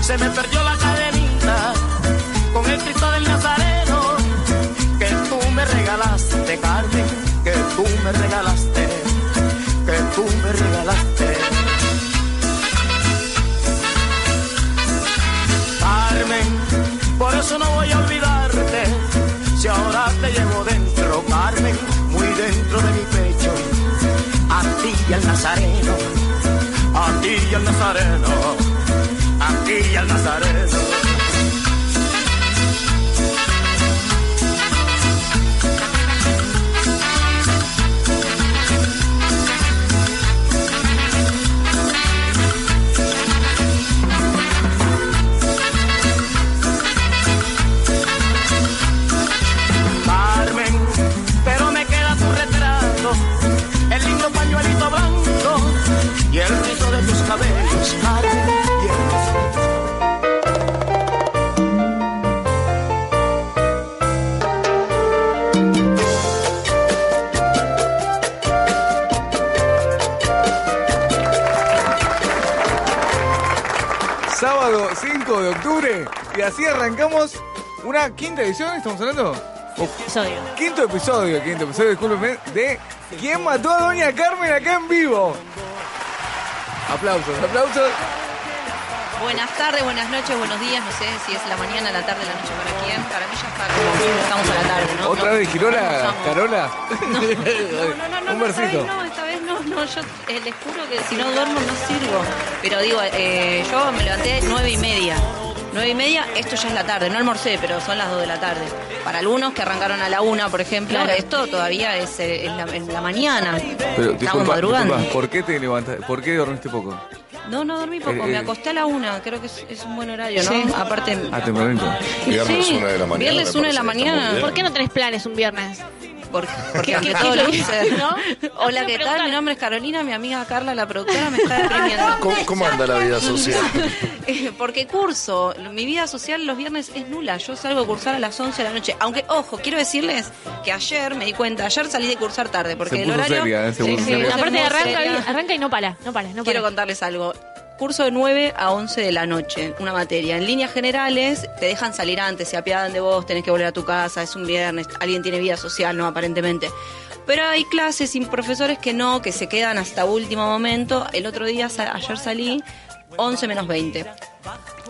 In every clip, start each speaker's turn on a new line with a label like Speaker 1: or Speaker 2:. Speaker 1: se me perdió la cadenita con el Cristo del Nazareno que tú me regalaste, Carmen, que tú me regalaste, que tú me regalaste. Carmen, por eso no voy a olvidarte, si ahora te llevo dentro, Carmen, muy dentro de mi pecho, a ti y al Nazareno, a ti y al Nazareno aquí al Nazareno. Carmen, pero me queda tu retrato, el lindo pañuelito blanco y el rizo de tus cabellos, Carmen.
Speaker 2: Sábado 5 de octubre. Y así arrancamos una quinta edición, ¿estamos hablando?
Speaker 3: Episodio.
Speaker 2: Quinto episodio, quinto episodio, discúlpenme, de ¿Quién mató a Doña Carmen acá en vivo? Aplausos, aplausos.
Speaker 3: Buenas tardes, buenas noches, buenos días. No sé si es la mañana, la tarde, la noche para quién. Para mí ya está como estamos a la tarde, ¿no?
Speaker 2: Otra
Speaker 3: No,
Speaker 2: vez giró
Speaker 3: no
Speaker 2: la
Speaker 3: almorzamos.
Speaker 2: Carola.
Speaker 3: No, no, no,
Speaker 2: Un
Speaker 3: no, esta
Speaker 2: versito.
Speaker 3: vez no, esta vez no, no, yo eh, les juro que si no duermo no sirvo. Pero digo, eh, yo me levanté nueve y media. Nueve y media, esto ya es la tarde, no almorcé, pero son las dos de la tarde. Para algunos que arrancaron a la una, por ejemplo, esto todavía es, eh, en la, en la mañana.
Speaker 2: Pero
Speaker 3: Estamos
Speaker 2: disculpa,
Speaker 3: madrugando.
Speaker 2: disculpa, ¿por qué te levantaste? ¿Por qué dormiste poco?
Speaker 3: No, no dormí poco,
Speaker 2: Eh,
Speaker 3: me
Speaker 2: eh.
Speaker 3: acosté a la una, creo que es, es un buen horario, ¿no? Aparte...
Speaker 2: Ah, tempranito.
Speaker 4: Viernes
Speaker 3: Sí,
Speaker 4: una de la mañana.
Speaker 3: Viernes
Speaker 4: me
Speaker 3: una de la
Speaker 4: parece que está
Speaker 3: mañana.
Speaker 4: muy bien.
Speaker 5: ¿Por qué no tenés planes un viernes?
Speaker 3: Porque, porque
Speaker 5: ¿Qué-
Speaker 3: ante
Speaker 5: qué-
Speaker 3: todo
Speaker 5: qué es lo
Speaker 3: luce,
Speaker 5: que- no?
Speaker 3: Hola,
Speaker 5: Quiero
Speaker 3: ¿qué tal?
Speaker 5: preguntar.
Speaker 3: Mi nombre es Carolina, mi amiga Carla, la productora, me está deprimiendo.
Speaker 4: ¿Cómo, cómo anda la vida social?
Speaker 3: Eh, Porque curso, mi vida social los viernes es nula. Yo salgo a cursar a las 11 de la noche. Aunque, ojo, quiero decirles que ayer me di cuenta, ayer salí de cursar tarde porque
Speaker 2: Se
Speaker 3: el
Speaker 2: puso
Speaker 3: horario.
Speaker 2: seria, eh, se puso
Speaker 3: me
Speaker 2: seria.
Speaker 3: puse
Speaker 5: Aparte
Speaker 3: muy
Speaker 5: arranca,
Speaker 3: seria.
Speaker 5: arranca y no para, no para, no para.
Speaker 3: Quiero contarles algo. Curso de 9 a 11 de la noche, una materia. En líneas generales, te dejan salir antes, se apiadan de vos, tenés que volver a tu casa, es un viernes, alguien tiene vida social, ¿no? Aparentemente. Pero hay clases sin profesores que no, que se quedan hasta último momento. El otro día, sa- ayer salí, 11 menos 20.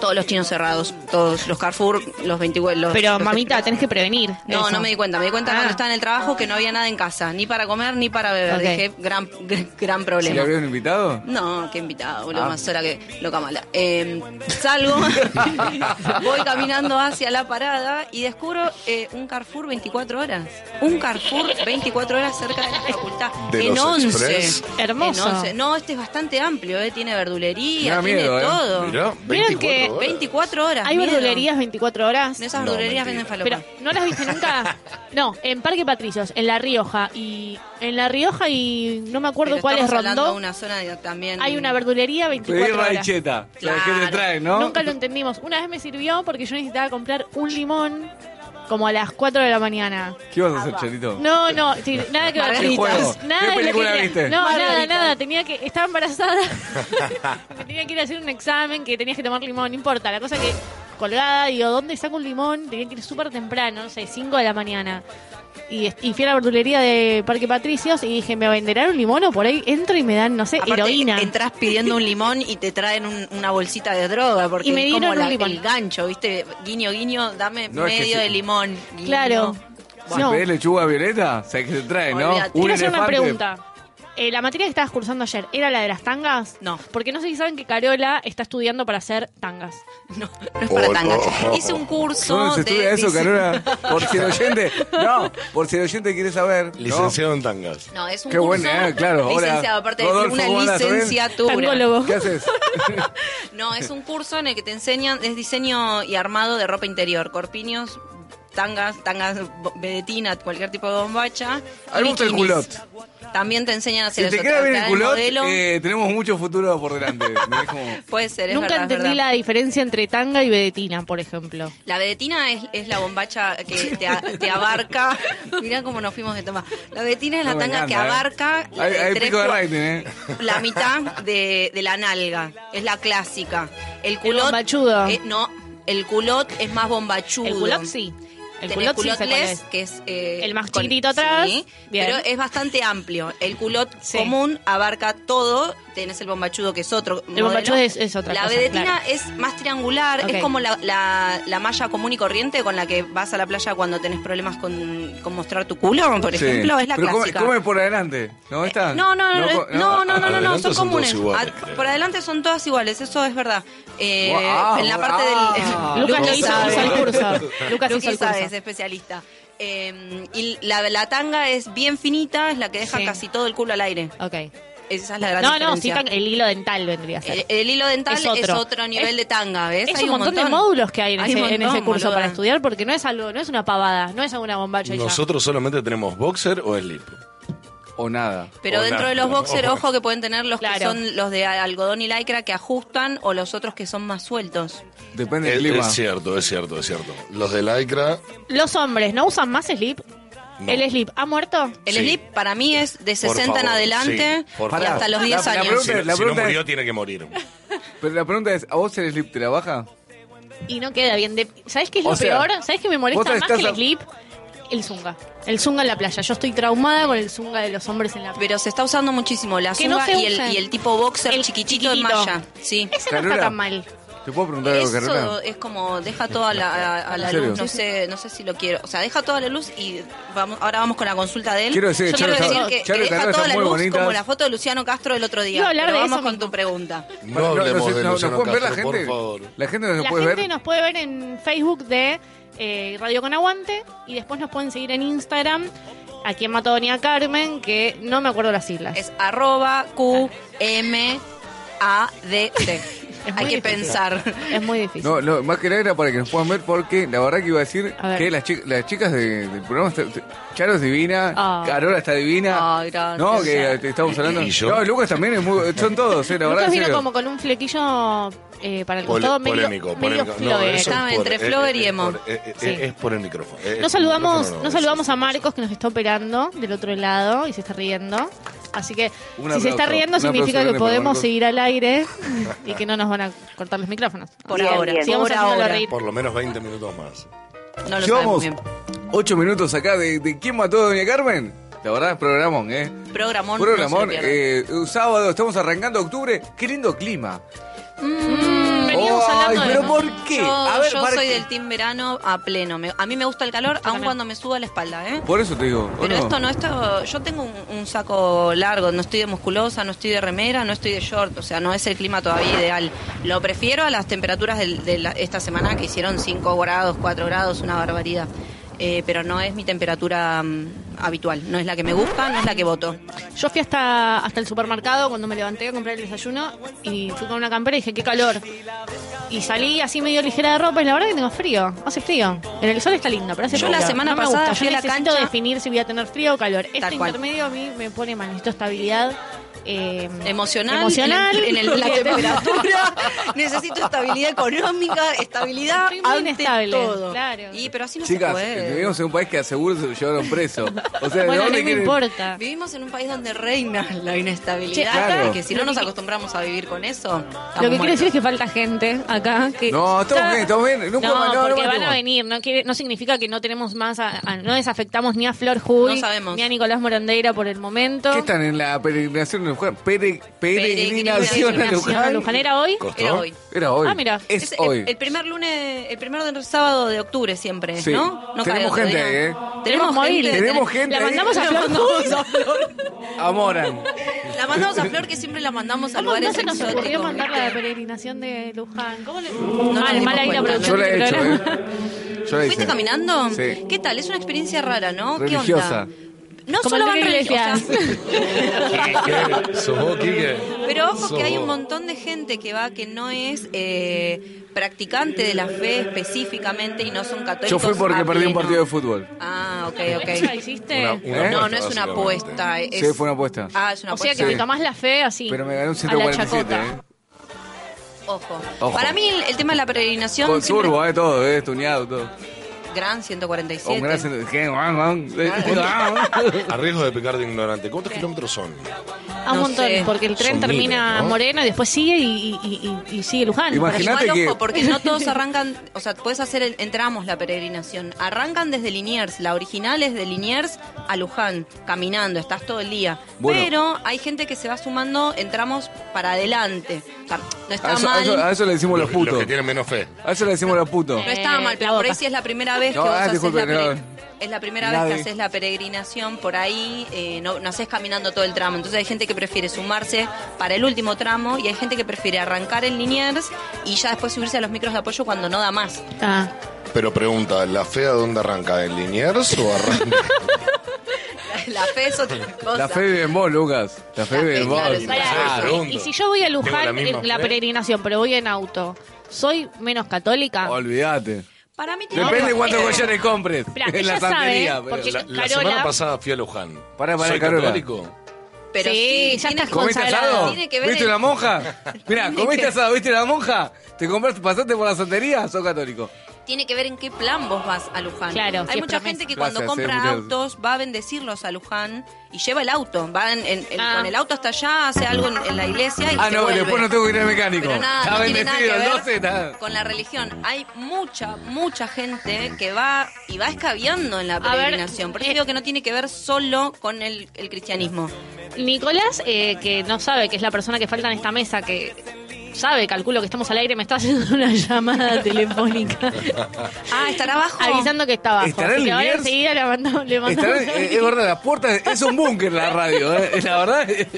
Speaker 3: Todos los chinos cerrados, todos los Carrefour, los 20 los-
Speaker 5: Pero
Speaker 3: los
Speaker 5: mamita, tenés que prevenir.
Speaker 3: no,
Speaker 5: eso.
Speaker 3: no me di cuenta. Me di cuenta
Speaker 5: Ah.
Speaker 3: cuando estaba en el trabajo que no había nada en casa, ni para comer ni para beber.
Speaker 5: Ok.
Speaker 3: Dije, gran, gran
Speaker 2: ¿Se
Speaker 3: problema.
Speaker 2: le abrió un invitado?
Speaker 3: No, qué invitado, boludo,
Speaker 2: Ah.
Speaker 3: más sola que loca mala. Eh, salgo, voy caminando hacia la parada y descubro eh, un Carrefour 24 horas. Un Carrefour 24 horas cerca de la facultad.
Speaker 4: De
Speaker 3: en
Speaker 4: los
Speaker 3: 11.
Speaker 4: Express.
Speaker 5: Hermoso.
Speaker 3: En 11. No, este es bastante amplio, eh, tiene verdulería,
Speaker 2: Me da
Speaker 3: tiene
Speaker 2: miedo, eh.
Speaker 3: todo.
Speaker 4: Mirá, 24
Speaker 5: Vieron que
Speaker 4: horas.
Speaker 3: 24 horas.
Speaker 5: Hay
Speaker 3: miedo.
Speaker 5: verdulerías 24 horas.
Speaker 3: En esas
Speaker 4: No,
Speaker 3: verdulerías
Speaker 4: mentira.
Speaker 3: venden falopa.
Speaker 5: Pero, ¿no las viste nunca? No, en Parque Patricios, en La Rioja. Y en La Rioja y no me acuerdo
Speaker 3: Pero
Speaker 5: cuál es
Speaker 3: estamos hablando
Speaker 5: Rondó.
Speaker 3: de una zona de- también.
Speaker 5: Hay una verdulería
Speaker 2: Pedí
Speaker 5: 24 horas.
Speaker 2: raicheta. La que te
Speaker 3: Claro.
Speaker 2: traen, ¿no?
Speaker 5: Nunca lo entendimos. Una vez me sirvió porque yo necesitaba comprar un limón como a las 4 de la mañana.
Speaker 2: ¿Qué vas a hacer, Charito?
Speaker 5: No, no, sí, nada que ver.
Speaker 3: Margaritas.
Speaker 2: ¿Qué juego?
Speaker 5: Nada
Speaker 2: ¿Qué
Speaker 5: de lo que
Speaker 2: película
Speaker 5: tenía-
Speaker 2: viste?
Speaker 5: No, nada,
Speaker 3: Margaritas.
Speaker 5: nada. Tenía que, estaba embarazada. Me tenía que ir a hacer un examen que tenías que tomar limón, no importa. La cosa que colgada, digo, ¿dónde saco un limón? Tenía que ir súper temprano, no sé, 5 de la mañana. Y, est- y fui a la verdulería de Parque Patricios y dije, ¿me venderán un limón o por ahí entro y me dan, no sé,
Speaker 3: Aparte,
Speaker 5: heroína?
Speaker 3: Entras pidiendo un limón y te traen un- una bolsita de droga. Porque
Speaker 5: Y me
Speaker 3: es como
Speaker 5: dieron un
Speaker 3: la-
Speaker 5: limón.
Speaker 3: el gancho, ¿viste? Guiño, guiño, dame
Speaker 2: No, es que
Speaker 3: medio
Speaker 2: sí.
Speaker 3: de limón. guiño.
Speaker 5: Claro.
Speaker 2: Si
Speaker 5: No.
Speaker 2: pedís lechuga violeta, ¿sabes qué te traen, no?
Speaker 3: Olvídate.
Speaker 2: Un
Speaker 5: Quiero hacer una
Speaker 2: elefante.
Speaker 5: pregunta. Eh, la materia que estabas cursando ayer, ¿era la de las tangas?
Speaker 3: No.
Speaker 5: Porque no sé si saben que Carola está estudiando para hacer tangas.
Speaker 3: No, no es para
Speaker 4: Oh,
Speaker 3: tangas.
Speaker 4: no.
Speaker 3: Hice un curso.
Speaker 2: ¿Dónde se
Speaker 3: de
Speaker 2: estudia eso,
Speaker 3: dise-
Speaker 2: Carola? Por si el oyente. No, por si el oyente quiere saber. ¿no?
Speaker 4: Licenciado en tangas.
Speaker 3: No, es un
Speaker 2: Qué
Speaker 3: curso.
Speaker 2: buena, eh, claro, hola.
Speaker 3: Licenciado, aparte de
Speaker 2: Rodolfo,
Speaker 3: una
Speaker 2: hola, ¿todo bien?
Speaker 3: licenciatura.
Speaker 5: Tangólogo.
Speaker 2: ¿Qué haces?
Speaker 3: No, es un curso en el que te enseñan, es diseño y armado de ropa interior, corpiños, tangas, tangas, bo- vedetina, cualquier tipo de bombacha.
Speaker 2: A mí me gusta el
Speaker 3: bikinis.
Speaker 2: culot.
Speaker 3: También te enseñan a hacer
Speaker 2: Si te
Speaker 3: eso.
Speaker 2: queda
Speaker 3: te
Speaker 2: bien
Speaker 3: dan
Speaker 2: el culot,
Speaker 3: modelo.
Speaker 2: eh, tenemos mucho futuro por delante. Me ves como-
Speaker 3: Puede ser, es
Speaker 5: Nunca
Speaker 3: verdad, es
Speaker 5: entendí
Speaker 3: verdad.
Speaker 5: la diferencia entre tanga y vedetina, por ejemplo.
Speaker 3: La vedetina es, es la bombacha que te, a- te abarca. Mirá cómo nos fuimos de toma. La vedetina es la
Speaker 2: No, me
Speaker 3: tanga que
Speaker 2: encanta, ¿eh?
Speaker 3: abarca
Speaker 2: Hay,
Speaker 3: eh,
Speaker 2: hay
Speaker 3: tres
Speaker 2: pico de
Speaker 3: cua-
Speaker 2: rating, ¿eh?
Speaker 3: la mitad de, de la nalga. Es la clásica. El culot.
Speaker 5: bombachudo.
Speaker 3: eh, no, el culot es más bombachudo.
Speaker 5: El culot sí. El
Speaker 3: Uh. Tenés
Speaker 5: culot sí sé cuál
Speaker 3: culotless,
Speaker 5: es.
Speaker 3: que es eh,
Speaker 5: El más chiquitito atrás.
Speaker 3: sí,
Speaker 5: Bien.
Speaker 3: pero es bastante amplio. El culot
Speaker 5: Sí.
Speaker 3: común abarca todo. Tenés el bombachudo que es otro. El
Speaker 5: bombachudo es- es otra
Speaker 3: La
Speaker 5: cosa,
Speaker 3: vedetina
Speaker 5: claro.
Speaker 3: es más triangular,
Speaker 5: Ok.
Speaker 3: es como la, la- la malla común y corriente con la que vas a la playa cuando tenés problemas con, con mostrar tu culo, por
Speaker 2: Sí.
Speaker 3: ejemplo, es la
Speaker 2: Pero come-
Speaker 3: clásica. Eh,
Speaker 2: Come, por adelante. ¿No está?
Speaker 3: No, no, no,
Speaker 2: co-
Speaker 3: eh, no, no, no, no, no,
Speaker 4: Adelante
Speaker 3: son
Speaker 4: son
Speaker 3: comunes.
Speaker 4: todas iguales,
Speaker 3: Ad-
Speaker 4: creo.
Speaker 3: por adelante son todas iguales, eso es verdad. Eh,
Speaker 2: Guau,
Speaker 3: en la parte
Speaker 2: guau.
Speaker 3: del.
Speaker 5: Lucas lo hizo,
Speaker 3: sabe.
Speaker 5: hizo el curso. Lucas hizo el
Speaker 3: Luquisa es
Speaker 5: curso.
Speaker 3: especialista. Eh, y la, la tanga es bien finita, es la que deja
Speaker 5: Sí.
Speaker 3: casi todo el culo al aire.
Speaker 5: Ok.
Speaker 3: Esa es la gran
Speaker 5: No, no, sí,
Speaker 3: diferencia. Eh,
Speaker 5: tan- el hilo dental vendría a
Speaker 3: el,
Speaker 5: ser.
Speaker 3: el hilo dental
Speaker 5: Es
Speaker 3: es
Speaker 5: otro.
Speaker 3: otro, nivel
Speaker 5: Es-
Speaker 3: de tanga, ¿ves?
Speaker 5: es
Speaker 3: Hay
Speaker 5: un montón, de módulos que hay en,
Speaker 3: Hay un
Speaker 5: ese, en
Speaker 3: montón,
Speaker 5: ese curso
Speaker 3: boluda.
Speaker 5: para estudiar porque no es algo, no es una pavada, no es alguna bombacha y ya.
Speaker 4: Nosotros solamente tenemos boxer o slip.
Speaker 2: O nada.
Speaker 3: Pero
Speaker 4: Hola.
Speaker 3: dentro de los boxers,
Speaker 4: Ojo.
Speaker 3: ojo que pueden tener los que
Speaker 5: Claro.
Speaker 3: son los de algodón y lycra que ajustan o los otros que son más sueltos.
Speaker 2: Depende del
Speaker 4: Es,
Speaker 2: clima.
Speaker 4: es cierto, es cierto, es cierto. Los de lycra,
Speaker 5: Los hombres no usan más slip.
Speaker 4: No.
Speaker 5: El slip ha muerto.
Speaker 3: El
Speaker 4: Sí.
Speaker 3: slip para mí es de 60 en
Speaker 4: favor,
Speaker 3: adelante
Speaker 4: sí, por
Speaker 3: y
Speaker 4: favor.
Speaker 3: hasta los
Speaker 2: La-
Speaker 3: 10
Speaker 2: la
Speaker 3: años.
Speaker 4: si,
Speaker 2: Pero la
Speaker 4: si no
Speaker 2: pregunta
Speaker 4: murió,
Speaker 2: es-
Speaker 4: tiene que morir.
Speaker 2: Pero la pregunta es, ¿a vos el slip te la baja?
Speaker 5: Y no queda bien. De... ¿Sabes qué es lo
Speaker 2: O sea,
Speaker 5: peor? ¿Sabes qué me molesta
Speaker 2: vos
Speaker 5: más que
Speaker 2: estás
Speaker 5: el
Speaker 2: a-
Speaker 5: slip? El zunga. El zunga en la playa. Yo estoy traumada con el zunga de los hombres en la playa.
Speaker 3: Pero se está usando muchísimo la
Speaker 5: Que no
Speaker 3: suba
Speaker 5: se
Speaker 3: y,
Speaker 5: usa.
Speaker 3: el, y el tipo boxer
Speaker 5: El
Speaker 3: chiquitito, de
Speaker 5: chiquitito.
Speaker 3: malla. Sí.
Speaker 5: Ese no está
Speaker 2: Carola.
Speaker 5: tan mal.
Speaker 2: ¿Te puedo preguntar algo,
Speaker 3: Eso
Speaker 2: Carolina?
Speaker 3: es como deja toda la, a, a la
Speaker 2: ¿En serio?
Speaker 3: luz, no sé, no sé si lo quiero. O sea, deja toda la luz y vamos, ahora vamos con la consulta de él.
Speaker 2: Quiero decir,
Speaker 3: Yo
Speaker 2: Charo
Speaker 3: quiero
Speaker 2: está-
Speaker 3: decir que,
Speaker 2: Charo
Speaker 3: que
Speaker 2: está-
Speaker 3: deja
Speaker 2: está
Speaker 3: toda la
Speaker 2: muy
Speaker 3: luz
Speaker 2: bonita.
Speaker 3: como la foto de Luciano Castro del otro
Speaker 5: Iba
Speaker 3: día.
Speaker 5: a hablar
Speaker 3: Pero
Speaker 5: de
Speaker 3: vamos
Speaker 5: eso
Speaker 3: con
Speaker 5: mismo.
Speaker 3: tu pregunta.
Speaker 4: No
Speaker 2: Bueno,
Speaker 4: hablemos
Speaker 2: sé-
Speaker 4: de Luciano
Speaker 2: pueden ver la
Speaker 4: Castro,
Speaker 2: gente?
Speaker 4: por favor.
Speaker 2: ¿La gente nos
Speaker 5: La
Speaker 2: puede
Speaker 5: gente
Speaker 2: ver?
Speaker 5: nos puede ver en Facebook de eh, Radio Con Aguante y después nos pueden seguir en Instagram. Aquí en mató Doña Carmen, que no me acuerdo las siglas.
Speaker 3: Es arroba Q M A D T.
Speaker 5: Es muy
Speaker 3: Hay que
Speaker 5: difícil.
Speaker 3: pensar.
Speaker 5: Es muy difícil.
Speaker 2: No, no, más que nada era para que nos puedan ver porque la verdad que iba a decir
Speaker 5: A ver.
Speaker 2: que las, chi- las chicas de- del programa, está- Charo es divina,
Speaker 5: Ah.
Speaker 2: Carola está divina.
Speaker 3: Ay, gracias.
Speaker 2: no, que te estamos hablando.
Speaker 4: ¿Y yo?
Speaker 2: No, Lucas también es muy, son todos, eh, la verdad.
Speaker 5: Lucas
Speaker 2: en
Speaker 5: vino
Speaker 2: serio.
Speaker 5: como con un flequillo eh, para el
Speaker 4: Pole-
Speaker 5: costado medio,
Speaker 4: polémico,
Speaker 5: medio
Speaker 4: polémico.
Speaker 5: flover.
Speaker 4: eso
Speaker 3: Estaba entre
Speaker 4: eh,
Speaker 3: Flover
Speaker 4: eh,
Speaker 3: y
Speaker 4: es
Speaker 3: Emo.
Speaker 4: por- eh, eh,
Speaker 5: Sí.
Speaker 4: Es por el micrófono. eh,
Speaker 5: No
Speaker 4: es por el
Speaker 5: saludamos,
Speaker 4: micrófono,
Speaker 5: no
Speaker 4: eso,
Speaker 5: saludamos
Speaker 4: eso,
Speaker 5: a
Speaker 4: eso.
Speaker 5: Marcos que nos está operando del otro lado y se está riendo. Así
Speaker 2: Un
Speaker 5: que si se
Speaker 2: aplauso,
Speaker 5: está riendo
Speaker 2: un
Speaker 5: significa
Speaker 2: aplauso
Speaker 5: que
Speaker 2: grande para
Speaker 5: podemos
Speaker 2: Marcos.
Speaker 5: seguir al aire y que no nos van a cortar los micrófonos.
Speaker 3: Por
Speaker 5: Así que
Speaker 3: ahora,
Speaker 5: Sigamos
Speaker 3: por
Speaker 5: haciéndolo
Speaker 3: ahora.
Speaker 5: reír.
Speaker 4: Por lo menos 20 minutos más.
Speaker 3: No lo sabemos
Speaker 2: Llevamos
Speaker 3: bien.
Speaker 2: ocho minutos acá de, de ¿Quién mató a Doña Carmen? La verdad es programón, ¿eh?
Speaker 3: Programón. no se lo
Speaker 2: Programón.
Speaker 3: pierdan.
Speaker 2: eh, un sábado, estamos arrancando octubre. Qué lindo clima.
Speaker 5: Mm, veníamos
Speaker 2: Ay,
Speaker 5: hablando de-
Speaker 2: pero ¿por qué?
Speaker 3: Yo,
Speaker 2: a ver,
Speaker 3: yo
Speaker 2: para
Speaker 3: soy
Speaker 2: que-
Speaker 3: del team verano a pleno. Me- a mí me gusta el calor, aun
Speaker 5: también.
Speaker 3: cuando me suba la espalda, ¿eh?
Speaker 2: Por eso te digo. ¿o
Speaker 3: Pero
Speaker 2: no?
Speaker 3: esto no, esto, yo tengo un, un saco largo, no estoy de musculosa, no estoy de remera, no estoy de short, o sea, no es el clima todavía ideal. Lo prefiero a las temperaturas del- de, la- esta semana que hicieron 5 grados, 4 grados, una barbaridad. Eh, pero no es mi temperatura mm, habitual, no es la que me gusta, no es la que voto.
Speaker 5: Yo fui hasta, hasta el supermercado cuando me levanté a comprar el desayuno y fui con una campera y dije, qué calor. Y salí así medio ligera de ropa y la verdad que tengo frío. Hace frío. En el sol está lindo, pero hace
Speaker 3: Yo
Speaker 5: frío.
Speaker 3: la semana
Speaker 5: No me
Speaker 3: pasada
Speaker 5: gusta.
Speaker 3: fui
Speaker 5: Yo
Speaker 3: a la
Speaker 5: necesito
Speaker 3: cancha.
Speaker 5: definir si voy a tener frío o calor. Este
Speaker 3: Tal cual.
Speaker 5: intermedio a mí me pone mal. Necesito estabilidad. eh,
Speaker 3: Emocional,
Speaker 5: emocional
Speaker 3: en, el- en el- la
Speaker 5: porque tengo-
Speaker 3: temperatura, necesito estabilidad económica, estabilidad
Speaker 5: Estoy muy
Speaker 3: ante
Speaker 5: inestable,
Speaker 3: todo.
Speaker 5: claro.
Speaker 3: Y pero así no se
Speaker 2: Chicas,
Speaker 3: puede.
Speaker 2: vivimos en un país que a seguro se lo llevaron preso. O sea, ¿de
Speaker 5: Bueno, no
Speaker 2: dónde
Speaker 5: me
Speaker 2: quieren-
Speaker 5: importa.
Speaker 3: Vivimos en un país donde reina la inestabilidad,
Speaker 5: Che,
Speaker 2: acá- Claro.
Speaker 3: que si no nos acostumbramos a vivir con eso, estamos
Speaker 5: Lo que quiero
Speaker 3: muertos.
Speaker 5: decir es que falta gente acá. Que
Speaker 2: No, estamos
Speaker 5: está-
Speaker 2: bien, estamos bien. Nunca
Speaker 5: no,
Speaker 2: más- no, no
Speaker 5: porque van
Speaker 2: matemos.
Speaker 5: a venir. No, quiere, no significa que no tenemos más. a- a- no desafectamos ni a Flor Huy,
Speaker 3: No sabemos.
Speaker 5: ni a Nicolás Morandeira por el momento.
Speaker 2: ¿Qué están en la peregrinación a Luján? Pere- peregrinación a
Speaker 3: Peregrinación a
Speaker 2: Luján.
Speaker 5: Luján era hoy.
Speaker 4: Costó.
Speaker 3: Era hoy.
Speaker 2: Era hoy.
Speaker 5: Ah, mira.
Speaker 2: Es,
Speaker 3: Es el-
Speaker 2: hoy.
Speaker 3: El, primer lunes, el primer del sábado de octubre siempre,
Speaker 2: Sí.
Speaker 3: ¿no? No cae
Speaker 2: Tenemos
Speaker 3: otro
Speaker 2: gente
Speaker 3: día.
Speaker 2: ahí, ¿eh?
Speaker 3: Tenemos
Speaker 5: Tenemos
Speaker 3: gente.
Speaker 5: móvil.
Speaker 2: Tenemos gente
Speaker 5: La
Speaker 2: ahí.
Speaker 5: mandamos a Flor Huy.
Speaker 2: Amoran.
Speaker 3: La mandamos a Flor que siempre la mandamos a
Speaker 5: ¿Cómo
Speaker 3: lugares
Speaker 5: no se nos ocurrió
Speaker 3: exóticos.
Speaker 5: mandar la
Speaker 3: ¿viste?
Speaker 5: peregrinación de Luján? ¿Cómo le...
Speaker 3: nos
Speaker 5: mal,
Speaker 3: dimos
Speaker 5: mal ahí
Speaker 3: cuenta.
Speaker 5: la
Speaker 2: Yo
Speaker 5: producción
Speaker 2: la
Speaker 5: del
Speaker 2: he hecho,
Speaker 5: programa.
Speaker 2: ¿eh? Yo la hice.
Speaker 3: ¿Fuiste caminando?
Speaker 2: Sí.
Speaker 3: ¿Qué tal? Es una experiencia rara, ¿no?
Speaker 2: Religiosa.
Speaker 3: ¿Qué onda? No
Speaker 5: Como
Speaker 3: solo
Speaker 5: el
Speaker 3: van
Speaker 5: Enrique
Speaker 3: religiosas.
Speaker 4: ¿Qué? ¿Sos vos, Quique?
Speaker 3: Pero ojo
Speaker 4: Sos
Speaker 3: que hay
Speaker 4: vos.
Speaker 3: un montón de gente que va que no es eh, practicante de la fe específicamente y no son católicos.
Speaker 2: Yo fui porque
Speaker 3: a
Speaker 2: perdí un
Speaker 3: pleno.
Speaker 2: partido de fútbol.
Speaker 3: Ah, ok,
Speaker 2: ¿eh?
Speaker 5: ¿Eso la
Speaker 3: ok.
Speaker 5: hiciste?
Speaker 4: Una- una
Speaker 3: No, no
Speaker 4: apuesta,
Speaker 3: es una
Speaker 4: básicamente.
Speaker 3: apuesta.
Speaker 2: Sí,
Speaker 3: Es...
Speaker 2: fue una apuesta.
Speaker 3: Ah, es una
Speaker 5: o sea
Speaker 3: apuesta.
Speaker 5: que te tomás la fe así.
Speaker 2: Pero me gané un
Speaker 5: A
Speaker 2: 147,
Speaker 5: la
Speaker 2: ¿eh?
Speaker 5: chacota.
Speaker 3: Ojo.
Speaker 2: Ojo.
Speaker 3: Para mí el, el tema de la peregrinación.
Speaker 2: Con
Speaker 3: siempre-
Speaker 2: turbo, eh, todo, eh, tuneado, todo.
Speaker 3: Gran
Speaker 2: Con eh,
Speaker 3: 147.
Speaker 2: gran acento- ¿Qué? Guau, guau. eh, ah,
Speaker 4: A riesgo de pecar de ignorante, ¿cuántos kilómetros son?
Speaker 5: A un
Speaker 3: No
Speaker 5: montón,
Speaker 3: sé.
Speaker 5: porque el tren
Speaker 4: Son
Speaker 5: termina
Speaker 4: miles, ¿no?
Speaker 5: Moreno y después sigue y, y- y- y sigue Luján.
Speaker 3: Pero
Speaker 2: Imagina- Imagínate
Speaker 3: igual, ojo,
Speaker 2: que-
Speaker 3: porque no todos arrancan, o sea, puedes hacer el, entramos la peregrinación. Arrancan desde Liniers, la original es de Liniers a Luján, caminando, estás todo el día.
Speaker 2: Bueno.
Speaker 3: Pero hay gente que se va sumando, entramos para adelante. O sea, no
Speaker 2: A
Speaker 3: está
Speaker 2: eso, a
Speaker 3: mal.
Speaker 2: eso- a eso le decimos los
Speaker 4: Los
Speaker 2: putos.
Speaker 4: que tienen menos fe.
Speaker 2: A eso le decimos los putos.
Speaker 3: No estaba mal, pero
Speaker 5: Eh, La
Speaker 3: por ahí
Speaker 5: boca.
Speaker 3: sí es la primera vez
Speaker 2: No,
Speaker 3: que vos
Speaker 2: ah,
Speaker 3: haces
Speaker 2: disculpe,
Speaker 3: la pere-
Speaker 2: no.
Speaker 3: Es la primera
Speaker 2: Nadie.
Speaker 3: vez que haces la peregrinación por ahí, eh, no, no haces caminando todo el tramo. Entonces hay gente que prefiere sumarse para el último tramo y hay gente que prefiere arrancar en Liniers y ya después subirse a los micros de apoyo cuando no da más.
Speaker 5: Ah,
Speaker 4: Pero pregunta, ¿la fe a dónde arranca? ¿En Liniers o arranca?
Speaker 3: La fe es otra cosa.
Speaker 2: La fe vive en vos, Lucas. La fe
Speaker 3: La
Speaker 2: vive
Speaker 3: fe,
Speaker 2: en vos.
Speaker 3: claro, es
Speaker 5: pará,
Speaker 4: Ah,
Speaker 5: y-
Speaker 4: pregunto.
Speaker 5: y, si yo voy a Luján
Speaker 4: Tengo la
Speaker 5: en
Speaker 4: misma
Speaker 5: la,
Speaker 4: fe.
Speaker 5: peregrinación, pero voy en auto, ¿soy menos católica? eh,
Speaker 2: Olvídate.
Speaker 3: Para mí tiene
Speaker 2: Depende
Speaker 3: que-
Speaker 2: de cuántos
Speaker 3: Eso.
Speaker 2: collones compres.
Speaker 5: Esperá,
Speaker 2: en la
Speaker 5: ella sabe, eh,
Speaker 2: santería. pero-
Speaker 5: porque-
Speaker 4: La, la
Speaker 5: Carola.
Speaker 4: semana pasada fui a Luján.
Speaker 2: Pará, pará,
Speaker 4: ¿Soy
Speaker 2: Carola.
Speaker 4: católico?
Speaker 3: Pero
Speaker 5: Sí,
Speaker 3: sí,
Speaker 5: ya
Speaker 3: tiene
Speaker 5: estás
Speaker 3: que-
Speaker 2: ¿Comiste
Speaker 5: Consagrado.
Speaker 2: asado?
Speaker 3: Tiene que ver
Speaker 2: ¿Viste
Speaker 3: el-
Speaker 2: la monja? Mirá,
Speaker 3: Tiene
Speaker 2: ¿comiste
Speaker 3: que-
Speaker 2: asado? ¿Viste la monja? ¿Te compraste, pasaste por la santería? ¿Sos católico?
Speaker 3: tiene que ver en qué plan vos vas a Luján.
Speaker 5: Claro, si
Speaker 3: Hay
Speaker 5: es
Speaker 3: mucha
Speaker 5: promesa.
Speaker 3: gente que
Speaker 2: Gracias,
Speaker 3: cuando compra
Speaker 2: eh, muchas-
Speaker 3: autos va a bendecirlos a Luján y lleva el auto. Va en- en- en-
Speaker 5: Ah.
Speaker 3: con el auto hasta allá, hace algo en, en la iglesia y
Speaker 2: Ah,
Speaker 3: se
Speaker 2: no,
Speaker 3: vuelve.
Speaker 2: después no tengo que ir al mecánico.
Speaker 3: Pero nada,
Speaker 2: Está
Speaker 3: no tiene nada que
Speaker 2: bendecido,
Speaker 3: ver
Speaker 2: no sé nada.
Speaker 3: con la religión. Hay mucha, mucha gente que va y va escabeando en la
Speaker 5: ver,
Speaker 3: peregrinación. Por eso
Speaker 5: eh,
Speaker 3: digo que no tiene que ver solo con el, el cristianismo.
Speaker 5: Nicolás, eh, que no sabe que es la persona que falta en esta mesa, que sabe, calculo que estamos al aire, me está haciendo una llamada telefónica
Speaker 3: Ah, estará abajo.
Speaker 5: avisando que está abajo.
Speaker 2: ¿Estará
Speaker 5: Así
Speaker 2: en
Speaker 5: que ahora
Speaker 2: Liniers?
Speaker 5: enseguida le mandamos. Le
Speaker 2: Estará-
Speaker 5: mandamos
Speaker 2: eh, es verdad, la puerta es un búnker la radio, eh. la verdad, eh,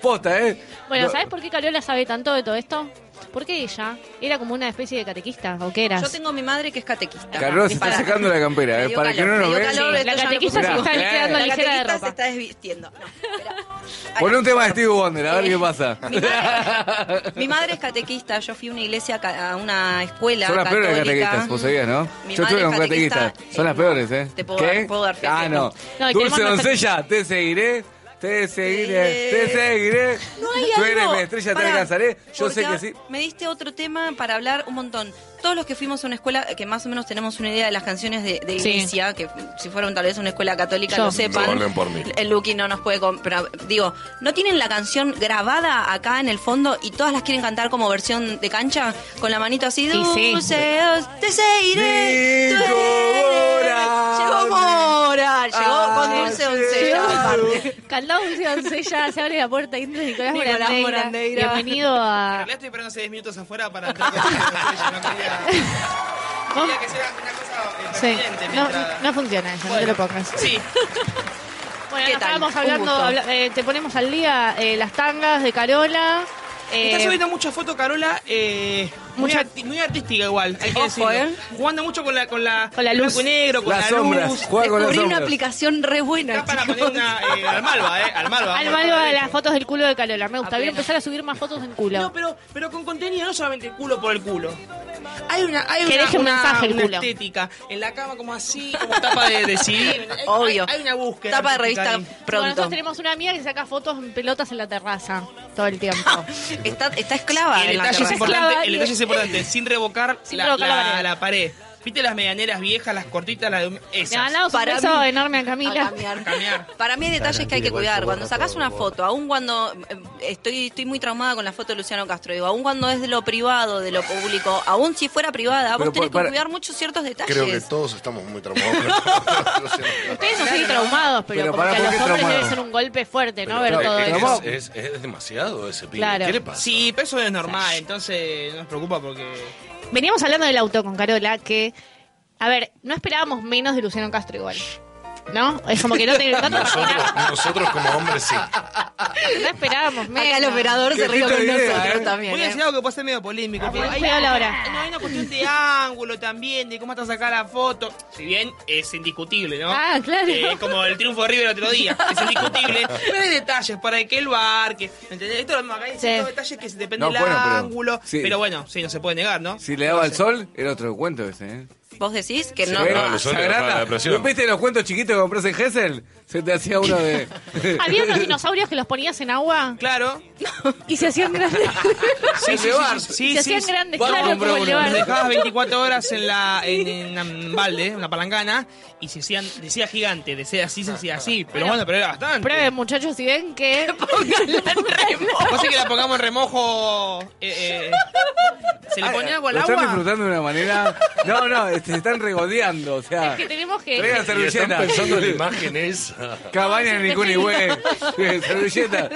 Speaker 2: posta, ¿eh?
Speaker 5: Bueno,
Speaker 2: No,
Speaker 5: ¿sabes por qué Carola sabe tanto de todo esto? Porque ella era como una especie de catequista, ¿o qué eras?
Speaker 3: Yo tengo mi madre que es catequista.
Speaker 2: Carola se está
Speaker 3: Para-
Speaker 2: sacando la campera,
Speaker 3: Me
Speaker 2: eh,
Speaker 3: dio
Speaker 2: para
Speaker 3: calor,
Speaker 2: que no
Speaker 3: me
Speaker 2: nos
Speaker 3: dio
Speaker 2: vea.
Speaker 3: calor,
Speaker 5: Sí,
Speaker 3: esto
Speaker 5: la
Speaker 3: ya no
Speaker 5: catequista
Speaker 3: puedo
Speaker 2: se está
Speaker 3: creer.
Speaker 5: quedando
Speaker 3: La
Speaker 5: ligera de
Speaker 3: catequista se
Speaker 5: ropa.
Speaker 3: está desvistiendo. No, espera.
Speaker 2: Poné un tema de Steve Wonder, a ver qué pasa.
Speaker 3: Mi madre, Eh, mi madre es catequista, yo fui a una iglesia, ca- a una escuela
Speaker 2: Son las
Speaker 3: católica.
Speaker 2: peores catequistas, vos sabías, ¿no?
Speaker 3: Mi
Speaker 2: Yo
Speaker 3: madre
Speaker 2: estuve
Speaker 3: es
Speaker 2: con
Speaker 3: catequista.
Speaker 2: catequistas, son las peores, ¿eh?
Speaker 3: Te puedo dar- puedo dar fe
Speaker 2: Ah,
Speaker 3: que
Speaker 2: no.
Speaker 5: No, y
Speaker 2: Dulce
Speaker 5: queremos nuestra-
Speaker 2: doncella, te seguiré, te seguiré, te
Speaker 3: Te
Speaker 2: seguiré.
Speaker 3: No hay
Speaker 2: Tú
Speaker 3: algo.
Speaker 2: eres mi estrella, te
Speaker 3: Pará,
Speaker 2: alcanzaré. Yo
Speaker 3: porque
Speaker 2: sé que sí.
Speaker 3: Me diste otro tema para hablar un montón. Todos los que fuimos a una escuela, que más o menos tenemos una idea de las canciones de, de
Speaker 5: Sí.
Speaker 3: iglesia, que si fueron tal vez una escuela católica
Speaker 5: Yo.
Speaker 3: lo sepan.
Speaker 4: No hablen por mí.
Speaker 3: El Lucky no nos puede com- pero Digo, ¿no tienen la canción grabada acá en el fondo y todas las quieren cantar como versión de cancha? Con la manito así,
Speaker 5: Y sí.
Speaker 3: dulce, te seguiré. tú
Speaker 2: Llegó
Speaker 3: eres". Llegó Mora, llegó con
Speaker 2: Ah,
Speaker 3: dulce
Speaker 2: sí.
Speaker 3: doncella.
Speaker 5: Caldá un doncella, se abre la puerta y entra Nicolás,
Speaker 3: Nicolás
Speaker 5: Morandeira.
Speaker 3: Morandeira.
Speaker 5: Bienvenido a...
Speaker 6: Le estoy esperando hace 10 minutos afuera para entrar con el sello, no quería, quería que sea una cosa eh,
Speaker 5: Sí,
Speaker 6: pertinente
Speaker 5: no,
Speaker 6: mientras-
Speaker 5: no funciona eso, no te lo pongas.
Speaker 6: Sí,
Speaker 5: Bueno,
Speaker 3: ¿Qué
Speaker 5: nos
Speaker 3: tal?
Speaker 5: estábamos
Speaker 3: Un
Speaker 5: hablando,
Speaker 3: gusto.
Speaker 5: habla- eh, te ponemos al día eh, las tangas de Carola. eh,
Speaker 6: está subiendo muchas fotos Carola, eh, muy,
Speaker 5: Mucha-
Speaker 6: arti- muy artística igual, hay que
Speaker 3: Ojo,
Speaker 6: decirlo.
Speaker 3: ¿eh?
Speaker 6: Jugando mucho con la, con la,
Speaker 5: Con la
Speaker 6: blanco
Speaker 5: luz.
Speaker 6: y negro, con
Speaker 2: Las
Speaker 6: la,
Speaker 2: sombras.
Speaker 6: luz.
Speaker 2: Juega con las
Speaker 3: Descubrí una
Speaker 2: sombras.
Speaker 3: aplicación re buena.
Speaker 6: Está para
Speaker 3: chicos.
Speaker 6: poner una eh, al malva, eh, al malva.
Speaker 5: al malo
Speaker 6: vamos, al
Speaker 5: de las
Speaker 6: derecho.
Speaker 5: fotos del culo de Carola. Me gusta. Voy a
Speaker 3: Apenas.
Speaker 5: empezar a subir más fotos del culo.
Speaker 6: No, pero, pero con contenido, no solamente el culo por el culo. Hay una, hay
Speaker 5: Que
Speaker 6: una,
Speaker 5: deje un
Speaker 6: una-
Speaker 5: mensaje el
Speaker 6: una
Speaker 5: culo.
Speaker 6: estética. En la cama como así, como tapa de, de CD. Hay-
Speaker 3: Obvio.
Speaker 6: Hay, hay una búsqueda.
Speaker 3: Tapa de
Speaker 6: artística
Speaker 3: revista
Speaker 6: ahí.
Speaker 5: Bueno, nosotros
Speaker 3: pronto.
Speaker 5: tenemos una amiga que saca fotos en pelotas en la terraza todo el tiempo.
Speaker 3: Ah, Está, está
Speaker 5: Ah,
Speaker 3: esclava
Speaker 6: Y
Speaker 3: en
Speaker 6: el
Speaker 3: la
Speaker 6: detalle, es
Speaker 3: terraza.
Speaker 5: esclava.
Speaker 6: importante, el detalle es importante, sin revocar,
Speaker 5: Sin
Speaker 6: la,
Speaker 5: revocar la
Speaker 6: la-
Speaker 5: pared.
Speaker 6: la pared. ¿Viste las medianeras viejas, las cortitas, las de
Speaker 5: Le
Speaker 6: esas?
Speaker 5: mandamos un
Speaker 3: Para
Speaker 5: beso
Speaker 3: mí-
Speaker 5: enorme a Camila.
Speaker 3: A cambiar.
Speaker 6: Cambiar.
Speaker 3: Para mí hay detalles que hay que cuidar. Cuando sacas una foto, aun cuando eh, estoy estoy muy traumada con la foto de Luciano Castro, digo, aun cuando es de lo privado, de lo público, aun si fuera privada,
Speaker 2: Pero
Speaker 3: vos tenés
Speaker 2: por- para-
Speaker 3: que cuidar muchos ciertos detalles.
Speaker 4: Creo que todos estamos muy traumados.
Speaker 5: Ustedes no siguen traumados, pero,
Speaker 2: Pero
Speaker 5: como
Speaker 2: pará,
Speaker 5: que a
Speaker 2: ¿por
Speaker 5: los
Speaker 2: qué
Speaker 5: hombres
Speaker 2: traumado?
Speaker 5: debe ser un golpe fuerte, ¿no? Ver
Speaker 4: Pero
Speaker 5: todo
Speaker 4: es-
Speaker 5: eso.
Speaker 2: Pero-
Speaker 4: es, es- es demasiado ese pibe.
Speaker 5: Claro.
Speaker 4: ¿Qué le pasa?
Speaker 6: Sí, pero eso es normal, entonces no nos preocupa porque...
Speaker 5: Veníamos hablando del auto con Carola, que, a ver, no esperábamos menos de Luciano Castro igual. ¿no? Es como que no te no, te-
Speaker 7: Nosotros, nosotros como hombres sí.
Speaker 5: no esperábamos.
Speaker 3: Acá el
Speaker 5: menos.
Speaker 3: operador se
Speaker 2: Qué
Speaker 3: rió
Speaker 2: puta
Speaker 3: con
Speaker 2: idea,
Speaker 3: nosotros
Speaker 2: ¿eh?
Speaker 3: también.
Speaker 6: Voy a
Speaker 3: ¿eh?
Speaker 6: decir algo que puede ser medio polémico. pero
Speaker 5: ver,
Speaker 6: hay,
Speaker 5: cuidado la
Speaker 6: hay-
Speaker 5: hora.
Speaker 6: no, hay una cuestión de ángulo también, de cómo hasta sacar la foto. Si bien es indiscutible, ¿no?
Speaker 5: Ah, claro.
Speaker 6: Eh, como el triunfo de River el otro día. Es indiscutible. Pero hay detalles para que el bar, que. ¿Entendés? Esto es lo mismo. Acá hay
Speaker 5: Sí.
Speaker 6: ciertos detalles que se depende
Speaker 2: No,
Speaker 6: del
Speaker 2: bueno, pero-
Speaker 6: ángulo.
Speaker 2: sí.
Speaker 6: Pero bueno, sí, no se puede negar, ¿no?
Speaker 2: Si le daba el sol, era otro cuento ese, ¿eh?
Speaker 3: Vos decís que no.
Speaker 2: ¿Ves?
Speaker 7: le daba el sol, le
Speaker 2: Sagrada.
Speaker 7: bajaba la presión.
Speaker 2: ¿No viste los cuentos chiquitos que compras en Gessel? Se te hacía uno de...
Speaker 5: Había unos dinosaurios que los ponías en agua
Speaker 6: Claro.
Speaker 5: y se hacían grandes.
Speaker 3: Ah,
Speaker 6: Sí, sí,
Speaker 2: bar.
Speaker 6: sí,
Speaker 5: se hacían grandes,
Speaker 2: Vamos,
Speaker 5: claro,
Speaker 2: hombre,
Speaker 5: como el de
Speaker 2: uno.
Speaker 5: Bart.
Speaker 6: Los dejabas 24 horas en la en, en un balde, una palangana, y se hacían, decía gigante, decía así, se hacía así. Pero bueno, pero era bastante.
Speaker 5: Prueben, muchachos, si ven que.
Speaker 6: Pasa que la pongamos en remojo. eh, eh, se le pone agua al
Speaker 2: Lo están
Speaker 6: agua.
Speaker 2: disfrutando de una manera... No, no, este, se están regodeando, o sea...
Speaker 5: que tenemos que.
Speaker 2: Traigan
Speaker 7: Y están
Speaker 2: servilletas.
Speaker 7: pensando en la imagen esa.
Speaker 2: Cabaña en ningún igual. eh, Servilleta.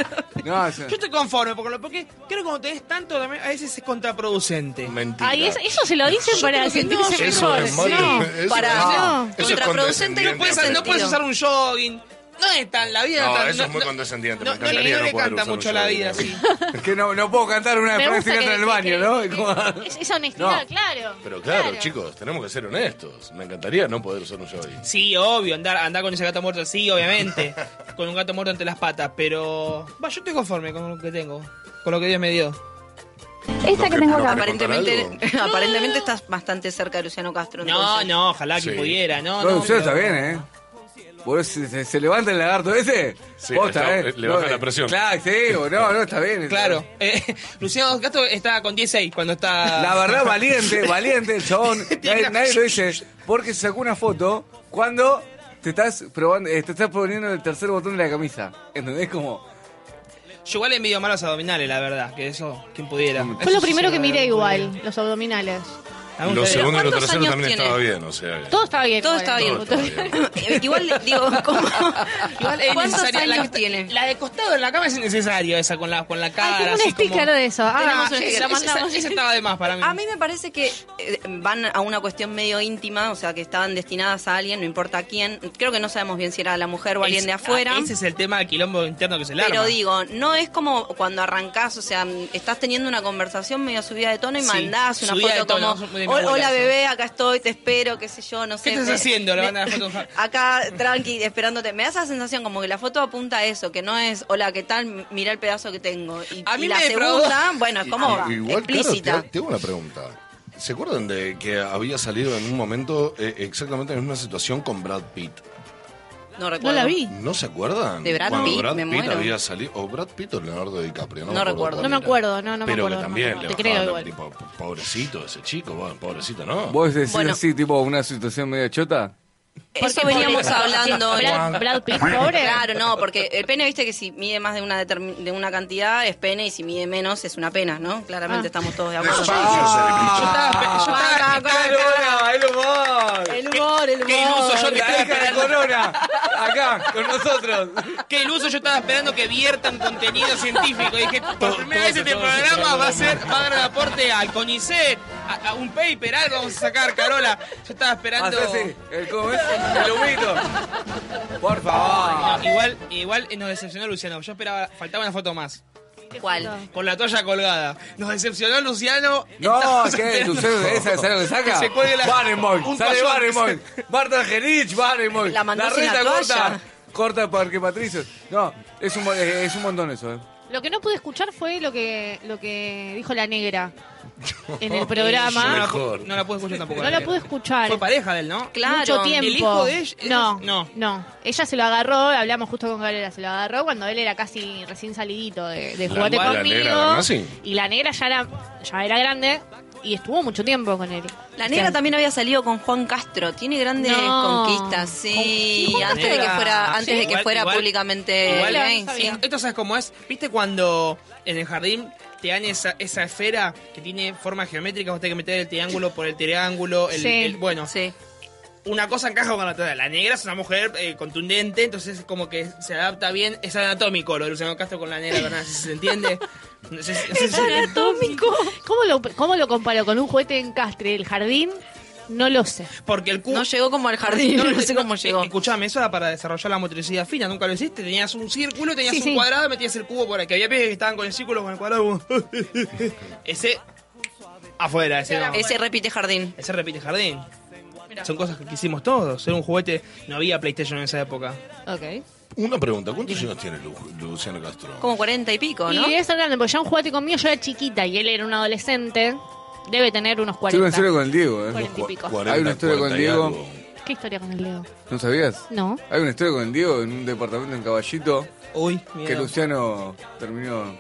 Speaker 2: No, o sea,
Speaker 6: Yo estoy conforme, porque, porque creo que cuando tenés tanto también a veces es contraproducente.
Speaker 4: Mentira.
Speaker 5: Ay, eso, eso se lo dicen para
Speaker 3: creo que
Speaker 5: sentirse
Speaker 3: no.
Speaker 7: Eso
Speaker 5: mejor.
Speaker 7: es más-
Speaker 5: no.
Speaker 7: eso-
Speaker 3: Para.
Speaker 5: No.
Speaker 4: eso es
Speaker 3: Contraproducente no
Speaker 4: condescendiente.
Speaker 3: puede
Speaker 6: Puedes-
Speaker 3: ser,
Speaker 6: no puedes usar un jogging. No es tan la vida.
Speaker 4: No,
Speaker 6: tan-
Speaker 4: eso es muy condescendiente, me
Speaker 6: No, no, no
Speaker 4: encantaría no
Speaker 6: le
Speaker 4: poder
Speaker 6: canta
Speaker 4: usar un
Speaker 6: mucho la
Speaker 4: jogging. ¿eh?
Speaker 6: vida, sí.
Speaker 2: es que no, no puedo cantar una
Speaker 5: Me
Speaker 2: vez
Speaker 5: gusta
Speaker 2: estoy
Speaker 5: que-
Speaker 2: en el baño, ¿no? Es como-
Speaker 5: Es- Esa honestidad,
Speaker 2: No.
Speaker 5: claro.
Speaker 7: Pero claro, chicos, tenemos que ser honestos. Me encantaría no poder usar un jogging.
Speaker 6: Sí, obvio, andar, andar con ese gato muerto, sí, obviamente. con un gato muerto entre las patas, pero. Va, yo estoy conforme con lo que tengo. Con lo que Dios me dio.
Speaker 8: Esta que tengo acá.
Speaker 3: Aparentemente, aparentemente estás bastante cerca de Luciano Castro.
Speaker 6: No,
Speaker 3: entonces.
Speaker 6: no, ojalá que
Speaker 7: Sí.
Speaker 6: pudiera, no,
Speaker 2: No,
Speaker 6: no.
Speaker 2: usted está
Speaker 6: pero-
Speaker 2: bien, ¿eh? Vos, se, se- se levanta el lagarto ese?
Speaker 7: Sí,
Speaker 2: Vos
Speaker 7: está- le baja la presión.
Speaker 2: Claro, sí, o no, no, está bien. está
Speaker 6: Claro.
Speaker 2: bien.
Speaker 6: Eh, Luciano Gato está con 16 cuando está.
Speaker 2: La verdad, valiente, valiente el chabón. Nadie, nadie lo dice. Porque se sacó una foto cuando te estás probando, eh, te estás poniendo el tercer botón de la camisa. ¿Entendés? Como.
Speaker 6: Yo igual le envidio más los abdominales, la verdad, que eso, quien pudiera.
Speaker 5: Fue lo primero que miré igual, los abdominales.
Speaker 7: Lo segundo y lo
Speaker 3: ¿cuántos
Speaker 7: tercero
Speaker 3: años
Speaker 7: también
Speaker 3: tiene?
Speaker 7: estaba bien, o sea.
Speaker 5: Todo estaba bien.
Speaker 3: Todo
Speaker 5: igual.
Speaker 3: estaba bien.
Speaker 7: Todo estaba bien.
Speaker 3: Igual digo, ¿cómo? ¿cuántos
Speaker 6: necesaria-
Speaker 3: años
Speaker 6: la que-
Speaker 3: tiene?
Speaker 6: La de costado en la cama es innecesaria, esa con la, con la cara.
Speaker 5: Ay, tengo
Speaker 6: así
Speaker 5: un sticker
Speaker 6: como-
Speaker 5: de eso. Ah,
Speaker 3: Tenemos un
Speaker 6: esa-
Speaker 3: sticker.
Speaker 6: esa-
Speaker 5: mandamos.
Speaker 6: esa estaba de más para mí.
Speaker 3: A mí me parece que eh, van a una cuestión medio íntima, o sea, que estaban destinadas a alguien, no importa a quién. Creo que no sabemos bien si era la mujer o alguien
Speaker 6: Es-
Speaker 3: de afuera.
Speaker 6: ah, Ese es el tema del quilombo interno que se larga.
Speaker 3: Pero digo, no es como cuando arrancás, o sea, estás teniendo una conversación medio subida de tono y
Speaker 6: Sí,
Speaker 3: mandás una
Speaker 6: subida de
Speaker 3: foto
Speaker 6: tono,
Speaker 3: como,
Speaker 6: muy de mi
Speaker 3: "Hol-
Speaker 6: abuela,
Speaker 3: hola
Speaker 6: sí.
Speaker 3: bebé, acá estoy, te espero, qué sé yo, no sé.
Speaker 6: ¿Qué estás
Speaker 3: me-
Speaker 6: haciendo? Le
Speaker 3: me-
Speaker 6: mandan la foto.
Speaker 3: Acá, tranqui, esperándote. Me da esa sensación como que la foto apunta a eso, que no es, hola, ¿qué tal? Mira el pedazo que tengo. Y,
Speaker 6: A mí
Speaker 3: y la
Speaker 6: me defraudó.
Speaker 3: segunda, bueno, es como
Speaker 4: Y- igual, claro,
Speaker 3: explícita.
Speaker 4: te, te hago una pregunta. ¿Se acuerdan de que había salido en un momento eh, exactamente la misma situación con Brad Pitt?
Speaker 3: No
Speaker 5: No
Speaker 3: recuerdo.
Speaker 5: la vi.
Speaker 4: ¿No se acuerdan?
Speaker 3: De Brad
Speaker 4: Cuando
Speaker 3: Pitt,
Speaker 4: Brad
Speaker 3: me
Speaker 4: Pitt
Speaker 3: muero.
Speaker 4: había salido. O Brad Pitt o Leonardo DiCaprio. No,
Speaker 3: No
Speaker 4: me acuerdo
Speaker 3: recuerdo.
Speaker 4: cuál
Speaker 5: No me
Speaker 4: era.
Speaker 5: acuerdo, no, no me
Speaker 4: Pero
Speaker 5: acuerdo,
Speaker 4: que
Speaker 5: no me
Speaker 4: también
Speaker 5: acuerdo.
Speaker 4: le
Speaker 5: Te creo
Speaker 4: bajaban,
Speaker 5: igual.
Speaker 4: tipo, pobrecito ese chico, bueno, pobrecito, ¿no?
Speaker 2: ¿Vos decís
Speaker 3: Bueno.
Speaker 2: así, tipo, una situación media chota?
Speaker 3: Eso veníamos hablando.
Speaker 5: Brad, Brad Pitt, pobre.
Speaker 3: Claro, no, porque el pene, viste que si mide más de una, determin- de una cantidad es pene y si mide menos es una pena, ¿no? Claramente
Speaker 5: Ah.
Speaker 3: estamos todos de
Speaker 4: Yo
Speaker 3: acuerdo. Ah.
Speaker 6: Yo estaba-
Speaker 2: Ah, Corona, el humor.
Speaker 3: El humor, el humor.
Speaker 6: Qué iluso, yo te
Speaker 2: La
Speaker 6: estaba
Speaker 2: hija de
Speaker 6: esperando.
Speaker 2: Corona, acá, con nosotros.
Speaker 6: Qué iluso, yo estaba esperando que viertan contenido científico. Y dije, por
Speaker 7: Todo-
Speaker 6: primera
Speaker 7: todo
Speaker 6: vez
Speaker 7: se
Speaker 6: este
Speaker 7: estaba
Speaker 6: programa
Speaker 7: centrando
Speaker 6: va a
Speaker 7: en
Speaker 6: ser, va a dar un aporte al CONICET, a, a un paper, algo vamos a sacar, Carola. Yo estaba esperando.
Speaker 2: Hacé así, el, ¿cómo es? El humito. Por favor.
Speaker 6: No, igual, igual eh, nos decepcionó Luciano. Yo esperaba, faltaba una foto más.
Speaker 3: ¿Cuál?
Speaker 6: Con la toalla colgada. Nos decepcionó Luciano.
Speaker 2: No,
Speaker 6: Estamos
Speaker 2: ¿qué?
Speaker 6: esperando-
Speaker 2: ¿Lucero de esa? ¿Sabes lo que saca?
Speaker 6: Que se cuelgue la-
Speaker 2: Barenboim,
Speaker 6: un
Speaker 2: sale
Speaker 6: tallón.
Speaker 2: Barenboim. Marta Gerich, Barenboim.
Speaker 3: La mandó sin la
Speaker 2: reta corta.
Speaker 3: toalla.
Speaker 2: Corta porque Patricio. No, es un, mo- eh, es un montón eso, ¿eh?
Speaker 5: Lo que no pude escuchar fue lo que, lo que dijo la negra en el
Speaker 6: No
Speaker 5: programa.
Speaker 6: la, pu- no la pude escuchar tampoco.
Speaker 5: No la pude escuchar.
Speaker 6: Fue pareja de él, ¿no?
Speaker 3: Claro.
Speaker 5: Mucho tiempo.
Speaker 6: ¿El hijo de ella?
Speaker 5: No,
Speaker 6: No.
Speaker 5: no, Ella se lo agarró, hablamos justo con Gabriela, se lo agarró cuando él era casi recién salidito de, de
Speaker 7: La-
Speaker 5: jugate
Speaker 7: la
Speaker 5: conmigo.
Speaker 7: negra de Arnazzi.
Speaker 5: Y la negra ya era, ya era grande y estuvo mucho tiempo con él.
Speaker 3: La negra
Speaker 5: O sea,
Speaker 3: también había salido con Juan Castro. Tiene grandes
Speaker 5: No.
Speaker 3: conquistas, sí.
Speaker 5: Con-
Speaker 3: Antes de que
Speaker 6: Negra.
Speaker 3: fuera, antes de que
Speaker 6: Igual-
Speaker 3: fuera
Speaker 6: igual-
Speaker 3: públicamente
Speaker 6: igual-
Speaker 3: gay,
Speaker 5: no
Speaker 3: sí.
Speaker 5: sabía.
Speaker 6: Esto sabes cómo es. ¿Viste cuando en el jardín te dan esa, esa esfera que tiene forma geométrica? Vos tenés que meter el triángulo por el triángulo. El,
Speaker 5: Sí.
Speaker 6: el- bueno,
Speaker 3: Sí.
Speaker 6: una cosa encaja con la otra. La negra es una mujer eh, contundente, entonces como que se adapta bien. Es anatómico lo de Luciano Castro con la negra, ¿verdad? ¿Se entiende? No sé si- no sé si-
Speaker 5: ¿Cómo lo, ¿Cómo lo comparo con un juguete en castre? El jardín No lo sé.
Speaker 6: Porque el cubo.
Speaker 3: No llegó como al jardín, no, sé cómo llegó.
Speaker 6: eh, Escuchame, eso era para desarrollar la motricidad fina, nunca lo hiciste. Tenías un círculo, tenías
Speaker 5: Sí,
Speaker 6: un
Speaker 5: sí.
Speaker 6: cuadrado, metías el cubo por ahí. Que había pibes que estaban con el círculo, con el cuadrado. ese. Afuera, ese. no.
Speaker 3: Ese repite jardín.
Speaker 6: Ese repite jardín. Son cosas que quisimos todos. Era un juguete. No había PlayStation en esa época.
Speaker 5: Ok.
Speaker 7: Una pregunta, ¿cuántos años tiene Lu- Luciano Castro?
Speaker 3: Como cuarenta y pico, ¿no?
Speaker 5: Y debe ser grande, porque ya un juguete conmigo, yo era chiquita y él era un adolescente. Debe tener unos
Speaker 2: Estuve en
Speaker 5: 40.
Speaker 2: serio con el Diego, ¿eh?
Speaker 5: Cuarenta. y pico.
Speaker 2: Hay una historia con
Speaker 7: y
Speaker 2: Diego.
Speaker 7: algo.
Speaker 5: ¿Qué historia con el Leo?
Speaker 2: ¿No sabías?
Speaker 5: No.
Speaker 2: Hay una historia con el Diego en un departamento en Caballito
Speaker 6: Uy,
Speaker 2: que
Speaker 6: mira.
Speaker 2: Luciano terminó.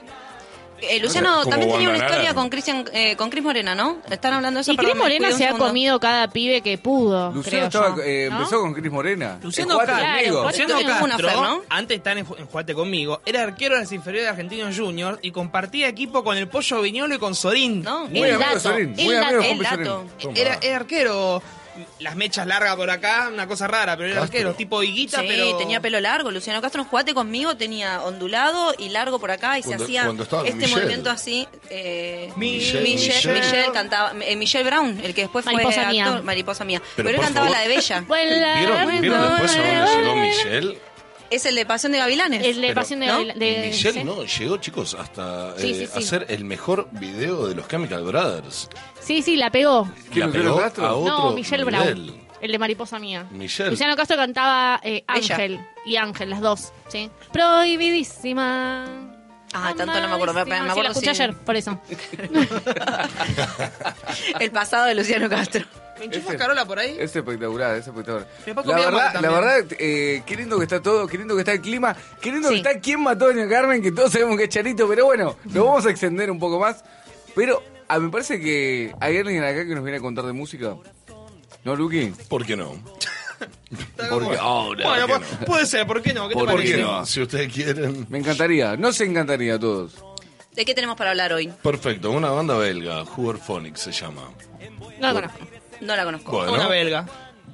Speaker 3: Eh, Luciano
Speaker 7: Como
Speaker 3: también tenía una
Speaker 7: Wanda
Speaker 3: historia
Speaker 7: Nara.
Speaker 3: con Cristian, eh, con Cris Morena, ¿no? Están hablando de eso.
Speaker 5: Y
Speaker 3: perdón,
Speaker 5: Cris
Speaker 3: me
Speaker 5: Morena
Speaker 3: descuidé un
Speaker 5: se ha
Speaker 3: segundo.
Speaker 5: comido cada pibe que pudo.
Speaker 2: Luciano
Speaker 5: creo
Speaker 2: estaba,
Speaker 5: yo,
Speaker 2: eh,
Speaker 5: ¿no?
Speaker 2: empezó con Cris Morena.
Speaker 6: Luciano
Speaker 2: En Cuatro
Speaker 6: Castro.
Speaker 2: amigos.
Speaker 5: Claro,
Speaker 6: Luciano
Speaker 3: Tiene ninguna
Speaker 6: Castro,
Speaker 3: Fer, ¿no?
Speaker 6: antes está en, en Jugate conmigo, era arquero de las inferiores de Argentinos Juniors y compartía equipo con el Pollo Viñolo y con Sorín.
Speaker 3: No,
Speaker 2: Muy
Speaker 5: El
Speaker 2: amigo de
Speaker 5: dato,
Speaker 2: Sorín, muy amigo
Speaker 5: el
Speaker 2: de
Speaker 3: dato,
Speaker 2: Juan
Speaker 3: el
Speaker 2: Sorín.
Speaker 3: dato.
Speaker 7: Toma.
Speaker 6: Era, era arquero. Las mechas largas por acá, una cosa rara, pero era
Speaker 7: Castro.
Speaker 6: arquero, tipo higuita,
Speaker 3: Sí,
Speaker 6: pero.
Speaker 3: tenía pelo largo. Luciano Castro, en jugate conmigo, tenía ondulado y largo por acá y
Speaker 7: Cuando-
Speaker 3: se hacía
Speaker 7: cuando estaba con
Speaker 3: este
Speaker 7: Michelle.
Speaker 3: movimiento así. eh,
Speaker 6: Michelle,
Speaker 3: Michelle, Michelle,
Speaker 7: Michelle.
Speaker 3: cantaba. eh, Michelle Brown, el que después fue
Speaker 5: Mariposa
Speaker 3: actor,
Speaker 5: mía.
Speaker 3: mariposa mía. Pero,
Speaker 7: Pero,
Speaker 3: él
Speaker 7: por
Speaker 3: cantaba
Speaker 7: favor.
Speaker 3: la de Bella.
Speaker 5: Vuela,
Speaker 7: ¿Vieron, ¿Vieron
Speaker 5: vuela,
Speaker 7: después a dónde
Speaker 5: vuela,
Speaker 7: llegó
Speaker 5: vuela.
Speaker 7: Michelle?
Speaker 3: Es el de Pasión de Gavilanes.
Speaker 5: El de
Speaker 7: Pero,
Speaker 5: Pasión de,
Speaker 3: ¿no?
Speaker 5: Gavilán- de-
Speaker 7: Michelle
Speaker 5: ¿sí?
Speaker 7: no, llegó chicos hasta
Speaker 5: Sí, sí,
Speaker 7: eh,
Speaker 5: sí.
Speaker 7: hacer el mejor video de los Chemical Brothers.
Speaker 5: Sí, sí, la pegó.
Speaker 2: ¿Quién,
Speaker 7: La
Speaker 2: Luciano
Speaker 7: pegó
Speaker 2: Castro?
Speaker 7: a otro
Speaker 5: No, Michelle
Speaker 7: nivel.
Speaker 5: Brown. El de Mariposa Mía.
Speaker 7: Michelle.
Speaker 5: Luciano Castro cantaba eh,
Speaker 3: Ella.
Speaker 5: Ángel y Ángel, las dos. ¿sí? Prohibidísima.
Speaker 3: Ah, tanto no me acuerdo, me- me
Speaker 5: Amadísima. Sí,
Speaker 3: acuerdo,
Speaker 5: la escuché
Speaker 3: sí.
Speaker 5: ayer, por eso.
Speaker 3: El pasado de Luciano Castro.
Speaker 6: ¿Me enchufas
Speaker 7: Este.
Speaker 2: Ese.
Speaker 6: Carola por ahí?
Speaker 2: Es espectacular, es espectacular.
Speaker 6: Me puedo
Speaker 2: La verdad,
Speaker 6: copiar más
Speaker 2: la
Speaker 6: también.
Speaker 2: verdad eh, qué lindo que está todo, qué lindo que está el clima, qué lindo
Speaker 3: Sí.
Speaker 2: que está quién mató a Doña Carmen, que todos sabemos que es Charito, pero bueno, lo vamos a extender un poco más. Pero a me parece que hay alguien acá que nos viene a contar de música. ¿No, Luqui?
Speaker 7: ¿Por qué no?
Speaker 6: Bueno,
Speaker 7: Porque ahora.
Speaker 6: bueno,
Speaker 7: ¿por
Speaker 6: pu-
Speaker 7: qué
Speaker 6: puede, ser, ¿por qué no? ¿Qué te
Speaker 7: no? ¿Por
Speaker 6: parece?
Speaker 7: qué no? Si ustedes quieren.
Speaker 2: Me encantaría, nos encantaría a todos.
Speaker 3: ¿De qué tenemos para hablar hoy?
Speaker 7: Perfecto, una banda belga, Phonics se llama.
Speaker 5: No lo conozco.
Speaker 3: No la conozco.
Speaker 7: Bueno.
Speaker 6: Una belga.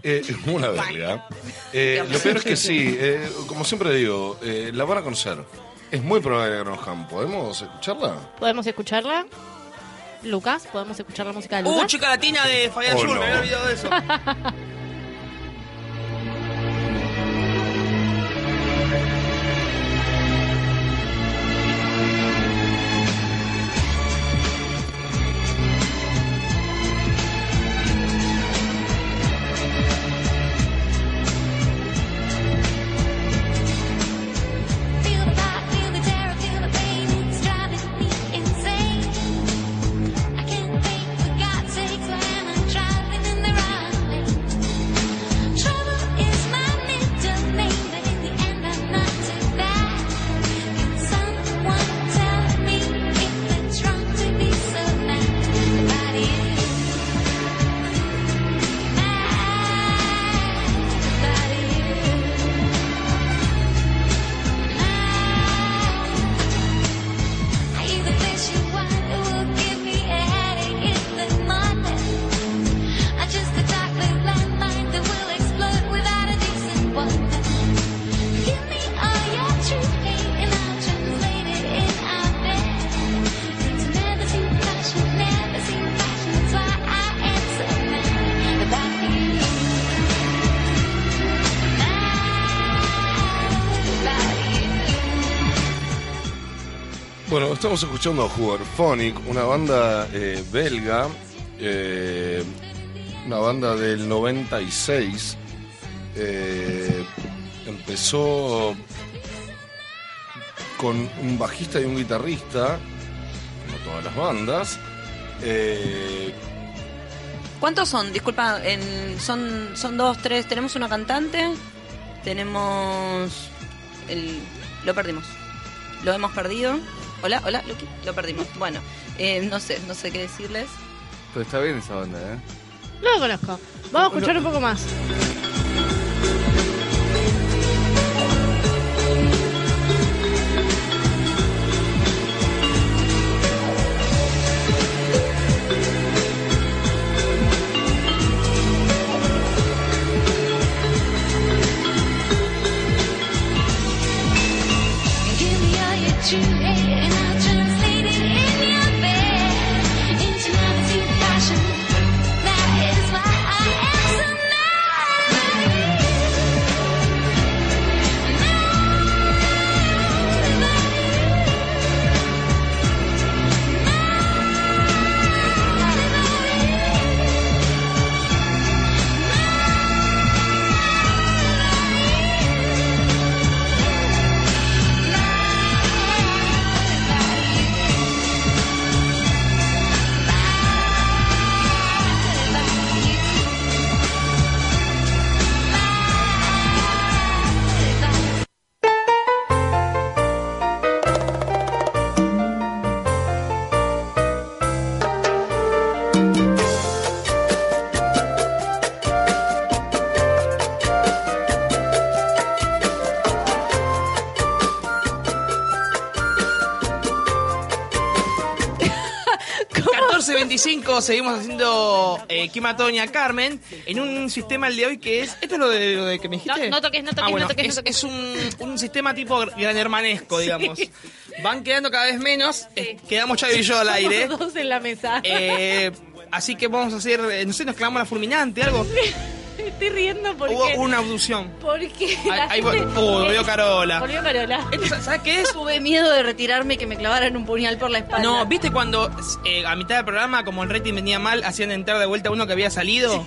Speaker 7: Eh, una belga. Eh, lo peor es que sí, eh, como siempre digo, eh, la van a conocer. Es muy probable que la conozcan. ¿Podemos escucharla?
Speaker 5: ¿Podemos escucharla? Lucas, ¿podemos escuchar la música de
Speaker 6: Uh,
Speaker 5: Lucas?
Speaker 6: chica latina de Fabián
Speaker 7: Oh,
Speaker 6: Schur,
Speaker 7: no.
Speaker 6: me había olvidado de eso.
Speaker 9: Feel the fight, feel the terror, feel the pain. It's driving me insane. I can't think. For God's sake, why am I driving in the wrong lane? Trouble is my middle name, but in the end I'm not too bad. Can someone tell me if it's wrong to be so mad? Everybody is mad. Everybody is. I either wish you one that will give me a headache in the morning, or just a dark blue landmine that will explode without a decent warning. Give me all your true hate and I'll translate it in our bed. It's never seen passion, never seen passion. That's why I am so mad about you. Mad about you.
Speaker 7: Bueno, estamos escuchando a Phonics, una banda eh, belga, eh, una banda del 96. eh, empezó con un bajista y un guitarrista, como todas las bandas. eh,
Speaker 3: ¿Cuántos son? Disculpa, en- son, son dos, tres. Tenemos una cantante, tenemos. El, lo perdimos. Lo hemos perdido. Hola, hola, Luqui, Lo perdimos. Bueno, eh, no sé, no sé qué decirles.
Speaker 2: Pero está bien esa banda, ¿eh?
Speaker 5: No lo conozco. Vamos a escuchar un poco más.
Speaker 9: Give me all your true hate and I'll translate it in your bed into nothing passion. That is why I
Speaker 6: 25 seguimos haciendo eh, Kima, Toña, Carmen en un sistema el de hoy que es. ¿Esto es lo de, lo de que me dijiste?
Speaker 5: No, no toques, no toques,
Speaker 6: Ah,
Speaker 5: no
Speaker 6: bueno,
Speaker 5: toques, no
Speaker 6: es,
Speaker 5: toques.
Speaker 6: es un, un sistema tipo gran hermanesco, digamos. Van quedando cada vez menos. eh, quedamos Chavi y yo al aire.
Speaker 5: Somos dos en la mesa.
Speaker 6: Eh, así que vamos a hacer. eh, No sé, nos clavamos la fulminante, algo.
Speaker 5: Me estoy riendo porque.
Speaker 6: Hubo una abducción.
Speaker 5: Porque.
Speaker 6: Ahí,
Speaker 5: la
Speaker 6: ahí vol-
Speaker 5: gente-
Speaker 6: uh, volvió Carola.
Speaker 5: Volvió Carola.
Speaker 6: Esto, ¿Sabes qué es?
Speaker 3: Tuve miedo de retirarme y que me clavaran un puñal por la espalda.
Speaker 6: No, ¿viste cuando eh, a mitad del programa, como el rating venía mal, hacían entrar de vuelta uno que había salido?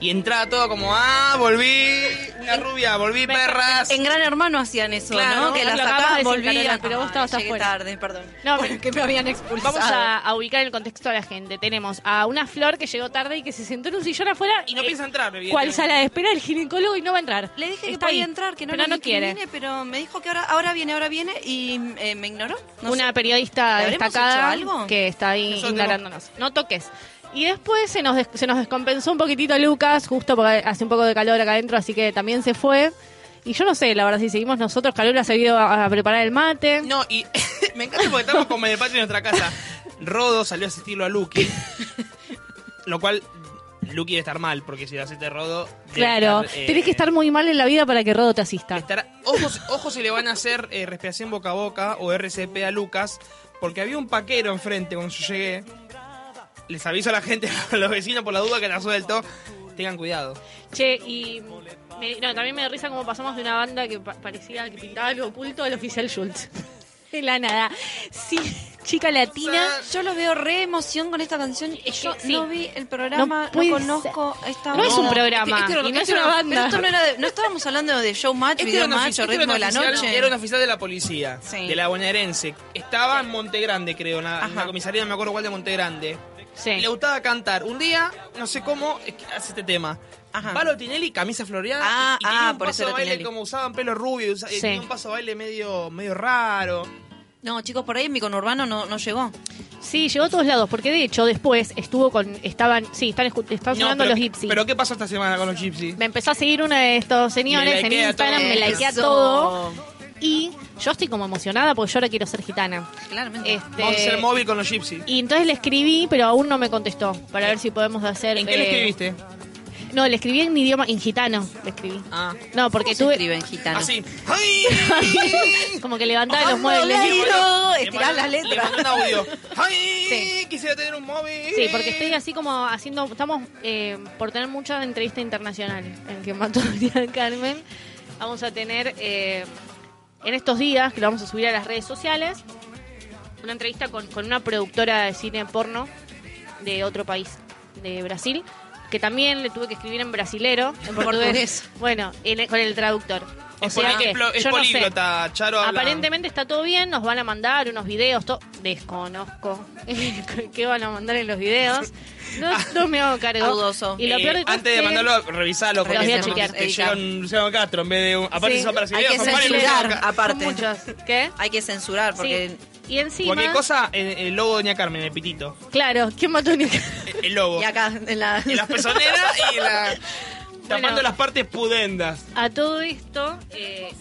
Speaker 6: Y entraba todo como, ah, volví, una rubia, volví, perras.
Speaker 3: En Gran Hermano hacían eso,
Speaker 6: Claro,
Speaker 3: ¿no? Que la
Speaker 5: lo acabas
Speaker 3: sacaban,
Speaker 5: de decir, Carola,
Speaker 3: volvían.
Speaker 5: pero vos
Speaker 3: Ay,
Speaker 5: estabas
Speaker 3: llegué
Speaker 5: afuera.
Speaker 3: tarde, perdón.
Speaker 5: No,
Speaker 3: Bueno,
Speaker 5: pero-
Speaker 3: que me habían expulsado.
Speaker 5: Vamos a, a ubicar en el contexto a la gente. Tenemos a una flor que llegó tarde y que se sentó en un sillón afuera.
Speaker 6: Y no
Speaker 5: eh,
Speaker 6: piensa entrar,
Speaker 5: ¿Cuál
Speaker 6: evidentemente.
Speaker 5: sala de espera del ginecólogo y no va a entrar?
Speaker 3: Le dije que
Speaker 5: Está
Speaker 3: podía
Speaker 5: ahí,
Speaker 3: entrar, que no
Speaker 5: pero
Speaker 3: lo
Speaker 5: no quiere.
Speaker 3: pero me dijo que ahora, ahora viene, ahora viene y eh, me ignoró. No
Speaker 5: una
Speaker 3: sé.
Speaker 5: periodista
Speaker 3: ¿Le habremos
Speaker 5: destacada
Speaker 3: hecho algo?
Speaker 5: que está ahí
Speaker 6: Nosotros
Speaker 5: ignorándonos. No toques. Y después se nos, des- se nos descompensó un poquitito Lucas, justo porque hace un poco de calor acá adentro, así que también se fue. Y yo no sé, la verdad, si seguimos nosotros, Carola se ha ido a, a preparar el mate.
Speaker 6: No, y me encanta porque estamos como en el patio de nuestra casa. Rodo salió a asistirlo a Lucky. lo cual, Lucky debe estar mal, porque si lo asiste Rodo. debe
Speaker 5: claro,
Speaker 6: estar, eh,
Speaker 5: tenés que estar muy mal en la vida para que Rodo te asista.
Speaker 6: estará- ojos, ojos se le van a hacer eh, respiración boca a boca o RCP a Lucas, porque había un paquero enfrente cuando yo llegué. Les aviso a la gente, a los vecinos por la duda que la suelto, tengan cuidado.
Speaker 5: Che, y me- no, también me da risa como pasamos de una banda que pa- parecía que pintaba algo oculto al oficial Schultz. De la nada. Sí, chica latina.
Speaker 3: Yo lo veo re emoción con esta canción. Yo
Speaker 5: sí.
Speaker 3: no vi el programa, no,
Speaker 5: puede
Speaker 3: conozco a esta
Speaker 5: No es un
Speaker 3: banda.
Speaker 5: programa
Speaker 6: Este- este era-
Speaker 5: y no es
Speaker 6: este
Speaker 5: una
Speaker 6: era-
Speaker 3: Pero
Speaker 5: banda.
Speaker 3: esto no era de- no estábamos hablando de showmatch, video
Speaker 6: un ofici-
Speaker 3: macho,
Speaker 6: este
Speaker 3: ritmo de
Speaker 6: era
Speaker 3: la
Speaker 6: un oficial-
Speaker 3: noche.
Speaker 6: era un oficial de la policía,
Speaker 3: Sí.
Speaker 6: de la bonaerense. Estaba en Montegrande, creo, en la, en la
Speaker 3: Ajá.
Speaker 6: comisaría, no me acuerdo cuál de Montegrande.
Speaker 5: Sí.
Speaker 6: Le gustaba cantar. Un día, no sé cómo, es que hace este tema.
Speaker 3: Ajá.
Speaker 6: Palo Tinelli, camisa floreada.
Speaker 3: Ah,
Speaker 6: y, y tenía
Speaker 3: ah,
Speaker 6: un
Speaker 3: por eso
Speaker 6: paso de
Speaker 3: era
Speaker 6: baile
Speaker 3: Tinelli.
Speaker 6: como usaban pelo rubio. y usa- y
Speaker 5: Sí.
Speaker 6: tenía un paso de baile medio, medio raro.
Speaker 3: No, chicos, por ahí mi conurbano no, no llegó.
Speaker 5: Sí, llegó a todos lados, porque de hecho después estuvo con. Estaban. Sí, están, escu- están
Speaker 6: No,
Speaker 5: sonando
Speaker 6: pero-
Speaker 5: los Gypsy.
Speaker 6: ¿Pero qué pasó esta semana con los Gypsy?
Speaker 5: Me empezó a seguir uno de estos
Speaker 6: Me
Speaker 5: señores en
Speaker 6: likea
Speaker 5: Instagram, Ah,
Speaker 6: todo.
Speaker 3: Eh,
Speaker 5: me likea
Speaker 3: Eso.
Speaker 5: todo. Y yo estoy como emocionada porque yo ahora quiero ser gitana.
Speaker 3: Claramente.
Speaker 5: Este,
Speaker 6: Vamos a hacer móvil con los Gypsy.
Speaker 5: y entonces le escribí, pero aún no me contestó. Para ver si podemos hacer.
Speaker 6: ¿En qué le
Speaker 5: eh,
Speaker 6: escribiste?
Speaker 5: No, le escribí en mi idioma, en gitano. Le escribí.
Speaker 6: Ah,
Speaker 5: No, porque
Speaker 3: se
Speaker 5: tuve.
Speaker 3: escribe en gitano.
Speaker 6: así. ¡Ay!
Speaker 5: Como que levantaba Ah, los muebles.
Speaker 3: Leiro,
Speaker 6: Le
Speaker 3: estirás
Speaker 6: mandó-
Speaker 3: las
Speaker 6: Le
Speaker 3: letras.
Speaker 6: mandó un audio. ¡Ay!
Speaker 5: Sí.
Speaker 6: Quisiera tener un móvil.
Speaker 5: Sí, porque estoy así como haciendo. Estamos eh, por tener muchas entrevistas internacionales. En que mató a Carmen. Vamos a tener eh, en estos días, que lo vamos a subir a las redes sociales, una entrevista con, con una productora de cine porno de otro país, de Brasil, que también le tuve que escribir en brasilero. En
Speaker 3: Portugués.
Speaker 5: Bueno, en- con el traductor. O
Speaker 6: Es,
Speaker 5: sea
Speaker 6: poli-
Speaker 5: que
Speaker 6: es plo- es
Speaker 5: yo no sé.
Speaker 6: políglota, Charo habla-
Speaker 5: Aparentemente está todo bien, nos van a mandar unos videos, to- desconozco qué van a mandar en los videos. No, no me hago cargo.
Speaker 3: Dudoso.
Speaker 5: Y lo
Speaker 6: Ah. Eh,
Speaker 5: peor de todo
Speaker 6: antes
Speaker 5: es
Speaker 6: de
Speaker 5: que-
Speaker 6: mandarlo, revisalo. Porque
Speaker 3: Los voy a
Speaker 6: te-
Speaker 3: chequear,
Speaker 6: Te
Speaker 3: editar.
Speaker 6: llega un Luciano Castro en vez de un. Aparte,
Speaker 5: Sí.
Speaker 6: son
Speaker 3: Hay
Speaker 6: brasileños.
Speaker 3: que
Speaker 6: son varios Luciano
Speaker 3: censurar,
Speaker 6: Castro.
Speaker 5: Son
Speaker 3: aparte.
Speaker 5: muchos. ¿Qué?
Speaker 3: Hay que censurar porque...
Speaker 5: Sí. Y encima.
Speaker 6: Cualquier cosa, el, el logo de Doña Carmen, el pitito.
Speaker 5: Claro, ¿quién mató a Nick?
Speaker 6: El, el logo.
Speaker 3: Y acá, en la...
Speaker 6: Y las pezoneras y la. Tapando
Speaker 5: Bueno.
Speaker 6: las partes pudendas.
Speaker 5: A todo esto, eh,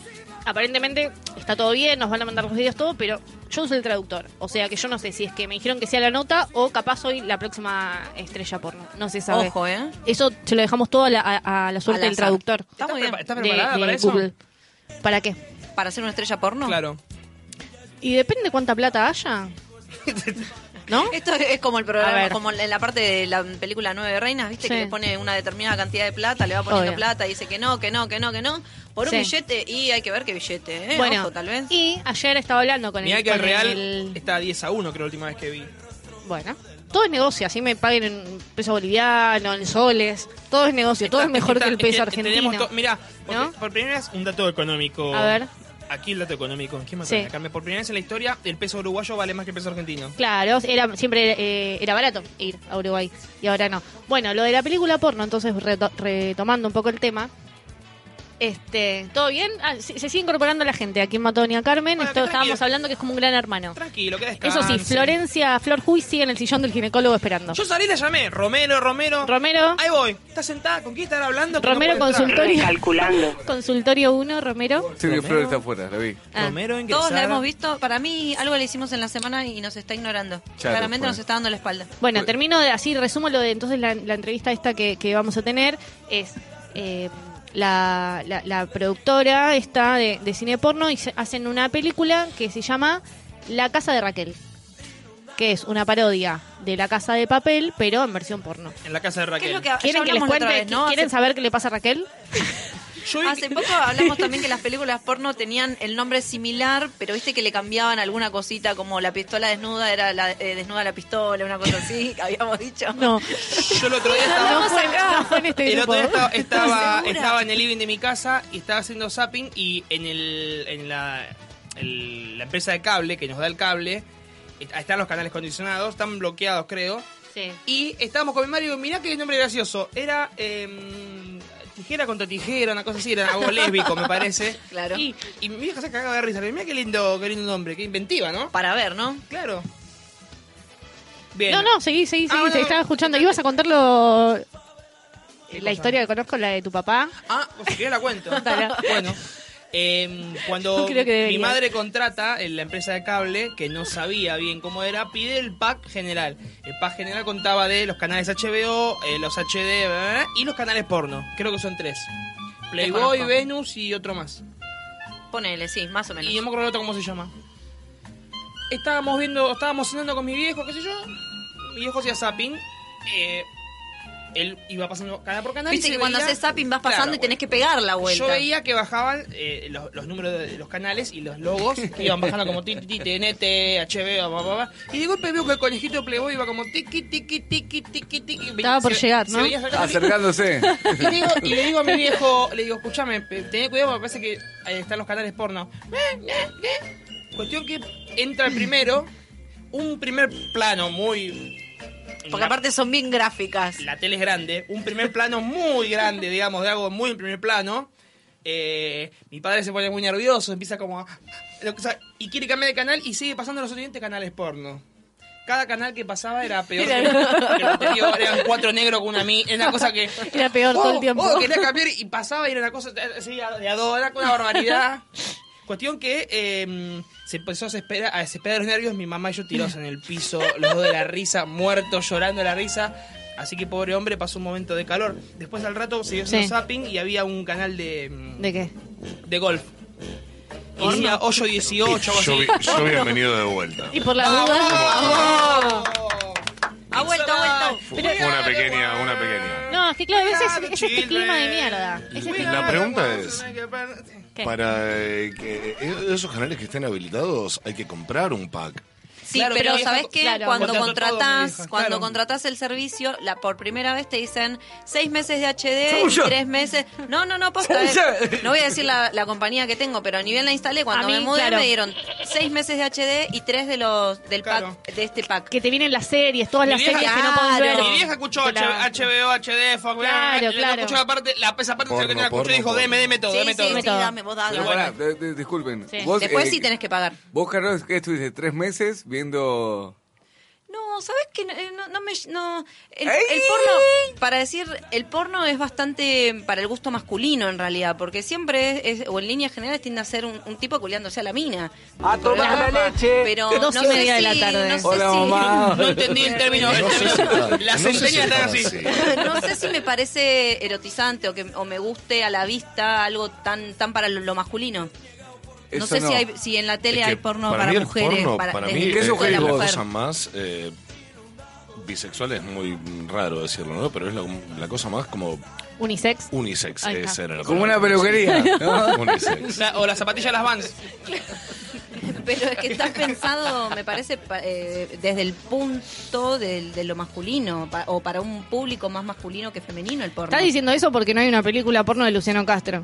Speaker 5: aparentemente está todo bien, nos van a mandar los videos, todo, pero yo soy el traductor. O sea que yo no sé si es que me dijeron que sea la nota o capaz soy la próxima estrella porno. No se sabe.
Speaker 3: Ojo, ¿eh?
Speaker 5: Eso se lo dejamos todo a la, a- a la suerte
Speaker 3: Al
Speaker 5: del
Speaker 3: azar.
Speaker 5: traductor.
Speaker 3: Está muy bien.
Speaker 6: prepa- ¿Estás
Speaker 5: de-
Speaker 6: preparada
Speaker 5: de
Speaker 6: para eso?
Speaker 5: Google. ¿Para qué?
Speaker 3: ¿Para ser una estrella porno?
Speaker 6: Claro.
Speaker 5: Y depende cuánta plata haya. ¿No?
Speaker 3: Esto es como el
Speaker 5: A
Speaker 3: programa,
Speaker 5: ver.
Speaker 3: como en la parte de la película Nueve Reinas, ¿viste?
Speaker 5: Sí.
Speaker 3: Que le pone una determinada cantidad de plata, le va poniendo
Speaker 5: Obvio.
Speaker 3: plata y dice que no, que no, que no, que no. Por un
Speaker 5: Sí.
Speaker 3: billete y hay que ver qué billete, ¿eh?
Speaker 5: bueno,
Speaker 3: Ojo, tal vez.
Speaker 5: y ayer estaba hablando con
Speaker 6: Mirá
Speaker 5: el.
Speaker 6: que el
Speaker 5: con
Speaker 6: Real
Speaker 5: el-
Speaker 6: está 10 a 1, creo, la última vez que vi.
Speaker 5: Bueno, todo es negocio, así me paguen en peso boliviano, en soles, todo es negocio, todo es mejor
Speaker 6: Está-
Speaker 5: que el
Speaker 6: es
Speaker 5: peso
Speaker 6: tenemos
Speaker 5: argentino.
Speaker 6: to- Mirá, porque
Speaker 5: ¿No?
Speaker 6: por primera vez un dato económico.
Speaker 5: A ver.
Speaker 6: Aquí el dato económico. ¿Quién mató
Speaker 5: Sí.
Speaker 6: a Doña Carmen? Por primera vez en la historia, el peso uruguayo vale más que el peso argentino.
Speaker 5: Claro, era siempre eh, era barato ir a Uruguay y ahora no. Bueno, lo de la película porno, entonces reto- retomando un poco el tema, Este, ¿Todo bien? Ah, se, se sigue incorporando la gente. Aquí en Matoni a Carmen.
Speaker 6: Bueno,
Speaker 5: Esto
Speaker 6: que
Speaker 5: estábamos
Speaker 6: tranquilo.
Speaker 5: hablando que es como un gran hermano.
Speaker 6: Tranquilo, que descanse.
Speaker 5: Eso sí, Florencia Flor Juy sigue en el sillón del ginecólogo esperando.
Speaker 6: Yo salí y la llamé. Romero, Romero.
Speaker 5: Romero,
Speaker 6: Ahí voy. ¿Estás sentada? ¿Con quién estar hablando? Porque
Speaker 5: Romero
Speaker 6: no puedo entrar.
Speaker 5: consultorio.
Speaker 10: Calculando.
Speaker 5: Consultorio 1, Romero.
Speaker 2: Sí, que Flor está afuera, la vi.
Speaker 3: Ah,
Speaker 6: Romero ingresada.
Speaker 3: Todos la hemos visto. Para mí, algo le hicimos en la semana y nos está ignorando. Claramente
Speaker 2: fue.
Speaker 3: nos está dando la espalda.
Speaker 5: Bueno, termino de así, resumo lo de entonces la, la entrevista esta que, que vamos a tener. Es eh, la, la- la productora esta de, de cine porno y se- hacen una película que se llama La Casa de Raquel, que es una parodia de La Casa de Papel, pero en versión porno.
Speaker 6: En la casa de Raquel.
Speaker 3: ¿Qué es lo que, ya
Speaker 5: ¿Quieren que les
Speaker 3: hablamos la
Speaker 5: cuente?
Speaker 3: otra vez, ¿no?
Speaker 5: ¿Quieren
Speaker 3: Hace-
Speaker 5: saber qué le pasa a Raquel?
Speaker 6: Yo vi-
Speaker 3: Hace poco hablamos también que las películas porno tenían el nombre similar, pero viste que le cambiaban alguna cosita, como la pistola desnuda era la, eh, desnuda la pistola, una cosa así, que habíamos dicho.
Speaker 5: No,
Speaker 6: yo el otro día estaba...
Speaker 5: no fue, no fue en este
Speaker 6: El
Speaker 5: grupo.
Speaker 6: otro día estaba, estaba,
Speaker 3: ¿Segura?
Speaker 6: estaba en el living de mi casa y estaba haciendo zapping y en, el, en la, el- la empresa de cable que nos da el cable, est- están los canales condicionados, están bloqueados creo.
Speaker 5: Sí.
Speaker 6: Y estábamos con mi Mario y digo, mirá qué nombre gracioso. Era em, tijera contra tijera, una cosa así, era algo lésbico me parece.
Speaker 3: Claro.
Speaker 6: Y, y mi vieja se cagaba de risa, le digo, mirá qué lindo, qué lindo nombre, qué inventiva, ¿no?
Speaker 3: Para ver, ¿no?
Speaker 6: Claro. Bien.
Speaker 5: No, no, seguí, seguí,
Speaker 6: Ah,
Speaker 5: seguí,
Speaker 6: bueno,
Speaker 5: te estaba
Speaker 6: bueno.
Speaker 5: escuchando. Ibas a contarlo. eh, La
Speaker 6: cosa?
Speaker 5: historia que conozco, la de tu papá.
Speaker 6: Ah, si querés la cuento.
Speaker 5: Dale.
Speaker 6: bueno. em, cuando
Speaker 5: No creo que
Speaker 6: mi
Speaker 5: debería.
Speaker 6: madre contrata en la empresa de cable, que no sabía bien cómo era, pide el pack general. El pack general contaba de los canales HBO, eh, los HD bla, bla, bla, y los canales porno. Creo que son tres. Playboy,
Speaker 3: Desconozco.
Speaker 6: Venus y otro más.
Speaker 3: Ponele, sí, más o menos.
Speaker 6: Y no me acuerdo el otro cómo se llama. Estábamos viendo, estábamos cenando con mi viejo, qué sé yo. Mi viejo hacía zapping. eh, él iba pasando canal por canal. y
Speaker 3: Viste
Speaker 6: se
Speaker 3: que cuando
Speaker 6: veía-
Speaker 3: haces zapping vas pasando
Speaker 6: Claro,
Speaker 3: y tenés que pegar la vuelta.
Speaker 6: yo veía que bajaban eh, los, los números de los canales y los logos que iban bajando como ti, ti, ti, TNT, HBO, bla, bla, bla. Y de golpe veo que el conejito de Playboy iba como tiqui, tiqui, tiqui, tiqui, tiqui.
Speaker 5: Estaba por llegar, ¿no?
Speaker 6: Se veía acercar-
Speaker 2: Acercándose.
Speaker 6: y, le digo, y le digo a mi viejo, le digo, escúchame, pe- tené cuidado porque parece que ahí están los canales porno. Cuestión que entra el primero, un primer plano muy...
Speaker 3: Porque aparte son bien gráficas.
Speaker 6: La tele es grande, un primer plano muy grande, digamos, de algo muy en primer plano. Eh, mi padre se pone muy nervioso, empieza como... a- lo que sea, y quiere cambiar de canal y sigue pasando los siguientes canales porno. Cada canal que pasaba era peor. que- que el anterior, eran cuatro negros con una mi, era una cosa que...
Speaker 5: Era peor todo el tiempo.
Speaker 6: oh, quería cambiar y pasaba y era una cosa así de adora, una barbaridad. Cuestión que eh, se empezó a desesperar, a desesperar los nervios, mi mamá y yo tirados en el piso, los dos de la risa, muertos, llorando de la risa. Así que pobre hombre pasó un momento de calor. Después al rato siguió haciendo
Speaker 5: Sí.
Speaker 6: zapping y había un canal de, mm,
Speaker 5: ¿De qué?
Speaker 6: de golf. Y decía hoyo 18 o
Speaker 7: Yo,
Speaker 6: así.
Speaker 7: vi- yo bienvenido de vuelta.
Speaker 5: Y por la
Speaker 6: Ah,
Speaker 5: oh. duda.
Speaker 3: Ha vuelto, ha vuelto.
Speaker 7: Fue fue una pequeña, una pequeña.
Speaker 5: No, es que claro, a veces es este clima de mierda. Es este
Speaker 7: La pregunta es,
Speaker 5: ¿Qué?
Speaker 7: para eh, que esos canales que estén habilitados hay que comprar un pack.
Speaker 3: Sí,
Speaker 6: Claro,
Speaker 3: pero
Speaker 6: mi vieja-
Speaker 3: ¿sabes qué?
Speaker 5: claro.
Speaker 3: cuando
Speaker 6: Contrató todo, mi
Speaker 3: contratás,
Speaker 6: vieja,
Speaker 3: cuando
Speaker 6: claro.
Speaker 3: contratás el servicio, la por primera vez te dicen seis meses de HD,
Speaker 2: Son yo.
Speaker 3: tres meses. No, no, no, posta.
Speaker 2: Son
Speaker 3: eh.
Speaker 2: yo.
Speaker 3: No voy a decir la, la compañía que tengo, pero ni bien la instalé, cuando
Speaker 5: A mí,
Speaker 3: me mudé
Speaker 5: claro.
Speaker 3: me dieron seis meses de HD y tres de los del
Speaker 6: Claro.
Speaker 3: pack, de este pack.
Speaker 5: Que te vienen las series, todas
Speaker 6: Mi
Speaker 5: las
Speaker 6: vieja-
Speaker 5: series que no podés ver.
Speaker 3: Claro.
Speaker 6: Mi vieja escuchó
Speaker 5: Te la-
Speaker 6: HBO, HD, Fox, bla, bla, bla,
Speaker 5: Claro,
Speaker 6: no
Speaker 5: claro.
Speaker 6: escuchó la parte, la, esa parte
Speaker 7: Porno,
Speaker 6: que no la escuchó
Speaker 7: porno,
Speaker 6: y dijo,
Speaker 7: porno.
Speaker 6: deme, deme todo,
Speaker 3: sí,
Speaker 6: deme
Speaker 3: sí,
Speaker 6: todo.
Speaker 3: sí,
Speaker 5: todo.
Speaker 3: dame, vos dame.
Speaker 2: Pero pará, de- de- disculpen.
Speaker 5: Sí.
Speaker 2: Vos,
Speaker 3: Después
Speaker 2: eh,
Speaker 3: Ah, sí tenés que pagar.
Speaker 2: Vos, Carlos, ¿qué estuviste? ¿Tres meses viendo...?
Speaker 3: No, ¿sabes qué? No, eh, no- no me... No. El,
Speaker 2: ¡Ey!
Speaker 3: el porno, para decir, el porno es bastante para el gusto masculino en realidad, porque siempre es, es- o en líneas generales tiende a ser un, un tipo culiándose a la mina.
Speaker 1: A tomar la leche.
Speaker 3: Pero
Speaker 5: Dos
Speaker 3: no
Speaker 5: y
Speaker 3: sé
Speaker 5: media de la
Speaker 3: si-
Speaker 5: tarde.
Speaker 3: no sé
Speaker 2: Hola,
Speaker 3: si-
Speaker 2: mamá.
Speaker 6: No entendí el término.
Speaker 7: No sé si tan-
Speaker 6: Las
Speaker 7: no sé si
Speaker 6: centenias están
Speaker 7: tan
Speaker 6: así.
Speaker 3: No sé si me parece erotizante o que o me guste a la vista algo tan tan para lo, lo masculino.
Speaker 2: Eso
Speaker 3: no sé si, hay, si en la tele
Speaker 7: Es que
Speaker 3: hay porno
Speaker 7: para
Speaker 3: para,
Speaker 7: mí el
Speaker 3: mujeres,
Speaker 7: porno,
Speaker 3: para,
Speaker 7: para
Speaker 3: desde
Speaker 7: mí
Speaker 3: el
Speaker 2: ¿Qué
Speaker 7: es
Speaker 3: punto de la
Speaker 7: la
Speaker 3: mujer.
Speaker 7: cosa más eh, bisexual es muy raro decirlo, ¿no? Pero es la, la cosa más como
Speaker 5: Unisex.
Speaker 7: unisex.
Speaker 5: Ahí está.
Speaker 7: esa era la
Speaker 2: Como
Speaker 7: palabra.
Speaker 2: una peluquería. ¿no?
Speaker 7: Unisex.
Speaker 6: La- o las zapatillas de las Vans.
Speaker 3: Pero es que está pensado, me parece, pa- eh, desde el punto del- de lo masculino, pa- o para un público más masculino que femenino el porno.
Speaker 5: Estás diciendo eso porque no hay una película porno de Luciano Castro.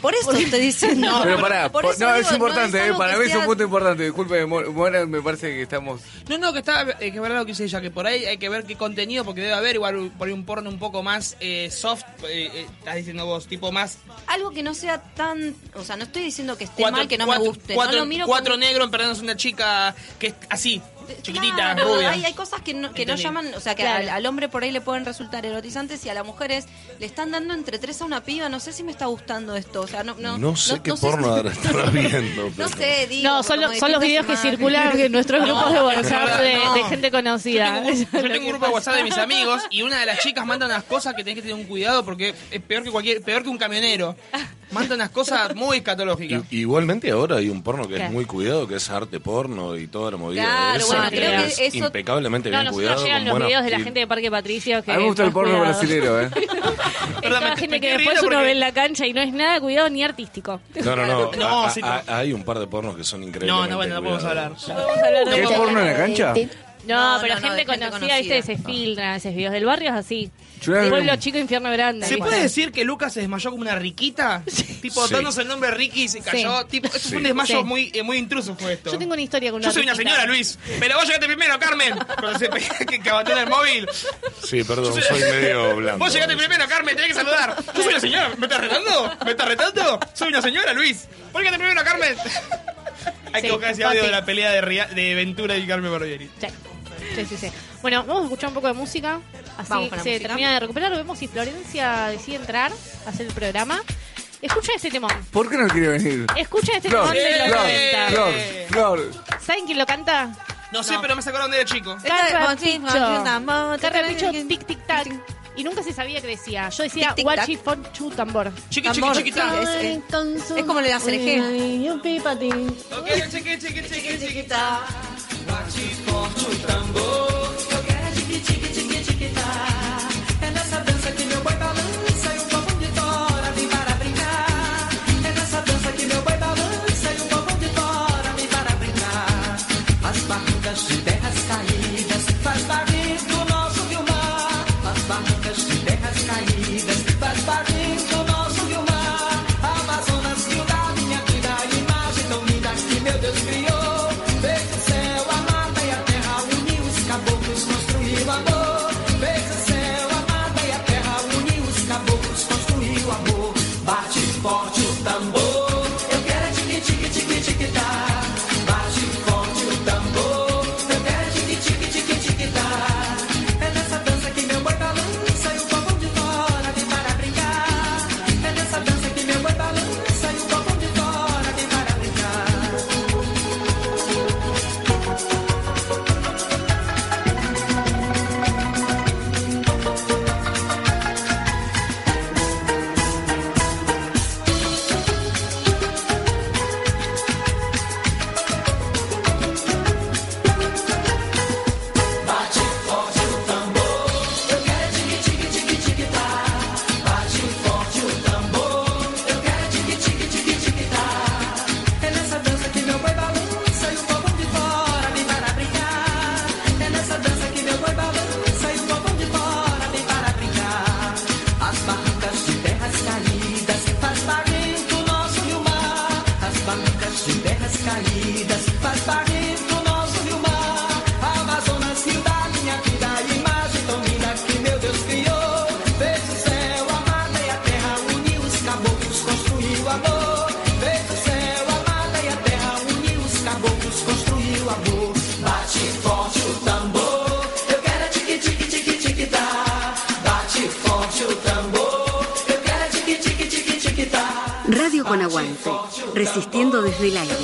Speaker 3: Por eso estoy diciendo.
Speaker 2: Pero pará,
Speaker 3: Por
Speaker 2: po-
Speaker 3: eso
Speaker 2: no,
Speaker 3: digo,
Speaker 2: es importante, eh,
Speaker 3: algo
Speaker 2: para
Speaker 3: que
Speaker 2: mí es un
Speaker 3: sea-
Speaker 2: punto importante. Disculpe, Mo- Mora, me parece que estamos.
Speaker 6: No, no, que está, eh, que es verdad lo que dice ella, que por ahí hay que ver qué contenido, porque debe haber igual por ahí un porno un poco más eh, soft, eh, eh, estás diciendo vos, tipo más
Speaker 3: Algo que no sea tan. O sea, no estoy diciendo que esté
Speaker 6: cuatro,
Speaker 3: mal, que no
Speaker 6: cuatro-
Speaker 3: me guste.
Speaker 6: cuatro,
Speaker 3: no lo miro
Speaker 6: cuatro
Speaker 3: como-
Speaker 6: negros perdiéndose una chica que es así, chiquitita,
Speaker 3: Claro,
Speaker 6: rubia.
Speaker 3: Hay, hay cosas que no, que no
Speaker 6: Entendí.
Speaker 3: llaman, o sea, que
Speaker 5: Claro.
Speaker 3: al, al hombre por ahí le pueden resultar erotizantes y a las mujeres le están dando entre tres a una piba. No sé si me está gustando esto. O sea, no, no,
Speaker 7: No, sé qué
Speaker 3: si-
Speaker 7: porno ahora estará viendo.
Speaker 3: No sé, digo.
Speaker 5: No, son,
Speaker 3: como
Speaker 5: lo- son
Speaker 3: distintas
Speaker 5: los videos que
Speaker 3: imágenes.
Speaker 5: circulan en nuestros grupos de WhatsApp de,
Speaker 3: No.
Speaker 5: de gente
Speaker 6: Yo
Speaker 5: conocida.
Speaker 6: tengo, un- yo
Speaker 5: Eso es lo
Speaker 6: tengo un
Speaker 5: que
Speaker 6: grupo de
Speaker 5: pasa.
Speaker 6: WhatsApp de mis amigos y una de las chicas manda unas cosas que tenés que tener un cuidado porque es peor que cualquier, peor que un camionero. Manda unas cosas muy escatológicas.
Speaker 7: I- Igualmente ahora hay un porno que es
Speaker 5: Claro.
Speaker 7: muy cuidado, que es arte porno y toda la movida.
Speaker 3: Claro,
Speaker 7: esa,
Speaker 3: bueno,
Speaker 7: que
Speaker 5: creo que
Speaker 7: es
Speaker 3: eso-
Speaker 7: impecablemente
Speaker 5: No,
Speaker 7: bien cuidado.
Speaker 5: nosotros llegan
Speaker 7: con
Speaker 5: los
Speaker 7: buena-
Speaker 5: videos de la
Speaker 7: y-
Speaker 5: gente de Parque Patricio que
Speaker 2: A mí me gusta el
Speaker 5: más
Speaker 2: porno
Speaker 5: cuidados.
Speaker 2: brasilero, ¿eh?
Speaker 5: Es
Speaker 6: Perdón,
Speaker 5: toda
Speaker 6: me- me
Speaker 5: gente que
Speaker 6: estoy
Speaker 5: después
Speaker 6: riendo
Speaker 5: uno
Speaker 6: porque-
Speaker 5: ve en la cancha y no es nada cuidado ni artístico.
Speaker 7: No, no, no.
Speaker 6: No,
Speaker 7: a-
Speaker 6: sí,
Speaker 7: a- hay un par de pornos que son increíbles.
Speaker 6: No, no, bueno, no podemos hablar.
Speaker 2: ¿Qué
Speaker 3: Este-
Speaker 2: porno en la cancha?
Speaker 5: No,
Speaker 3: No,
Speaker 5: pero
Speaker 3: no, no,
Speaker 5: gente,
Speaker 3: de gente
Speaker 5: conocida,
Speaker 3: conocida.
Speaker 5: viste, se filtra, esos videos del barrio es así.
Speaker 2: Yo era-
Speaker 5: Pueblo chico, infierno grande.
Speaker 6: ¿Se
Speaker 5: ¿viste?
Speaker 6: puede decir que Lucas se desmayó como una riquita? Tipo,
Speaker 7: Sí.
Speaker 6: dándose el nombre Ricky y se cayó.
Speaker 5: Sí.
Speaker 6: Tipo, esto
Speaker 7: Sí.
Speaker 6: fue un desmayo
Speaker 5: Sí.
Speaker 6: muy, eh, muy intruso fue esto.
Speaker 5: Yo tengo una historia con una
Speaker 6: Yo soy una
Speaker 5: riquita.
Speaker 6: señora, Luis. Pero vos llegaste primero, Carmen. Cuando se pe- que, que abandona el móvil.
Speaker 7: Sí, perdón, soy medio blando.
Speaker 6: Vos llegaste primero, Carmen, tenés que saludar. Yo soy una señora, ¿me estás retando? ¿Me estás retando? Soy una señora, Luis. Vos llegaste primero, Carmen. Hay que
Speaker 5: Sí,
Speaker 6: buscar ese audio
Speaker 5: papi.
Speaker 6: de la pelea de, Ria- de Ventura y Carmen Barbieri.
Speaker 5: Sí. Sí, sí, sí. Bueno, vamos a escuchar un poco de música. Así
Speaker 3: Vamos con la
Speaker 5: se
Speaker 3: música.
Speaker 5: termina de recuperar. Vemos si Florencia decide entrar a hacer el programa. Escucha este temón.
Speaker 2: ¿Por qué no quiere venir?
Speaker 5: Escucha este
Speaker 2: Flor,
Speaker 5: temón de los
Speaker 2: Flor,
Speaker 5: 90.
Speaker 2: Flor, Flor.
Speaker 5: ¿Saben quién lo canta?
Speaker 6: No sé, pero me sacaron de chico.
Speaker 5: Carrapicho. Carrapicho,
Speaker 3: Tic,
Speaker 5: tic, tic, tac. Y nunca se sabía qué decía. Yo decía
Speaker 3: Tic, tic,
Speaker 5: guachi, fon, chu, tambor.
Speaker 6: Chiqui, chiqui,
Speaker 3: Amor,
Speaker 6: chiquita.
Speaker 3: sí. Es- es- es como le das el eje.
Speaker 6: Ok, chiqui, chiqui, chiqui,
Speaker 11: É
Speaker 6: chiquita.
Speaker 11: tá É tá é tá. é tá.
Speaker 10: Radio con aguante, resistiendo desde el aire.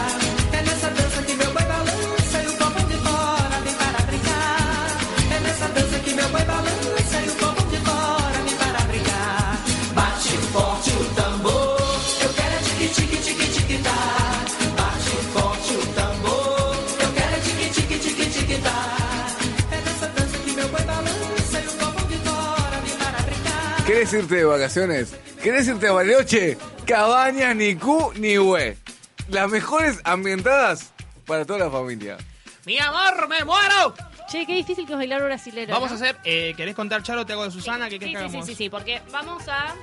Speaker 9: Bate, forte o tambor, eu quero tiqui tiqui tiqui tiqui tá. Bate, forte o tambor, eu quero tiqui tiqui tiqui tiqui tá. É nessa dança que meu boi balança e o copo de fora vem para brincar. É nessa dança que meu boi balança e o copo de fora vem para brincar. As barrancas de terras caídas faz barulho com nosso rio mar. As barrancas de terras caídas faz barulho com nosso rio mar. Amazonas, cidade, minha vida e mais de tão linda que meu Deus criou. Fez o céu, a mata e a terra unidos, caboclos construiu amor. Bate, forte o tambor, eu quero tiqui tiqui tiqui tiqui tá. Bate, forte o tambor, eu quero tiqui tiqui tiqui tiqui tá. É nessa dança que meu boi balança e o copo de fora vem para brincar. É nessa dança que meu boi balança e o copo de fora vem para brincar. É nessa dança que meu boi balança e o copo de fora vem para brincar.
Speaker 2: ¿Querés irte de vacaciones? ¿Querés irte a Bariloche? Cabañas ni Q ni Hue. Las mejores ambientadas para toda la familia.
Speaker 6: ¡Mi amor, me muero!
Speaker 5: Che, qué difícil que es bailar brasilero.
Speaker 6: Vamos
Speaker 5: ¿no?
Speaker 6: a hacer. eh, ¿Querés contar, Charo? Te hago de Susana. ¿Qué
Speaker 5: Sí,
Speaker 6: querés que
Speaker 5: sí, sí,
Speaker 6: hagamos?
Speaker 5: sí, sí, porque vamos a.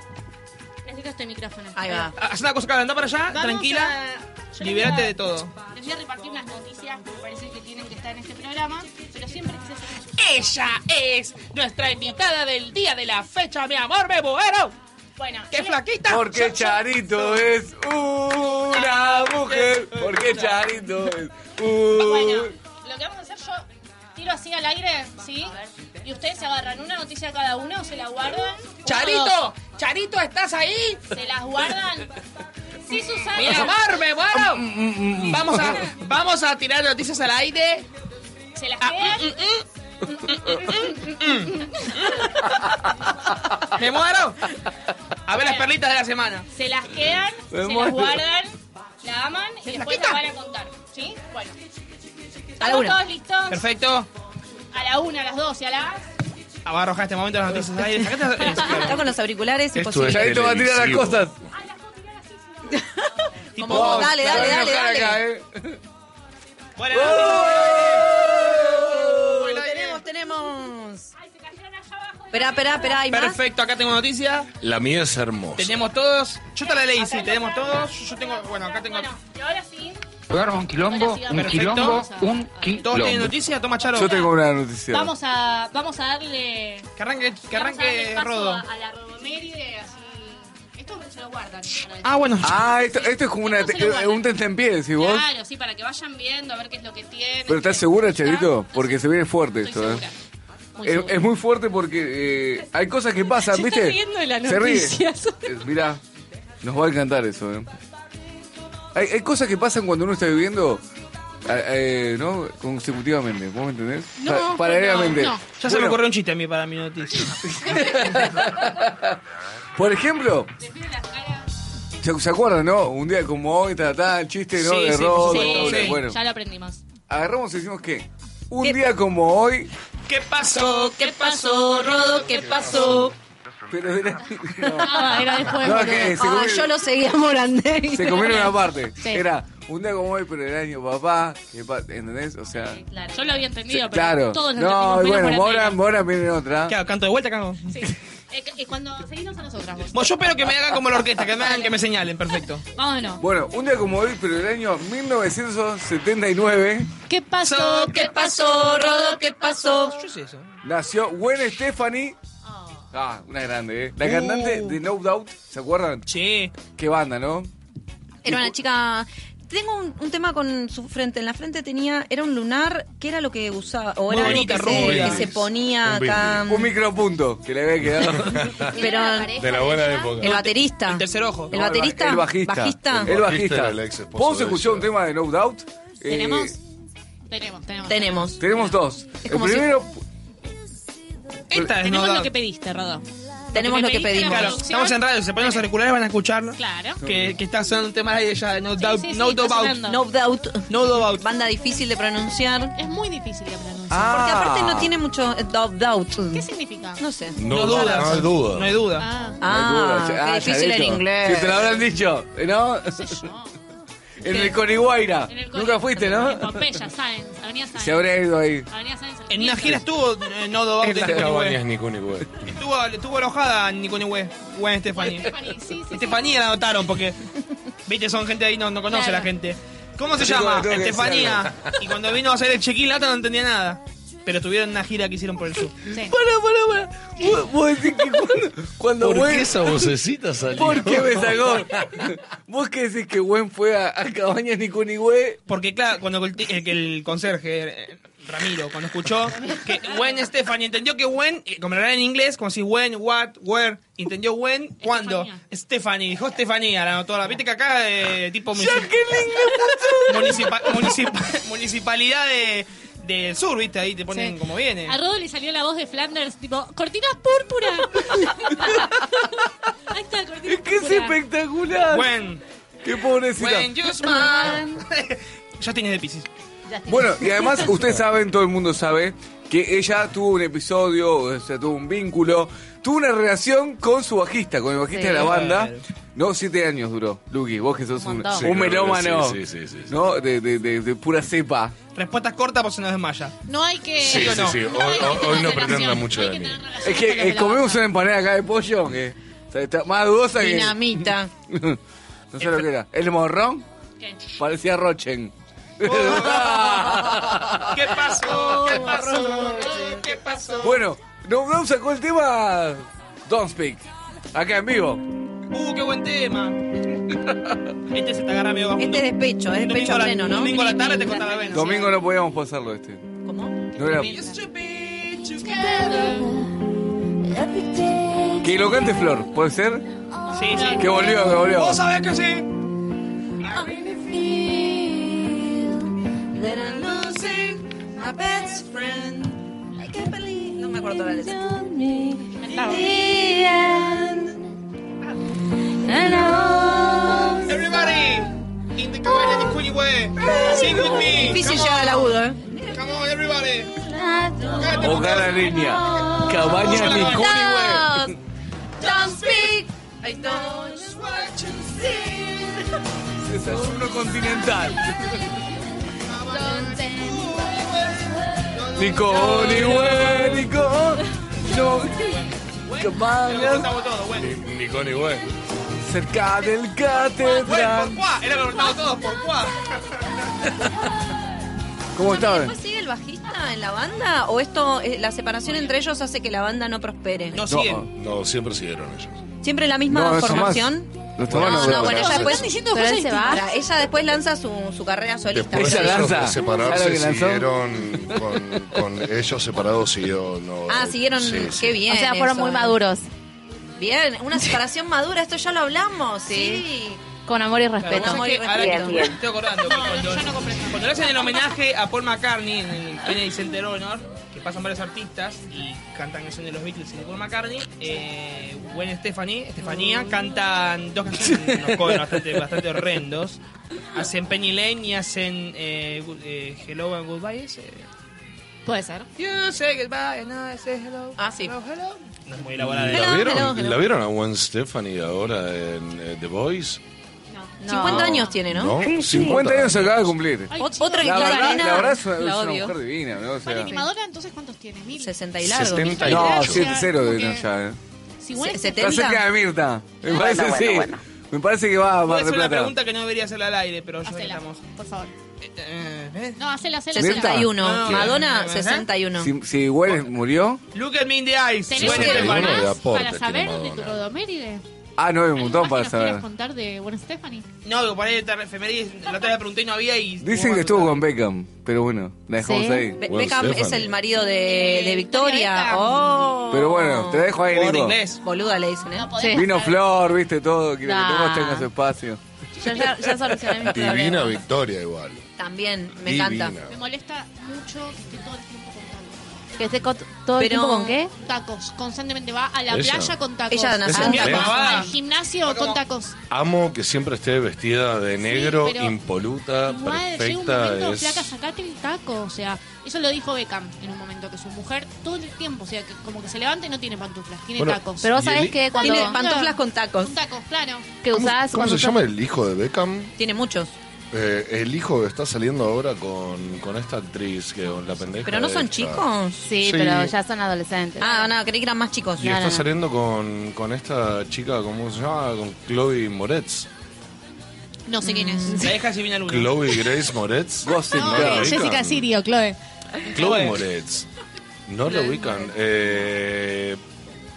Speaker 5: Necesito este micrófono.
Speaker 3: Ahí va.
Speaker 6: Ah, Haz una cosa, Caro, andá para allá,
Speaker 5: Vamos
Speaker 6: tranquila.
Speaker 5: a- yo les
Speaker 6: Liberate
Speaker 5: voy a-
Speaker 6: de todo.
Speaker 5: Les voy a repartir unas noticias que me parece que tienen que estar en este programa, pero siempre que se hace-
Speaker 6: Ella es nuestra invitada del día de la fecha, mi amor, me muero.
Speaker 5: Bueno,
Speaker 6: ¡Qué
Speaker 5: yo les-
Speaker 6: flaquita!
Speaker 2: Porque Charito es una mujer. Porque Charito es
Speaker 5: Bueno,
Speaker 2: un...
Speaker 5: lo que vamos a hacer yo tiro así al aire, ¿sí? Y ustedes se agarran una noticia cada uno, se la guardan. Uno,
Speaker 6: ¡Charito!
Speaker 5: dos.
Speaker 6: ¡Charito, estás ahí!
Speaker 5: Se las guardan. Sí, Susana.
Speaker 6: ¡Mi amor, me
Speaker 3: Mm,
Speaker 6: muero! Vamos a, vamos a tirar noticias al aire.
Speaker 5: Se las
Speaker 6: Ah,
Speaker 5: quedan.
Speaker 6: ¡Me muero! A ver las perlitas de la semana.
Speaker 5: Se las quedan,
Speaker 2: Me
Speaker 5: se las
Speaker 2: muero.
Speaker 5: guardan, la aman y después
Speaker 6: quita?
Speaker 5: la van a contar. ¿Sí? Bueno.
Speaker 3: A la
Speaker 5: ¿Estamos
Speaker 3: una.
Speaker 5: todos listos?
Speaker 6: Perfecto.
Speaker 5: A la una, a las dos y a las...
Speaker 6: Abarroja este momento las noticias al aire. Sacate- eh,
Speaker 3: Está con los auriculares,
Speaker 7: Esto
Speaker 3: imposible.
Speaker 7: es-
Speaker 2: Charito va a tirar las
Speaker 7: Televisivo.
Speaker 2: cosas.
Speaker 3: Como,
Speaker 2: Vos,
Speaker 3: dale,
Speaker 2: te
Speaker 3: dale,
Speaker 2: vas a
Speaker 3: dale,
Speaker 2: enojar
Speaker 3: dale.
Speaker 2: acá, ¿eh?
Speaker 6: Buenas noches.
Speaker 3: Tenemos, tenemos. Esperá, esperá, esperá, ¿hay más?
Speaker 6: Perfecto, acá tengo noticias.
Speaker 7: La mía es hermosa.
Speaker 6: Tenemos todos. Yo te la leí, sí, tenemos todos. Yo tengo. Bueno, acá tengo.
Speaker 5: Bueno, y ahora sí.
Speaker 12: un quilombo,
Speaker 5: Ahora sí,
Speaker 12: un
Speaker 6: perfecto.
Speaker 12: quilombo, un
Speaker 6: Todos tienen
Speaker 12: quilombo.
Speaker 6: noticias, toma Charo.
Speaker 2: Yo tengo una noticia.
Speaker 5: Vamos a, vamos a darle...
Speaker 6: Que arranque, que
Speaker 5: vamos a darle
Speaker 6: arranque
Speaker 5: paso
Speaker 6: Rodo.
Speaker 5: A, a la Rodoméride, así... Esto se lo guardan. para
Speaker 6: Ah, bueno.
Speaker 2: Ah, esto, esto es como una,
Speaker 5: Esto se lo guardan.
Speaker 2: un tentempié, decís vos.
Speaker 5: Claro, sí, para que vayan viendo a ver qué es lo que tienen.
Speaker 2: Pero ¿estás segura,
Speaker 5: ¿Está?
Speaker 2: Charito? Porque se viene fuerte esto, ¿eh?
Speaker 5: Estoy segura. Muy
Speaker 2: Es,
Speaker 5: segura.
Speaker 2: es muy fuerte porque eh, hay cosas que pasan,
Speaker 5: Se
Speaker 2: ¿viste?
Speaker 5: está riendo de la
Speaker 2: Se ríe.
Speaker 5: noticia.
Speaker 2: Eh, Mirá, nos va a encantar eso, ¿eh? Hay, hay cosas que pasan cuando uno está viviendo, eh, eh, ¿no? Consecutivamente, ¿vos me entendés?
Speaker 5: No,
Speaker 2: Pa- Paralelamente.
Speaker 5: no, no.
Speaker 6: Ya se me
Speaker 2: Bueno,
Speaker 6: ocurrió un chiste a mí para mi noticia.
Speaker 2: Por ejemplo,
Speaker 5: Prefiero las caras.
Speaker 2: ¿se, se acuerdan, no? Un día como hoy, tal, tal, chiste, ¿no?
Speaker 6: Sí,
Speaker 2: de
Speaker 6: sí,
Speaker 2: robo,
Speaker 6: por
Speaker 2: de
Speaker 6: supuesto,
Speaker 2: doble,
Speaker 6: sí.
Speaker 2: Bueno,
Speaker 5: Ya lo aprendimos.
Speaker 2: agarramos y decimos que un día como hoy,
Speaker 6: ¿Qué pasó?
Speaker 5: ¿Qué pasó, Rodo? ¿Qué pasó?
Speaker 2: pero de la- no.
Speaker 5: Ah, era después.
Speaker 2: No,
Speaker 5: boludo.
Speaker 2: que se
Speaker 3: Ah,
Speaker 2: comió-
Speaker 3: yo lo seguía Morandé.
Speaker 2: Se comieron una parte.
Speaker 5: Sí.
Speaker 2: Era un día como hoy, pero el año papá. que pa- ¿Entendés? O sea.
Speaker 5: Sí, claro. Yo lo había entendido,
Speaker 2: se-
Speaker 5: pero
Speaker 2: claro.
Speaker 5: todos lo
Speaker 2: No,
Speaker 5: entendimos.
Speaker 2: y bueno,
Speaker 5: menos
Speaker 2: Mora,
Speaker 5: Morandé.
Speaker 2: Mora viene otra.
Speaker 6: ¿Qué hago? ¿Canto de vuelta? ¿Qué hago?
Speaker 5: Sí. Eh, eh, cuando seguimos a nosotras vos.
Speaker 6: Bueno, yo espero que me hagan como la orquesta, que me hagan que me señalen, perfecto.
Speaker 5: Vámonos.
Speaker 2: Bueno, un día como hoy, pero el año 1979,
Speaker 5: ¿Qué pasó? ¿Qué pasó, Rodo? ¿Qué pasó?
Speaker 6: Yo sé eso.
Speaker 2: nació Gwen Stefani. Ah, una grande, ¿eh? La
Speaker 6: Uh.
Speaker 2: cantante de No Doubt, ¿se acuerdan?
Speaker 6: Sí.
Speaker 2: Qué banda, ¿no?
Speaker 3: Era una chica. Tengo un, un tema con su frente. En la frente tenía. Era un lunar que era lo que usaba. O era
Speaker 6: Muy
Speaker 3: algo que,
Speaker 6: bonita,
Speaker 3: se,
Speaker 6: rubia.
Speaker 3: que se ponía
Speaker 7: Un
Speaker 3: acá.
Speaker 2: Un micropunto que le había quedado.
Speaker 3: Pero el
Speaker 7: De la buena época.
Speaker 3: baterista.
Speaker 6: El tercer ojo.
Speaker 3: El baterista.
Speaker 2: El bajista.
Speaker 3: Bajista.
Speaker 2: El
Speaker 7: Bajista
Speaker 2: bajista.
Speaker 7: era el ex esposo
Speaker 2: ¿Vos
Speaker 7: de
Speaker 2: escuchó
Speaker 7: ella.
Speaker 2: un tema de No Doubt? Eh,
Speaker 5: ¿Tenemos? Tenemos, tenemos.
Speaker 3: Tenemos.
Speaker 2: Tenemos dos.
Speaker 3: Es
Speaker 2: El
Speaker 3: como si-
Speaker 2: primero,
Speaker 6: Esta es no
Speaker 5: Tenemos
Speaker 6: da-
Speaker 5: lo que pediste, Rodo.
Speaker 3: Tenemos lo que pedimos.
Speaker 5: la
Speaker 6: Claro,
Speaker 5: producción.
Speaker 6: estamos en radio, se ponen los auriculares, van a escucharlo.
Speaker 5: Claro.
Speaker 6: Que, que está sonando un tema ahí ya, no doubt,
Speaker 5: sí, sí,
Speaker 6: no
Speaker 5: está
Speaker 6: doubt.
Speaker 5: sonando.
Speaker 3: No Doubt.
Speaker 6: No doubt.
Speaker 3: Banda difícil de pronunciar.
Speaker 5: Es muy difícil de pronunciar.
Speaker 3: Porque
Speaker 2: Ah.
Speaker 3: aparte no tiene mucho eh, dou- doubt.
Speaker 5: ¿Qué significa?
Speaker 3: No sé.
Speaker 7: No,
Speaker 6: No dudas.
Speaker 7: No hay duda.
Speaker 6: No hay duda.
Speaker 5: Ah,
Speaker 3: Ah,
Speaker 2: Ay, duda.
Speaker 3: qué
Speaker 2: Ah,
Speaker 3: difícil el
Speaker 2: Charito.
Speaker 3: inglés.
Speaker 2: Si te lo habrán dicho, ¿no?
Speaker 5: qué sé yo.
Speaker 2: En el Coriguaira.
Speaker 5: En el
Speaker 2: Nunca fuiste,
Speaker 5: En
Speaker 2: ¿no?
Speaker 5: Pompeya, Sáenz, Avenida
Speaker 2: Se
Speaker 5: Sáenz.
Speaker 2: habrá ido ahí.
Speaker 5: Avenida Sáenz.
Speaker 6: En una gira estuvo eh, no doubt.
Speaker 7: En las
Speaker 6: Nico
Speaker 7: cabañas
Speaker 6: Niue.
Speaker 7: Nico Niue.
Speaker 6: Estuvo, estuvo enojada Nico Niue, Gwen Estefani.
Speaker 5: Stephanie, sí, sí, sí.
Speaker 6: Estefanía la notaron porque, viste, son gente ahí, no, no conoce
Speaker 5: Claro.
Speaker 6: la gente. ¿Cómo se
Speaker 2: Yo tengo-
Speaker 6: llama?
Speaker 2: tengo que decir
Speaker 6: Estefanía. Y cuando vino a hacer el check-in lata no entendía nada. Pero tuvieron una gira que hicieron por el sur.
Speaker 5: Sí.
Speaker 2: Pará, pará, pará. Vos- Vos decís que cuando, cuando
Speaker 7: ¿Por qué
Speaker 2: Gwen.
Speaker 7: esa vocecita salió?
Speaker 2: ¿Por qué me sacó? Vos que decís que Gwen fue a, a Cabañas Nicunigüe.
Speaker 6: Porque, claro, cuando el, eh, que el conserje, eh, Ramiro, cuando escuchó que Gwen Stephanie entendió que Gwen, eh, como lo hablan en inglés, como si Gwen, what, where, entendió Gwen, cuando Stephanie, dijo Estefanía, la notó la viste que acá, eh, tipo municip- municipa- municipa- municipalidad de, del sur, viste, ahí te ponen
Speaker 5: Sí.
Speaker 6: como viene.
Speaker 5: A Rodo le salió la voz de Flanders, tipo, cortinas púrpura. Ahí está, cortinas
Speaker 2: Es que es
Speaker 5: púrpura.
Speaker 2: espectacular.
Speaker 6: Gwen,
Speaker 2: Qué pobrecita.
Speaker 6: Gwen, you smile. ya tienes de Pisces.
Speaker 2: Bueno, y además ustedes saben, todo el mundo sabe, que ella tuvo un episodio, o sea, tuvo un vínculo, tuvo una relación con su bajista, con el bajista
Speaker 13: Sí.
Speaker 2: de la banda.
Speaker 13: Claro.
Speaker 2: No, siete años duró, Luqui, vos que sos
Speaker 6: Un
Speaker 2: un,
Speaker 6: montón. Sí,
Speaker 2: un
Speaker 6: creo que
Speaker 2: melómano,
Speaker 6: sí, sí, sí, sí, sí.
Speaker 2: ¿no? De, de- de- de pura cepa.
Speaker 6: Respuestas cortas por si no desmaya.
Speaker 5: No hay que.
Speaker 2: Sí, sí, sí.
Speaker 5: no
Speaker 2: Hoy-
Speaker 5: hay que
Speaker 2: hoy-
Speaker 5: tener
Speaker 2: hoy no
Speaker 5: relación.
Speaker 2: pretenda
Speaker 4: mucho
Speaker 5: hay
Speaker 4: de
Speaker 5: que
Speaker 4: mí.
Speaker 5: tener relación
Speaker 2: Es que
Speaker 5: con la
Speaker 2: eh, comemos una empanada acá de pollo que está, está más dudosa que...
Speaker 3: Dinamita.
Speaker 2: no sé lo que era. ¿El morrón? Parecía Rochen.
Speaker 6: ¿Qué pasó? ¿Qué pasó? ¿Qué pasó?
Speaker 2: Bueno, nos sacó el tema Don't Speak. Acá en vivo.
Speaker 6: Uh, qué buen tema. Este se te agarra medio bajo.
Speaker 3: Este es despecho, es
Speaker 6: Un
Speaker 3: despecho
Speaker 6: domingo a la-
Speaker 3: pleno, ¿no?
Speaker 6: un domingo a la tarde te corta la vena.
Speaker 2: Domingo no podíamos pasarlo este.
Speaker 3: ¿Cómo?
Speaker 2: No era- Que lo cante Flor, ¿puede ser?
Speaker 6: Sí, sí.
Speaker 2: Que volvió, que volvió.
Speaker 6: Vos sabés que sí.
Speaker 3: That I'm losing my best friend. I can't believe. No me acuerdo la letra. The end. And all-
Speaker 6: Everybody, in the car in the coolie way. Sing with me.
Speaker 3: Difícil
Speaker 6: Come
Speaker 3: llegar al
Speaker 6: on.
Speaker 3: agudo, ¿eh?
Speaker 6: Come on, everybody.
Speaker 2: Hogar niña. Cabaña
Speaker 6: Hola,
Speaker 2: Nicuni, güey.
Speaker 3: Don't- Don't speak. I don't just want you to see.
Speaker 2: Desayuno continental.
Speaker 3: Don't take
Speaker 2: Niconi, güey, Niconi. No. Cabañas
Speaker 7: Niconi, güey.
Speaker 2: cerca del
Speaker 6: Güey,
Speaker 2: catedral.
Speaker 6: por cuá. Era lo cortado todos por cuá.
Speaker 2: ¿Cómo estaban?
Speaker 3: ¿Después sigue el bajista en la banda? ¿O esto, eh, la separación entre ellos hace que la banda no prospere?
Speaker 7: No, siempre siguieron ellos.
Speaker 3: ¿Siempre la misma
Speaker 7: No, eso
Speaker 3: formación?
Speaker 7: más.
Speaker 2: Los
Speaker 3: No,
Speaker 7: tomaron
Speaker 3: no,
Speaker 7: de-
Speaker 3: bueno, ella
Speaker 7: Están
Speaker 3: después.
Speaker 5: diciendo
Speaker 3: pero
Speaker 5: cosas
Speaker 3: él se va.
Speaker 5: distintas.
Speaker 3: Ella después lanza su, su carrera solista.
Speaker 7: Después ellos de
Speaker 3: ¿Sabe
Speaker 7: separarse
Speaker 3: lo que lanzó?
Speaker 7: siguieron con, con ellos separados siguió no. eh,
Speaker 3: Ah, siguieron.
Speaker 7: Sí,
Speaker 3: qué
Speaker 7: sí.
Speaker 3: bien.
Speaker 11: O sea, fueron muy
Speaker 3: maduros. Bien, una separación madura, esto ya lo hablamos, sí.
Speaker 11: Con amor y
Speaker 6: Claro,
Speaker 11: respeto.
Speaker 6: vos sabés que ahora que me estoy acordando que cuando, cuando le hacen el homenaje a Paul McCartney en el Kennedy Center Honor, que pasan varios artistas y cantan canciones de los Beatles y de Paul McCartney, eh, Gwen Stefani, Estefanía, cantan dos canciones, unos covers bastante, bastante horrendos. Hacen Penny Lane y hacen eh, good- eh, Hello and Goodbye. ese.
Speaker 5: Puede ser.
Speaker 6: You say goodbye and I say hello.
Speaker 3: Ah, sí.
Speaker 6: Hello, hello. No es muy elaborada.
Speaker 7: ¿La
Speaker 6: Hello,
Speaker 7: vieron,
Speaker 6: hello, hello.
Speaker 7: ¿La vieron a Gwen Stefani ahora en eh, The Voice?
Speaker 3: 50 años tiene, ¿no?
Speaker 7: ¿No?
Speaker 2: 50 años se acaba de cumplir.
Speaker 3: Ot- Otra que
Speaker 2: La
Speaker 3: clava
Speaker 2: verdad,
Speaker 3: arena.
Speaker 2: la verdad es una,
Speaker 3: La
Speaker 2: es una
Speaker 3: odio.
Speaker 2: mujer divina, ¿no? O sea,
Speaker 5: ¿Y Madonna entonces cuántos tiene? ¿Mil?
Speaker 3: 60
Speaker 2: y
Speaker 3: y largo.
Speaker 2: No,
Speaker 5: largo.
Speaker 2: 7 0 de
Speaker 5: Porque-
Speaker 2: no ya, ¿eh?
Speaker 5: Si Gwen es
Speaker 2: Está
Speaker 5: 70.
Speaker 2: cerca de Mirta. Me
Speaker 5: Bueno,
Speaker 2: parece
Speaker 5: bueno,
Speaker 2: sí.
Speaker 5: bueno.
Speaker 2: Me parece que va a
Speaker 6: Voy a
Speaker 2: Mar
Speaker 6: hacer
Speaker 2: del
Speaker 6: una
Speaker 2: Plata.
Speaker 6: pregunta que no debería hacerla al aire, pero ya que
Speaker 5: Hacela,
Speaker 6: estamos.
Speaker 5: por favor.
Speaker 6: Eh, eh,
Speaker 5: No, hacela, hacela.
Speaker 2: ¿Mirta?
Speaker 5: hacela.
Speaker 3: 61.
Speaker 2: No,
Speaker 3: Madonna,
Speaker 2: ¿eh?
Speaker 3: 61.
Speaker 2: Si, si Güell murió.
Speaker 6: Look at me in the eyes.
Speaker 5: ¿Tenés
Speaker 2: Bueno,
Speaker 5: que
Speaker 2: pero
Speaker 5: más
Speaker 2: uno de aporte
Speaker 5: para
Speaker 2: tiene
Speaker 5: saber de tu
Speaker 2: Madonna.
Speaker 5: Rodoméride?
Speaker 2: Ah, no, hay un montón para
Speaker 5: ¿Nos quieres
Speaker 2: saber.
Speaker 5: contar de Gwen Stephanie?
Speaker 6: No, digo, por ahí está efemérides. La otra vez pregunté y no había y.
Speaker 2: Dicen que estuvo con Beckham, pero bueno, la dejamos ahí.
Speaker 3: Be- Beckham es el marido de, de Victoria. Oh.
Speaker 2: Pero bueno, te dejo ahí, Nico.
Speaker 3: Boluda le dicen, ¿eh?
Speaker 2: Vino Flor, viste todo, quiero que
Speaker 3: Nah.
Speaker 2: todos tengan su espacio.
Speaker 3: Yo ya, ya solucioné mis
Speaker 7: Divina
Speaker 3: problemas.
Speaker 7: Victoria igual.
Speaker 3: También, me
Speaker 7: Divina.
Speaker 3: encanta.
Speaker 5: Me molesta mucho que esté todo el tiempo con tacos.
Speaker 11: ¿Que esté con- todo el
Speaker 5: Pero-
Speaker 11: tiempo con qué?
Speaker 5: Tacos, constantemente va a la
Speaker 7: Ella.
Speaker 5: playa con tacos.
Speaker 7: Ella nació
Speaker 5: Al
Speaker 7: con tacos.
Speaker 5: gimnasio-
Speaker 7: Ah.
Speaker 5: Al gimnasio con tacos.
Speaker 7: Amo que siempre esté vestida de negro,
Speaker 5: pero-
Speaker 7: impoluta,
Speaker 5: Igual, llega un
Speaker 7: perfecta.
Speaker 5: momento,
Speaker 7: Es...
Speaker 5: flaca, sacate el taco. O sea, eso lo dijo Beckham en un momento, que su mujer todo el tiempo, o sea, que como que se levanta y no tiene pantuflas, tiene
Speaker 7: Bueno,
Speaker 5: tacos.
Speaker 7: Pero vos sabés
Speaker 11: que cuando-
Speaker 3: Tiene pantuflas con tacos.
Speaker 5: Con tacos, claro.
Speaker 11: Que usás
Speaker 7: ¿Cómo se llama el hijo de Beckham?
Speaker 3: Tiene muchos.
Speaker 7: Eh, el hijo que está saliendo ahora con, con esta actriz, que la pendeja.
Speaker 3: ¿Pero no son
Speaker 7: esta.
Speaker 3: chicos?
Speaker 11: Sí, pero ya son adolescentes.
Speaker 3: Ah, no, creí que eran más chicos.
Speaker 7: Y está saliendo con, con esta chica, ¿cómo se llama? Con Chloe Moretz.
Speaker 5: No sé quién es.
Speaker 6: La deja Silvina Luna.
Speaker 7: Chloe Grace Moretz.
Speaker 5: No,
Speaker 7: ¿No la
Speaker 5: eh,
Speaker 7: ubican?
Speaker 5: Jessica Sirio, Chloe.
Speaker 7: Chloe Moretz. No la ubican. Eh,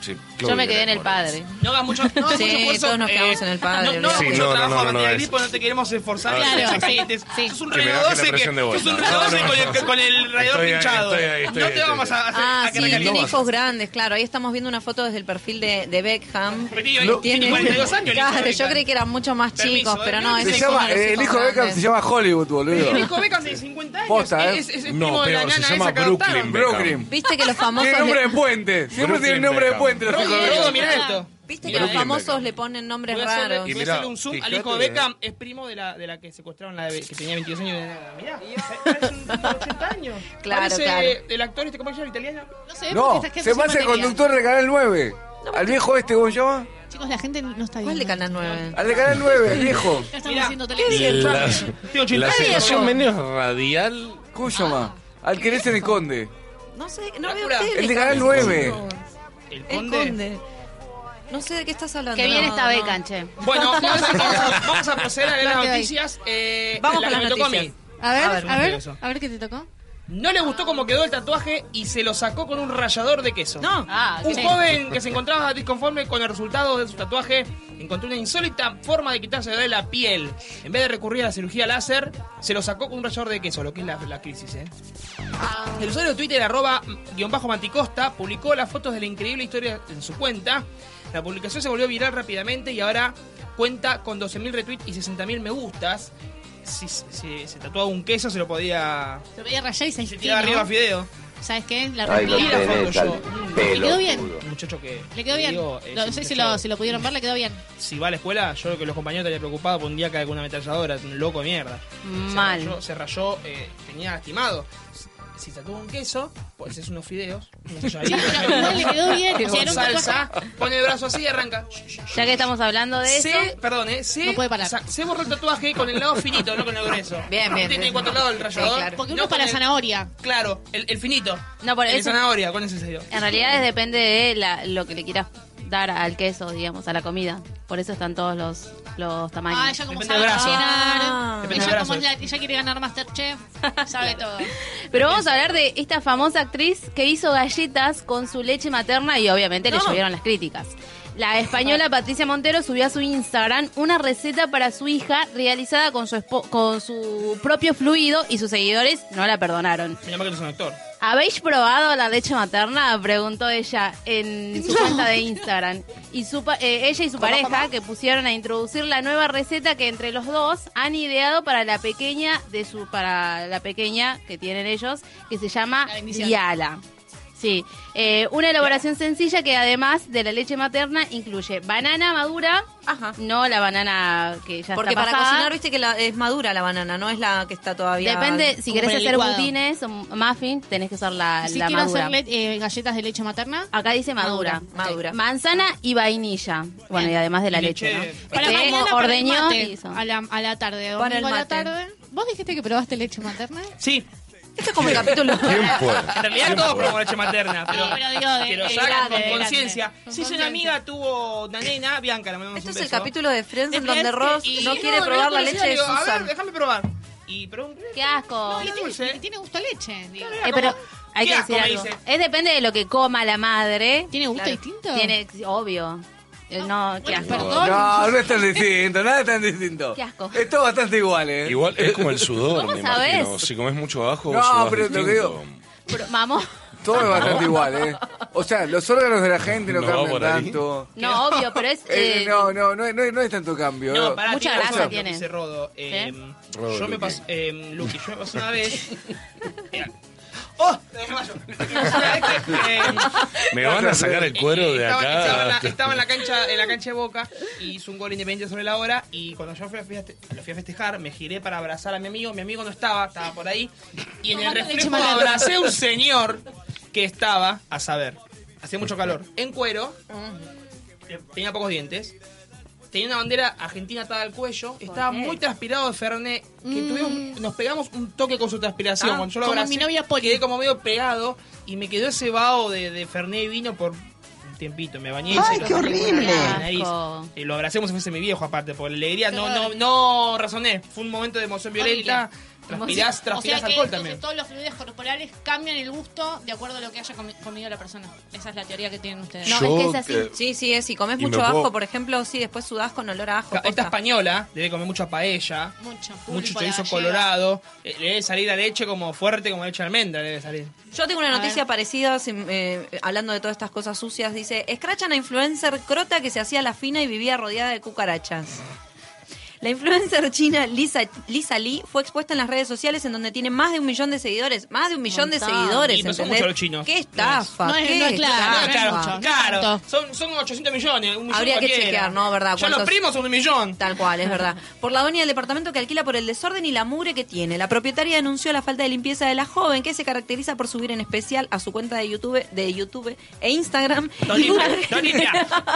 Speaker 7: sí, Chloe
Speaker 11: Yo me quedé en
Speaker 7: Grace
Speaker 11: el padre.
Speaker 6: No hagas mucho, no hagas
Speaker 3: Sí,
Speaker 6: mucho esfuerzo,
Speaker 3: todos nos quedamos en el padre,
Speaker 6: No, no hagas
Speaker 7: Sí,
Speaker 6: mucho
Speaker 7: no, no,
Speaker 6: trabajo
Speaker 7: no,
Speaker 6: no,
Speaker 7: no,
Speaker 6: no,
Speaker 7: es-
Speaker 6: no te queremos esforzar.
Speaker 7: Claro.
Speaker 6: Claro. Excelentes. Sos un
Speaker 7: Que me
Speaker 6: rayo
Speaker 7: baje la
Speaker 6: 12, que,
Speaker 7: presión de
Speaker 6: sos
Speaker 7: vuelta.
Speaker 6: un rayo
Speaker 7: No,
Speaker 6: 12
Speaker 7: no,
Speaker 6: con,
Speaker 7: no.
Speaker 6: el, con el
Speaker 7: Estoy
Speaker 6: radiador
Speaker 7: ahí,
Speaker 6: pinchado.
Speaker 7: estoy ahí, estoy
Speaker 6: no
Speaker 7: ahí,
Speaker 6: te
Speaker 7: estoy
Speaker 6: vamos a
Speaker 7: ahí.
Speaker 6: hacer
Speaker 3: Ah,
Speaker 6: a que
Speaker 3: sí,
Speaker 6: recalientes.
Speaker 3: tiene hijos grandes, claro. Ahí estamos viendo una foto desde el perfil de, de Beckham.
Speaker 6: Perdido,
Speaker 3: Y
Speaker 6: tiene 42 años el hijo de
Speaker 3: Claro, yo
Speaker 6: Beckham.
Speaker 3: creí que eran mucho más chicos,
Speaker 6: Permiso,
Speaker 3: pero
Speaker 6: ¿eh?
Speaker 3: no, es
Speaker 2: Se llama, eh, el hijo de Beckham se llama Hollywood, boludo.
Speaker 6: El hijo Beckham de 50 años.
Speaker 2: Posta, ¿eh?
Speaker 6: es, es el
Speaker 2: No,
Speaker 6: primo de la
Speaker 2: peor, se
Speaker 6: nana
Speaker 2: llama
Speaker 6: esa que
Speaker 2: Brooklyn
Speaker 6: adoptaron.
Speaker 2: Beckham. Brooklyn.
Speaker 3: Viste que los famosos.
Speaker 2: Tiene nombre
Speaker 3: le-
Speaker 2: de puente. Siempre tiene nombre de puente los
Speaker 6: Rocky,
Speaker 2: hijos de
Speaker 6: Rocky,
Speaker 2: Beckham.
Speaker 6: mirá esto.
Speaker 3: Viste
Speaker 4: Mirá
Speaker 3: que los
Speaker 4: bien,
Speaker 3: famosos
Speaker 4: Beckham.
Speaker 3: le ponen nombres
Speaker 6: voy a hacerle,
Speaker 3: raros.
Speaker 6: voy a
Speaker 4: Y mirá,
Speaker 6: hacerle un zoom al hijo de
Speaker 4: fíjate,
Speaker 6: Beckham, es primo de la, de la que secuestraron, la de, que tenía 22 años. y era- Mirá, parece un tipo de 80 años.
Speaker 3: Claro,
Speaker 6: Parece
Speaker 3: claro.
Speaker 6: el actor este, ¿cómo se llama? ¿Italiano?
Speaker 5: No sé,
Speaker 2: No,
Speaker 5: porque esta gente
Speaker 2: se pasa el
Speaker 5: material.
Speaker 2: conductor de Canal 9. Al viejo este, ¿cómo se llama?
Speaker 5: Chicos, la gente no está bien.
Speaker 3: ¿Cuál de Canal 9?
Speaker 2: Al de Canal 9, el viejo.
Speaker 5: Ya estamos haciendo televisión.
Speaker 7: La,
Speaker 6: Tío,
Speaker 7: la
Speaker 6: chitario.
Speaker 7: situación menos radial.
Speaker 2: ¿Cómo se llama? Al que le el conde.
Speaker 3: No sé, no veo
Speaker 6: Drácula.
Speaker 3: tele,
Speaker 2: El de
Speaker 3: Javi,
Speaker 2: Canal 9.
Speaker 6: El
Speaker 3: El
Speaker 6: conde.
Speaker 3: conde. No sé de qué estás hablando.
Speaker 11: Que bien
Speaker 3: No,
Speaker 11: está
Speaker 3: no.
Speaker 11: Becan, che.
Speaker 6: Bueno, vamos a, vamos a- vamos a proceder a leer
Speaker 11: No
Speaker 6: las
Speaker 11: te doy.
Speaker 6: noticias. Eh,
Speaker 3: Vamos con
Speaker 6: la que
Speaker 3: las
Speaker 6: me tocó a mí.
Speaker 3: noticias.
Speaker 11: A
Speaker 6: A ver,
Speaker 11: ver, a ver,
Speaker 6: mentiroso.
Speaker 11: a ver qué te tocó.
Speaker 6: No le gustó cómo quedó el tatuaje y se lo sacó con un rallador de queso.
Speaker 3: No.
Speaker 11: Ah,
Speaker 6: Un
Speaker 11: sí.
Speaker 6: joven que se encontraba disconforme con el resultado de su tatuaje encontró una insólita forma de quitarse de la piel. En vez de recurrir a la cirugía láser, se lo sacó con un rallador de queso, lo que es la, la crisis, ¿eh? El usuario de Twitter, arroba guión bajo manticosta, publicó las fotos de la increíble historia en su cuenta. La publicación se volvió viral rápidamente y ahora cuenta con 12.000 retweets y 60.000 me gustas. Si, si se tatuaba un queso, se lo podía...
Speaker 5: Te veía rayar y se
Speaker 6: Se tiraba arriba a Fideo.
Speaker 5: ¿Sabes qué? La
Speaker 13: Ahí lo
Speaker 5: rompí.
Speaker 6: la foto
Speaker 13: tenés
Speaker 6: yo.
Speaker 13: al
Speaker 6: Mm.
Speaker 5: ¿Le
Speaker 13: pelo.
Speaker 5: quedó bien?
Speaker 6: Un muchacho que.
Speaker 5: ¿Le quedó bien?
Speaker 6: digo, es
Speaker 5: No
Speaker 6: un
Speaker 5: sé si
Speaker 6: muchacho-
Speaker 5: lo, si lo pudieron ver, le quedó bien.
Speaker 6: Si va a la escuela, yo creo que los compañeros estarían preocupados por un día que cae con una ametralladora, es un loco de mierda. Se
Speaker 11: Mal.
Speaker 6: rayó, se rayó, eh, tenía lastimado. Si tatuó un queso, pues es unos fideos, unos
Speaker 5: Sí,
Speaker 6: talladitos,
Speaker 5: pero igual le quedó bien. O sea,
Speaker 6: con
Speaker 5: era un
Speaker 6: salsa, pone el brazo así y arranca.
Speaker 11: Ya que estamos hablando de eso,
Speaker 6: Se, perdón, eh, se,
Speaker 5: No puede parar.
Speaker 6: sa- se borró el tatuaje con el lado finito, no con el grueso.
Speaker 3: Bien, bien,
Speaker 6: Tiene
Speaker 3: bien.
Speaker 6: cuatro lados el rallador.
Speaker 3: Sí, claro.
Speaker 5: Porque
Speaker 6: no
Speaker 5: uno
Speaker 6: con
Speaker 5: para
Speaker 6: el-
Speaker 5: zanahoria.
Speaker 6: Claro, el, el finito.
Speaker 11: No, por
Speaker 6: el de
Speaker 11: eso-
Speaker 6: zanahoria, con ese se dio.
Speaker 11: en realidad es depende de la- lo que le quieras dar al queso, digamos, a la comida. Por eso están todos los, los tamaños.
Speaker 5: Ah, ella como
Speaker 6: Depende
Speaker 5: sabe
Speaker 6: del brazo.
Speaker 3: Ah.
Speaker 5: cocinar.
Speaker 6: Depende
Speaker 5: Ella
Speaker 6: del
Speaker 5: como es
Speaker 6: brazo.
Speaker 5: la, ella quiere ganar Masterchef. Sabe todo.
Speaker 11: Pero vamos a hablar de esta famosa actriz que hizo galletas con su leche materna y obviamente le
Speaker 3: No.
Speaker 11: llovieron las críticas. La española Patricia Montero subió a su Instagram una receta para su hija realizada con su, espo- con su propio fluido y sus seguidores no la perdonaron.
Speaker 6: Mi mamá que no es un actor.
Speaker 11: ¿Habéis probado la leche materna? Preguntó ella en su cuenta de Instagram. Y su pa- eh, ella y su pareja que pusieron a introducir la nueva receta que entre los dos han ideado para la pequeña de su para la pequeña que tienen ellos que se llama
Speaker 5: La bendición.
Speaker 11: Diala. Sí, eh, una elaboración sencilla que además de la leche materna incluye banana madura,
Speaker 3: Ajá.
Speaker 11: no la banana que ya
Speaker 3: Porque
Speaker 11: está
Speaker 3: para
Speaker 11: pasada.
Speaker 3: cocinar, viste que la- es madura la banana, no es la que está todavía.
Speaker 11: Depende, si
Speaker 5: Como
Speaker 11: querés
Speaker 5: para el
Speaker 11: hacer
Speaker 5: licuado.
Speaker 11: budines o muffin, tenés que usar la,
Speaker 5: Si
Speaker 11: la
Speaker 5: quiero
Speaker 11: madura. Ah,
Speaker 5: hacer le- eh, galletas de leche materna.
Speaker 11: Acá dice madura.
Speaker 3: Madura, madura.
Speaker 11: Ok. Manzana y vainilla. Bueno, y además de la leche,
Speaker 6: Leche.
Speaker 11: ¿no?
Speaker 5: Para
Speaker 11: Este,
Speaker 5: mañana para el
Speaker 11: ordeñó
Speaker 5: mate,
Speaker 11: y hizo.
Speaker 5: a la, a la tarde,
Speaker 3: Para el
Speaker 5: domingo a la
Speaker 3: mate.
Speaker 5: tarde. ¿Vos dijiste que probaste leche materna?
Speaker 6: Sí,
Speaker 3: Esto es como el capítulo.
Speaker 7: ¿Quién fue?
Speaker 6: En realidad
Speaker 7: ¿Quién
Speaker 6: todos
Speaker 7: fue?
Speaker 6: probamos leche materna, pero,
Speaker 5: Sí, pero digo, de-
Speaker 6: que lo
Speaker 5: de
Speaker 6: hagan
Speaker 5: grande,
Speaker 6: con
Speaker 5: de grande.
Speaker 6: conciencia.
Speaker 5: Con
Speaker 6: Si es una
Speaker 5: conciencia.
Speaker 6: amiga, tuvo una nena, Bianca, la mandamos
Speaker 3: Esto
Speaker 6: un
Speaker 3: es el
Speaker 6: beso.
Speaker 3: capítulo de Friends en
Speaker 5: De
Speaker 3: donde
Speaker 5: Friends,
Speaker 3: Ross
Speaker 5: y-
Speaker 3: no
Speaker 5: y
Speaker 3: quiere
Speaker 6: no
Speaker 3: probar
Speaker 6: la
Speaker 3: la leche
Speaker 6: conocía,
Speaker 3: de
Speaker 6: digo, A ver,
Speaker 3: Susan.
Speaker 6: déjame probar. Y probó un
Speaker 11: Qué asco.
Speaker 6: No,
Speaker 5: Oh, Y
Speaker 6: es
Speaker 5: tiene,
Speaker 6: dulce.
Speaker 5: y tiene gusto a leche. digo.
Speaker 6: Claro.
Speaker 11: Eh, pero
Speaker 6: como-
Speaker 11: hay que
Speaker 6: ¿Qué
Speaker 11: decir
Speaker 6: asco,
Speaker 11: algo.
Speaker 6: me dice?
Speaker 11: Es depende de lo que coma la madre.
Speaker 5: ¿Tiene gusto
Speaker 11: Claro.
Speaker 5: distinto?
Speaker 11: Tiene, obvio. Eh, No, qué
Speaker 5: Bueno,
Speaker 11: asco.
Speaker 5: Perdón.
Speaker 2: No, no es tan distinto, nada es tan distinto.
Speaker 11: Qué asco.
Speaker 2: Es todo bastante igual, ¿eh?
Speaker 7: Igual es como el sudor,
Speaker 11: ¿Cómo
Speaker 7: me
Speaker 11: sabés?
Speaker 7: imagino. Si comes mucho abajo,
Speaker 2: No,
Speaker 7: sudás
Speaker 2: pero te
Speaker 7: distinto.
Speaker 2: digo-
Speaker 11: Pero, mamó.
Speaker 2: Todo es bastante igual, ¿eh? O sea, los órganos de la gente no,
Speaker 7: No,
Speaker 2: cambian
Speaker 7: por ahí.
Speaker 2: tanto.
Speaker 11: No, obvio, pero es.
Speaker 2: Eh,
Speaker 11: eh,
Speaker 2: no, no, no, es- no, es- no es tanto cambio.
Speaker 6: No,
Speaker 2: ¿no?
Speaker 6: pará,
Speaker 11: Mucha
Speaker 6: tiene
Speaker 11: grasa
Speaker 6: razón lo que
Speaker 11: tiene.
Speaker 6: dice Rodo. Eh,
Speaker 7: Rodo,
Speaker 6: yo me
Speaker 7: Luqui.
Speaker 6: pasé, eh, Luqui, yo me pasé una vez. Mira. ¡Oh! Te dejé mayo. Me pasó una vez que, eh,
Speaker 7: Me van a sacar el cuero
Speaker 6: Eh,
Speaker 7: de
Speaker 6: estaba, Estaba, en
Speaker 7: acá.
Speaker 6: la, estaba en la cancha, en la cancha de Boca y hizo un gol independiente sobre la hora. Y cuando yo fui a feste- lo fui a festejar, me giré para abrazar a mi amigo. Mi amigo no estaba, estaba por ahí. Y en el
Speaker 5: Tomando leche
Speaker 6: reflejo
Speaker 5: materna.
Speaker 6: abracé a un señor que estaba, a saber, hacía mucho calor, en cuero, eh, tenía pocos dientes. Tenía una bandera argentina atada al cuello, estaba muy transpirado de Fernet, que tuvimos- nos pegamos un toque con su transpiración.
Speaker 3: Ah,
Speaker 6: Cuando yo lo
Speaker 5: Mm. como
Speaker 6: abracé,
Speaker 5: mi novia Poli.
Speaker 6: quedé como medio pegado y me quedó ese vaho de, de Fernet y vino por un tiempito. Me bañé y
Speaker 13: ¡Ay,
Speaker 6: se-
Speaker 13: qué horrible!
Speaker 6: en la nariz.
Speaker 11: Asco.
Speaker 6: Y lo abracé como si fuese mi viejo, aparte, por la alegría. No, no, no razoné. Fue un momento de emoción violenta. Transpirás,
Speaker 5: O sea
Speaker 6: transpirás
Speaker 5: que
Speaker 6: alcohol
Speaker 5: entonces
Speaker 6: también.
Speaker 5: todos los fluidos corporales cambian el gusto de acuerdo a lo que haya comi- comido la persona. Esa es la teoría que tienen ustedes.
Speaker 11: No,
Speaker 7: Yo,
Speaker 11: es que es así.
Speaker 7: eh,
Speaker 3: Sí, sí, es. Si comes
Speaker 7: Y me
Speaker 3: mucho
Speaker 7: puedo-
Speaker 3: ajo, por ejemplo, sí, después sudás con olor a ajo.
Speaker 6: Esta
Speaker 3: posta.
Speaker 6: española debe comer mucha paella.
Speaker 5: Mucho. pulpo, la
Speaker 6: Mucho chorizo
Speaker 5: gallega.
Speaker 6: colorado. Eh, Le debe salir la leche como fuerte, como leche de almendra. Le debe salir.
Speaker 3: Yo tengo una
Speaker 5: A
Speaker 3: noticia parecida, si- eh, hablando de todas estas cosas sucias. Dice, escrachan a influencer crota que se hacía la fina y vivía rodeada de cucarachas. La influencer china Lisa, Lisa Lee fue expuesta en las redes sociales en donde tiene más de un millón de seguidores. Más de un millón de
Speaker 6: Montón.
Speaker 3: seguidores,
Speaker 6: Y no son
Speaker 3: ¿entendés?
Speaker 6: muchos los chinos.
Speaker 3: ¡Qué estafa!
Speaker 6: No es-
Speaker 3: qué
Speaker 6: no es claro,
Speaker 3: estafa.
Speaker 6: no es Ah, claro, claro. Son, son 800 millones. Un millón
Speaker 3: Habría que
Speaker 6: cualquiera.
Speaker 3: chequear, ¿no? ¿Verdad?
Speaker 6: Ya los
Speaker 3: ¿Cuántos?
Speaker 6: primos son un millón.
Speaker 3: Tal cual, es verdad. Por la dueña del departamento que alquila por el desorden y la mugre que tiene. La propietaria denunció la falta de limpieza de la joven, que se caracteriza por subir en especial a su cuenta de YouTube, de YouTube e Instagram.
Speaker 6: No limpia,
Speaker 3: imágenes-
Speaker 6: no limpia.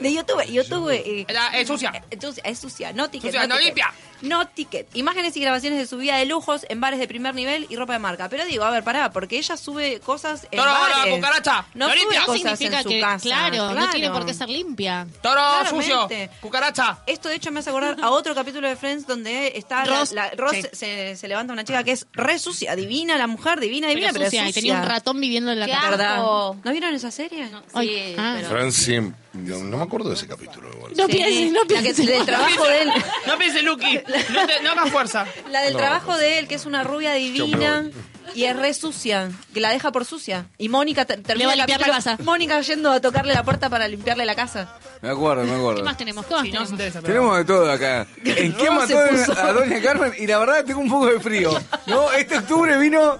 Speaker 3: De YouTube, YouTube. eh,
Speaker 6: Es sucia.
Speaker 3: eh, entonces, Es sucia, no ticket.
Speaker 6: Sucia, no
Speaker 3: ticket.
Speaker 6: limpia.
Speaker 3: No ticket. Imágenes y grabaciones de su vida de lujos en bares de primer nivel y ropa de marca. Pero digo, a ver, pará, porque ella sube cosas en
Speaker 6: Toro,
Speaker 3: bares.
Speaker 6: hola, cucaracha.
Speaker 3: No
Speaker 6: No
Speaker 3: sube
Speaker 6: limpia.
Speaker 3: cosas
Speaker 5: significa
Speaker 3: en su
Speaker 5: que-
Speaker 3: casa.
Speaker 5: claro, no tiene por qué ser limpia.
Speaker 6: Toro
Speaker 3: Claramente.
Speaker 6: sucio. Cucaracha.
Speaker 3: Esto de hecho me hace acordar a otro capítulo de Friends donde está la-
Speaker 5: Ross,
Speaker 3: la, Ross
Speaker 5: sí.
Speaker 3: se, se levanta una chica que es re sucia, divina, la mujer divina, divina, pero, es
Speaker 5: sucia, y
Speaker 3: sucia.
Speaker 5: tenía un ratón viviendo en la
Speaker 3: Qué
Speaker 5: casa.
Speaker 3: asco. ¿No vieron esa serie?
Speaker 5: Ay, ah.
Speaker 7: Francia, no, no me acuerdo de ese capítulo. igual.
Speaker 5: No
Speaker 3: Sí.
Speaker 5: pienses, no
Speaker 3: La que-
Speaker 5: pienses.
Speaker 3: del trabajo de él.
Speaker 6: No pienses, Lucky. No, te- no hagas fuerza.
Speaker 3: La del
Speaker 6: No.
Speaker 3: trabajo de él, que es una rubia divina y es re sucia, que la deja por sucia. Y Mónica te- termina
Speaker 5: va a
Speaker 3: el
Speaker 5: limpiar la
Speaker 3: capítulo,
Speaker 5: casa.
Speaker 3: Mónica yendo a tocarle la puerta para limpiarle la casa.
Speaker 2: Me acuerdo, me acuerdo.
Speaker 5: tenemos? ¿Qué más tenemos?
Speaker 2: Tenemos de todo acá. ¿En qué
Speaker 3: No,
Speaker 2: mató
Speaker 3: se puso.
Speaker 2: a Doña Carmen? Y la verdad tengo un poco de frío. No, este octubre vino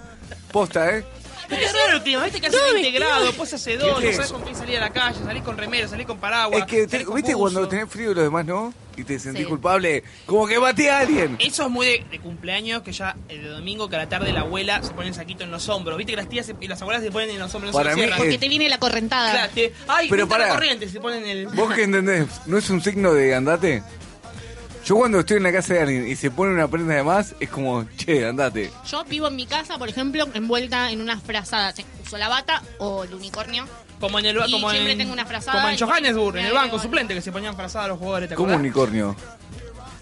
Speaker 2: posta, ¿eh?
Speaker 6: Es raro últimamente que hace
Speaker 5: Todo
Speaker 6: 20
Speaker 5: vestido.
Speaker 6: grados, después hace 2, no
Speaker 2: ¿Viste?
Speaker 6: sabes con quién salir a la calle, salís con remera, salís con paraguas.
Speaker 2: Es que, te-
Speaker 6: salís con
Speaker 2: ¿viste
Speaker 6: buzo.
Speaker 2: cuando tenés frío y los demás no? Y te sentís
Speaker 6: Sí. Eh.
Speaker 2: culpable. Como que maté a alguien.
Speaker 6: Eso es muy de, de cumpleaños, que ya el de domingo que a la tarde la abuela se pone el saquito en los hombros. Viste que las tías se- y las abuelas se ponen en los hombros. no se
Speaker 2: Para
Speaker 6: lo
Speaker 2: mí
Speaker 6: cierran.
Speaker 2: es- Porque te
Speaker 5: viene la correntada.
Speaker 6: Claro, te- ay,
Speaker 2: Ah. Pero
Speaker 6: pero para
Speaker 2: pará.
Speaker 6: corriente, se ponen el...
Speaker 2: ¿Vos qué entendés? ¿No es un signo de andate? Yo cuando estoy en la casa de alguien y se pone una prenda de más, es como, che, andate.
Speaker 5: Yo vivo en mi casa, por ejemplo, envuelta en unas frazadas. Uso la bata o el unicornio.
Speaker 6: Como en el ba-
Speaker 5: Y
Speaker 6: como
Speaker 5: siempre
Speaker 6: en,
Speaker 5: tengo una frazada
Speaker 6: Como en
Speaker 5: y-
Speaker 6: Johannesburg, en el banco
Speaker 5: Claro.
Speaker 6: suplente, que se ponían frazadas los jugadores, ¿te
Speaker 2: Como
Speaker 6: acordás?
Speaker 2: un unicornio.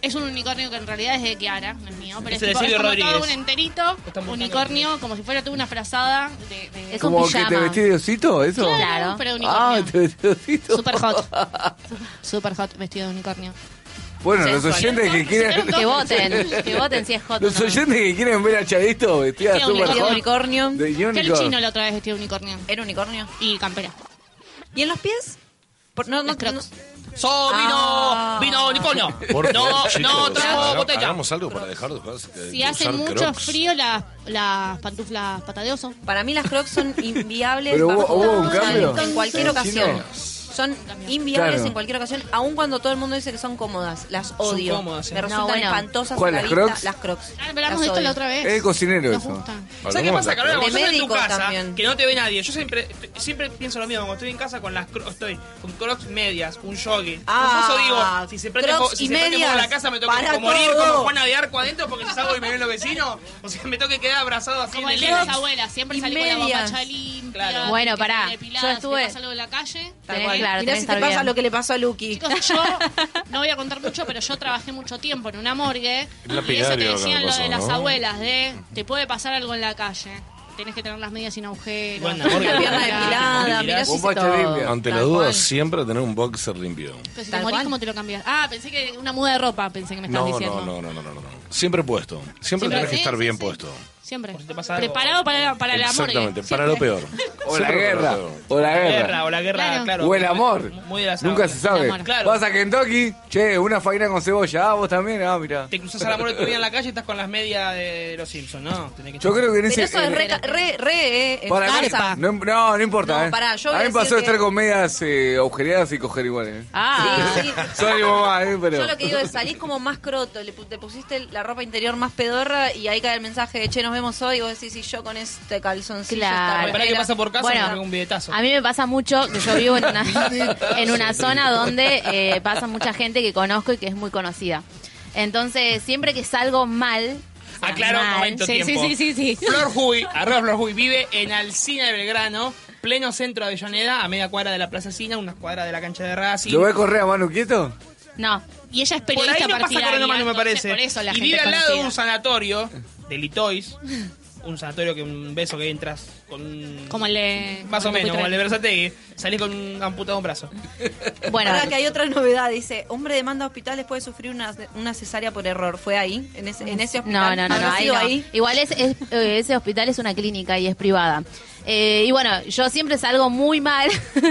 Speaker 5: Es un unicornio que en realidad es de Kiara, no es mío, pero es,
Speaker 6: Es de
Speaker 5: tipo- es
Speaker 6: Silvio
Speaker 5: como
Speaker 6: Rodríguez.
Speaker 5: todo un enterito, unicornio, como si fuera toda una frazada de, de-
Speaker 2: ¿Como que te vestís de osito? ¿Eso?
Speaker 5: Claro, pero de unicornio.
Speaker 2: Ah, te vestís de osito.
Speaker 5: Super hot. Super hot vestido de unicornio.
Speaker 2: Bueno, los oyentes que quieren...
Speaker 11: Que voten, que voten si es hot.
Speaker 2: Los oyentes que quieren ver a Chavito vestida
Speaker 5: Vestida de
Speaker 2: super
Speaker 5: unicornio.
Speaker 2: hot. De
Speaker 3: Unicornio.
Speaker 5: Que el chino
Speaker 2: unicornio.
Speaker 5: la otra vez vestido de unicornio.
Speaker 3: ¿Era unicornio?
Speaker 5: Y campera.
Speaker 3: ¿Y en los pies? Por- no, no, no-
Speaker 6: ¡So, vino!
Speaker 3: Ah.
Speaker 6: ¡Vino, unicornio!
Speaker 7: Por
Speaker 6: no,
Speaker 7: favor, chicos,
Speaker 6: no, trajo
Speaker 7: haga-
Speaker 6: botella.
Speaker 7: Hagamos algo para dejar de jugar. de-
Speaker 5: Si
Speaker 7: de
Speaker 5: hace
Speaker 7: usar
Speaker 5: mucho
Speaker 7: Crocs.
Speaker 5: frío, las las pantuflas pata de oso.
Speaker 3: Para mí las crocs son inviables
Speaker 2: Pero hubo-
Speaker 3: bajo-
Speaker 2: hubo un cambio.
Speaker 3: en cualquier
Speaker 2: Sí,
Speaker 3: ocasión.
Speaker 2: no.
Speaker 3: Son inviables
Speaker 2: Claro.
Speaker 3: en cualquier ocasión, aun cuando todo el mundo dice que son cómodas. Las
Speaker 6: Son
Speaker 3: odio.
Speaker 6: cómodas, sí.
Speaker 3: Me
Speaker 6: No,
Speaker 3: resultan
Speaker 6: bueno.
Speaker 3: espantosas
Speaker 2: ¿Cuál,
Speaker 3: a la
Speaker 2: las
Speaker 3: vista,
Speaker 2: Crocs?
Speaker 3: las crocs.
Speaker 5: Ah, hablamos de esto la otra vez.
Speaker 2: Es de cocinero
Speaker 5: Nos
Speaker 2: eso.
Speaker 5: gustan.
Speaker 6: ¿Sabes qué pasa, Carola?
Speaker 3: De
Speaker 6: Cuando estás en tu
Speaker 3: médico
Speaker 6: casa,
Speaker 3: también.
Speaker 6: que no te ve nadie. Yo siempre siempre pienso lo mismo. Cuando estoy en casa con las cro- estoy con crocs medias, un jogging.
Speaker 3: Ah,
Speaker 6: Por eso digo, si se prende,
Speaker 3: crocs
Speaker 6: fuego- si
Speaker 3: y
Speaker 6: se prende fuego
Speaker 3: medias.
Speaker 6: la casa me toca
Speaker 3: Para
Speaker 6: como morir
Speaker 3: todo.
Speaker 6: como Juana de Arco adentro porque si salgo y me ven los vecinos, o sea, me toca quedar abrazado así
Speaker 5: Como
Speaker 6: en
Speaker 5: el
Speaker 6: el
Speaker 5: de
Speaker 6: living.
Speaker 5: las abuelas, siempre
Speaker 3: Y
Speaker 5: salí con la
Speaker 3: medias.
Speaker 5: bombacha limpia.
Speaker 6: Claro.
Speaker 11: Bueno,
Speaker 5: que
Speaker 11: pará,
Speaker 5: tiene depilada,
Speaker 11: yo
Speaker 5: si te
Speaker 11: estuve-
Speaker 5: pasa algo en la calle.
Speaker 11: Tenés claro, tenés
Speaker 3: Mirá si
Speaker 11: que
Speaker 3: te
Speaker 11: estar
Speaker 3: pasa
Speaker 11: bien.
Speaker 3: lo que le pasó a Lucky.
Speaker 5: Chicos, yo no voy a contar mucho, pero yo trabajé mucho tiempo en una morgue. y
Speaker 7: El
Speaker 5: eso te
Speaker 7: lapidario que
Speaker 5: decían lo
Speaker 7: me pasó,
Speaker 5: de las
Speaker 7: ¿no?
Speaker 5: abuelas, de te puede pasar algo en la calle. Tenés que tener las medias sin agujeros.
Speaker 6: Bueno, la morgue-
Speaker 5: Claro.
Speaker 3: pierna depilada, mirá si se
Speaker 2: Bombacha limpia.
Speaker 7: Ante la
Speaker 5: Tal
Speaker 7: duda,
Speaker 5: cual.
Speaker 7: siempre tener un boxer limpio.
Speaker 5: Pero si te
Speaker 3: Tal
Speaker 5: morís,
Speaker 3: cual.
Speaker 5: ¿cómo te lo cambias? Ah, pensé que una muda de ropa, pensé que me estabas
Speaker 7: No, no,
Speaker 5: diciendo.
Speaker 7: no, no, no, no, no, no. Siempre puesto. Siempre,
Speaker 5: Siempre,
Speaker 7: tenés que
Speaker 5: sí,
Speaker 7: estar
Speaker 5: sí,
Speaker 7: bien
Speaker 5: sí.
Speaker 7: puesto.
Speaker 5: Siempre.
Speaker 6: te pasa algo.
Speaker 5: Preparado para la, para la morgue.
Speaker 7: Exactamente, para lo
Speaker 5: Siempre.
Speaker 7: peor.
Speaker 2: O la
Speaker 7: Siempre para lo
Speaker 2: guerra.
Speaker 7: peor.
Speaker 2: O la guerra.
Speaker 6: guerra, o la guerra,
Speaker 5: Claro.
Speaker 6: claro.
Speaker 2: O el amor.
Speaker 6: Muy de las
Speaker 2: Nunca
Speaker 6: abuelas.
Speaker 2: se sabe.
Speaker 5: El amor.
Speaker 6: Claro.
Speaker 2: Vas a Kentucky, che, una faina con cebolla. Ah, vos también, ah, mira.
Speaker 6: Te cruzas al amor de tu vida en la calle y estás con las medias de los Simpsons, ¿no? Tenés que
Speaker 2: Yo creo que en ese.
Speaker 3: Pero eso es
Speaker 2: en-
Speaker 3: re, re, re, eh, en
Speaker 2: para mí,
Speaker 3: casa.
Speaker 2: no, no, no importa,
Speaker 3: No,
Speaker 2: eh.
Speaker 3: pará, yo voy
Speaker 2: a mí
Speaker 3: a
Speaker 2: me pasó
Speaker 3: decir
Speaker 2: de estar
Speaker 3: que-
Speaker 2: con medias eh, agujereadas y coger iguales. Eh.
Speaker 11: Ah,
Speaker 3: Sí, sí.
Speaker 2: Sorry, mamá, eh, pero.
Speaker 3: Yo lo que digo es salís como más croto, le, pu- te pusiste la ropa interior más pedorra y ahí cae el mensaje de che, nos vemos hoy. Y vos decís, y yo con este calzoncillo.
Speaker 11: Claro.
Speaker 3: esta
Speaker 6: Esperá que
Speaker 3: remera".
Speaker 6: pasa por casa
Speaker 11: Bueno,
Speaker 6: y me pega un billetazo.
Speaker 11: A mí me pasa mucho que yo vivo en una, en una zona donde eh, pasa mucha gente que conozco y que es muy conocida. Entonces, siempre que salgo mal. o sea,
Speaker 6: Aclaro un
Speaker 11: mal,
Speaker 6: Ah, momento,
Speaker 5: Sí,
Speaker 6: tiempo.
Speaker 5: sí, sí, sí, sí.
Speaker 6: Flor Huy, arroba Flor Huy, vive en Alcina de Belgrano, pleno centro de Avellaneda, a media cuadra de la Plaza Cina, unas cuadras de la cancha de Racing.
Speaker 2: ¿Lo voy a correr a mano quieto?
Speaker 11: No,
Speaker 5: Y ella es
Speaker 6: por ahí
Speaker 5: periodista
Speaker 6: no pasa
Speaker 5: partidaria.
Speaker 6: corona mano, me
Speaker 5: entonces
Speaker 6: parece.
Speaker 5: Por eso la
Speaker 6: y
Speaker 5: gente
Speaker 6: vive
Speaker 5: es
Speaker 6: al lado de
Speaker 5: conocida.
Speaker 6: un sanatorio de Litois, un sanatorio que un beso que entras con un-
Speaker 5: Como el de...
Speaker 6: más o
Speaker 5: como el
Speaker 6: menos,
Speaker 5: de
Speaker 6: como el de Versategui, salís con un amputado un brazo.
Speaker 11: bueno.
Speaker 3: Ahora que hay otra novedad, dice, hombre demanda a hospital después de sufrir una, una cesárea por error. ¿Fue ahí? ¿En ese, en ese
Speaker 11: No, no,
Speaker 3: hospital?
Speaker 11: no, no,
Speaker 3: ¿Habrá
Speaker 11: ahí
Speaker 3: sido
Speaker 11: no.
Speaker 3: ahí?
Speaker 11: Igual es, es- eh, ese hospital es una clínica y es privada. Eh, y bueno, yo siempre salgo muy mal,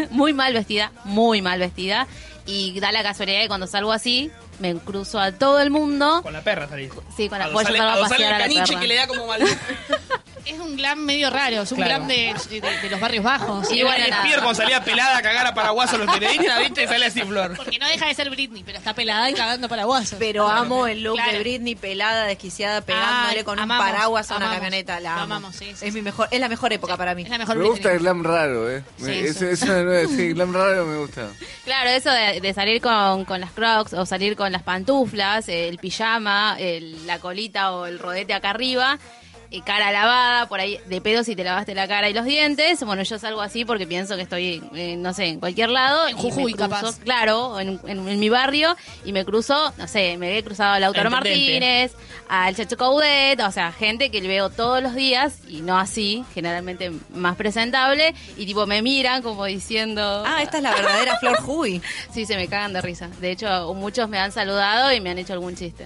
Speaker 11: muy mal vestida, muy mal vestida. Y da la casualidad que cuando salgo así, me cruzo a todo el mundo.
Speaker 6: Con la perra salís.
Speaker 11: Sí, con la
Speaker 6: A
Speaker 11: voy a
Speaker 6: Dosale-
Speaker 11: llevarla
Speaker 6: a
Speaker 11: a
Speaker 6: Dosale
Speaker 11: pasear a la
Speaker 6: Caniche
Speaker 11: perra.
Speaker 6: que le da como mal.
Speaker 5: Es un glam medio raro, es un
Speaker 6: Claro.
Speaker 5: glam de, de- de los barrios bajos.
Speaker 6: Y bueno, el Pierre cuando salía pelada a cagar a Paraguas a los periodistas, ¿viste? Sale así flor.
Speaker 5: Porque no deja de ser Britney, pero está pelada y cagando paraguas.
Speaker 3: Pero amo el look de Britney pelada, desquiciada, pegándole
Speaker 5: Ah,
Speaker 3: con
Speaker 5: amamos,
Speaker 3: un paraguas a una
Speaker 5: amamos.
Speaker 3: camioneta. La
Speaker 5: Lo
Speaker 3: amo.
Speaker 5: amamos, sí,
Speaker 3: es mi mejor, es la mejor época para mí. Es la
Speaker 2: Me gusta el glam raro, ¿eh? Me-
Speaker 3: Sí,
Speaker 2: ese-
Speaker 3: sí.
Speaker 2: esa de nuevo, sí, glam raro me gusta.
Speaker 11: Claro, eso de, de salir con, con las crocs o salir con las pantuflas, eh, el pijama, el- la colita o el rodete acá arriba, eh, cara lavada, por ahí de pedo si te lavaste la cara y los dientes. Bueno, yo salgo así porque pienso que estoy, eh, no sé, en cualquier lado. y me
Speaker 5: Jujuy,
Speaker 11: cruzo,
Speaker 5: capaz.
Speaker 11: Claro, en, en- en mi barrio y me cruzo, no sé, me he cruzado a Lautaro
Speaker 5: Al intendente.
Speaker 11: Martínez, al Chacho Caudet, o sea, gente que le veo todos los días y no así, generalmente más presentable y tipo me miran como diciendo...
Speaker 3: Ah, esta es la verdadera Flor Jubi.
Speaker 11: Sí, se me cagan de risa. De hecho, muchos me han saludado y me han hecho algún chiste.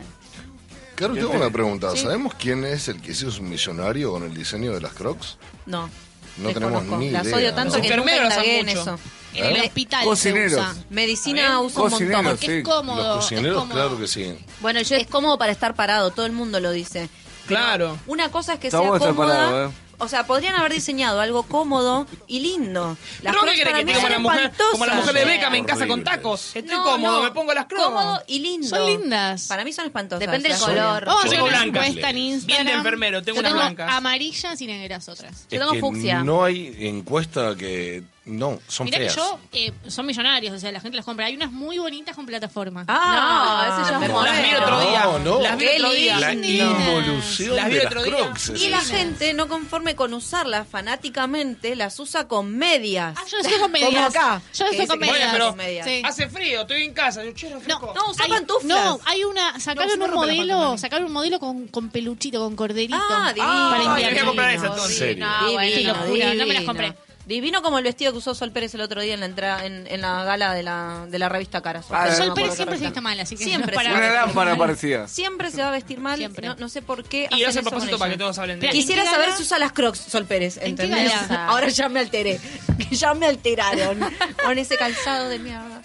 Speaker 7: Caro, tengo una pregunta.
Speaker 11: Sí.
Speaker 7: ¿Sabemos quién es el que hizo un millonario con el diseño de las Crocs?
Speaker 3: No.
Speaker 7: No tenemos
Speaker 3: desconozco.
Speaker 7: ni idea.
Speaker 3: Las odio tanto
Speaker 7: ¿no?
Speaker 3: que nunca
Speaker 6: Enfermeros
Speaker 3: indagué en
Speaker 6: usan mucho.
Speaker 3: eso.
Speaker 7: En el ¿Eh? hospital se
Speaker 2: Cocineros.
Speaker 7: usa.
Speaker 3: Medicina usa un montón.
Speaker 7: Cocineros, sí. Los cocineros, claro que sí.
Speaker 3: Bueno, yo es cómodo para estar parado, todo el mundo lo dice.
Speaker 6: Claro.
Speaker 3: Una cosa es que
Speaker 2: Está bueno
Speaker 3: sea
Speaker 2: estar
Speaker 3: cómoda.
Speaker 2: parado, ¿eh?
Speaker 3: O sea, podrían haber diseñado algo cómodo y lindo. Las
Speaker 6: Pero no
Speaker 3: Crocs
Speaker 6: quiere
Speaker 3: para
Speaker 6: que
Speaker 3: mí
Speaker 6: te como
Speaker 3: son
Speaker 6: la mujer,
Speaker 3: espantosas.
Speaker 6: como la mujer de Beckham en casa con tacos. Estoy cómodo, me pongo las crocs.
Speaker 3: Cómodo y lindo.
Speaker 5: Son lindas.
Speaker 3: Para mí son espantosas.
Speaker 11: Depende del
Speaker 3: las
Speaker 11: color.
Speaker 5: Vamos a hacer
Speaker 6: Tengo
Speaker 5: una
Speaker 6: blancas.
Speaker 5: encuesta en Instagram.
Speaker 6: Bien de enfermero, tengo
Speaker 5: Yo
Speaker 6: unas blancas.
Speaker 5: amarillas y negras otras.
Speaker 7: Es que No hay encuesta que. No, son
Speaker 5: Mirá
Speaker 7: feas.
Speaker 5: que yo, eh, son millonarios, o sea, la gente las compra. Hay unas muy bonitas con plataforma.
Speaker 3: Ah, No, ese ya es
Speaker 7: No,
Speaker 3: Las vi otro
Speaker 5: día.
Speaker 7: No, no.
Speaker 5: Las vi Qué otro día.
Speaker 7: La
Speaker 5: lindas.
Speaker 7: involución
Speaker 5: Las vi
Speaker 7: de las
Speaker 5: otro día.
Speaker 7: Crocs. es
Speaker 3: Y la
Speaker 7: eso.
Speaker 3: gente, no conforme con usarlas fanáticamente, las usa con medias.
Speaker 5: Ah, yo las uso con medias.
Speaker 3: Como acá.
Speaker 5: Yo las
Speaker 3: que
Speaker 5: uso con
Speaker 3: dice que
Speaker 5: medias.
Speaker 3: usa
Speaker 6: Bueno,
Speaker 3: con medias.
Speaker 5: Sí.
Speaker 6: Hace frío, estoy en casa. Yo, che, refresco.
Speaker 3: No, usa
Speaker 5: Hay-
Speaker 3: pantuflas.
Speaker 5: No, hay una. Sacaron
Speaker 3: No,
Speaker 5: un
Speaker 3: no rompe las
Speaker 5: modelo,
Speaker 3: pantuflas.
Speaker 5: sacaron un modelo con, con peluchito, con corderito.
Speaker 3: Ah, divino.
Speaker 5: para
Speaker 6: Ah,
Speaker 5: invierno.
Speaker 6: quería comprar esa
Speaker 7: ¿En
Speaker 6: entonces.
Speaker 7: serio?
Speaker 11: No, bueno,
Speaker 5: Te lo juro, no me las compré.
Speaker 3: Divino como el vestido que usó Sol Pérez el otro día en la entrada, en, en la gala de la, de la revista Caras.
Speaker 2: Ah, no me
Speaker 5: Sol Pérez
Speaker 2: acuerdo
Speaker 5: siempre se
Speaker 3: la
Speaker 5: viste mal, así que.
Speaker 3: Siempre
Speaker 5: no
Speaker 3: se
Speaker 5: para-
Speaker 2: Una lámpara parecía.
Speaker 3: Siempre se va a vestir mal,
Speaker 5: Siempre.
Speaker 3: no, no sé por qué.
Speaker 6: Y lo
Speaker 3: hacen
Speaker 6: hace a
Speaker 3: eso con
Speaker 6: propósito para
Speaker 3: ella.
Speaker 6: que todos hablen de
Speaker 5: Pero-
Speaker 6: él.
Speaker 3: Quisiera
Speaker 5: ¿En qué
Speaker 3: saber
Speaker 5: gala?
Speaker 3: si usa las Crocs, Sol Pérez,
Speaker 5: ¿En qué
Speaker 3: ¿entendés?
Speaker 5: gala?
Speaker 3: Ahora ya me alteré, que ya me alteraron con ese calzado de mierda.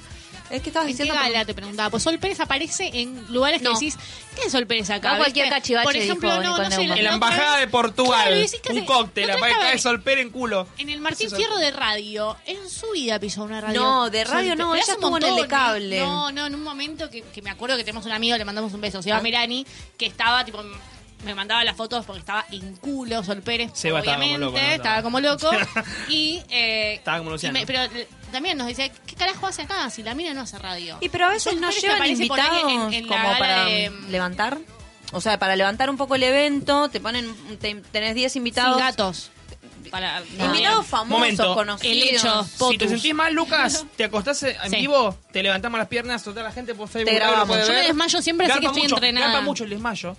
Speaker 3: Es que estabas
Speaker 5: ¿En qué
Speaker 3: diciendo...
Speaker 5: gala te preguntaba? Pues Sol Pérez aparece en lugares
Speaker 11: No.
Speaker 5: que decís, ¿qué es Sol Pérez acá?
Speaker 11: No, cualquier
Speaker 5: ¿Viste?
Speaker 11: cachivache,
Speaker 5: Por ejemplo,
Speaker 11: dijo
Speaker 5: no,
Speaker 11: Nicole
Speaker 5: no sé,
Speaker 11: Neumann.
Speaker 6: En la
Speaker 5: otra
Speaker 6: embajada
Speaker 5: vez-
Speaker 6: de Portugal,
Speaker 5: Claro, y decís que
Speaker 6: un
Speaker 5: hace-
Speaker 6: cóctel,
Speaker 5: la otra
Speaker 6: aparte
Speaker 5: vez
Speaker 6: cae
Speaker 5: estaba
Speaker 6: Sol Pérez en culo.
Speaker 5: En el Martín
Speaker 6: Eso-
Speaker 5: Fierro de radio, en su vida pisó una radio.
Speaker 3: No, de radio
Speaker 5: Sol-
Speaker 3: no,
Speaker 5: pero
Speaker 3: ella
Speaker 5: hace un
Speaker 3: estuvo en el
Speaker 5: montón,
Speaker 3: de cable.
Speaker 5: ¿eh? No, no, en un momento que, que me acuerdo que tenemos un amigo, le mandamos un beso,
Speaker 3: Ah.
Speaker 5: Seba Merani, que estaba tipo... m- Me mandaba las fotos porque estaba en culo, Sol Pérez,
Speaker 6: Seba estaba como
Speaker 5: obviamente,
Speaker 6: loco, ¿no?
Speaker 5: estaba como loco. y, eh,
Speaker 6: Estaba como
Speaker 5: y
Speaker 6: Luciano.
Speaker 5: me- pero eh, también nos decía, ¿qué carajo hace acá si la mina no hace radio?
Speaker 3: Y pero a veces
Speaker 5: Sol
Speaker 3: no
Speaker 5: Pérez
Speaker 3: llevan
Speaker 5: aparece por ahí
Speaker 3: invitados
Speaker 5: en- en la
Speaker 3: como
Speaker 5: gala
Speaker 3: para mm,
Speaker 5: de-
Speaker 3: levantar. O sea, para levantar un poco el evento, te ponen, te- tenés 10 invitados.
Speaker 5: Sí, gatos. Para,
Speaker 3: Invitados famosos,
Speaker 6: Momento.
Speaker 3: conocidos.
Speaker 5: Helechos,
Speaker 6: Si te
Speaker 5: potus.
Speaker 6: sentís mal, Lucas, te acostás en
Speaker 5: Sí.
Speaker 6: vivo, te levantás más las piernas, total la gente por Facebook.
Speaker 3: Te
Speaker 6: Live lo
Speaker 3: grabamos.
Speaker 6: puede
Speaker 5: Yo me
Speaker 6: ver.
Speaker 5: desmayo siempre, así
Speaker 6: Garpa
Speaker 5: que estoy
Speaker 6: mucho,
Speaker 5: entrenada.
Speaker 6: garpa mucho el desmayo.
Speaker 7: Vos,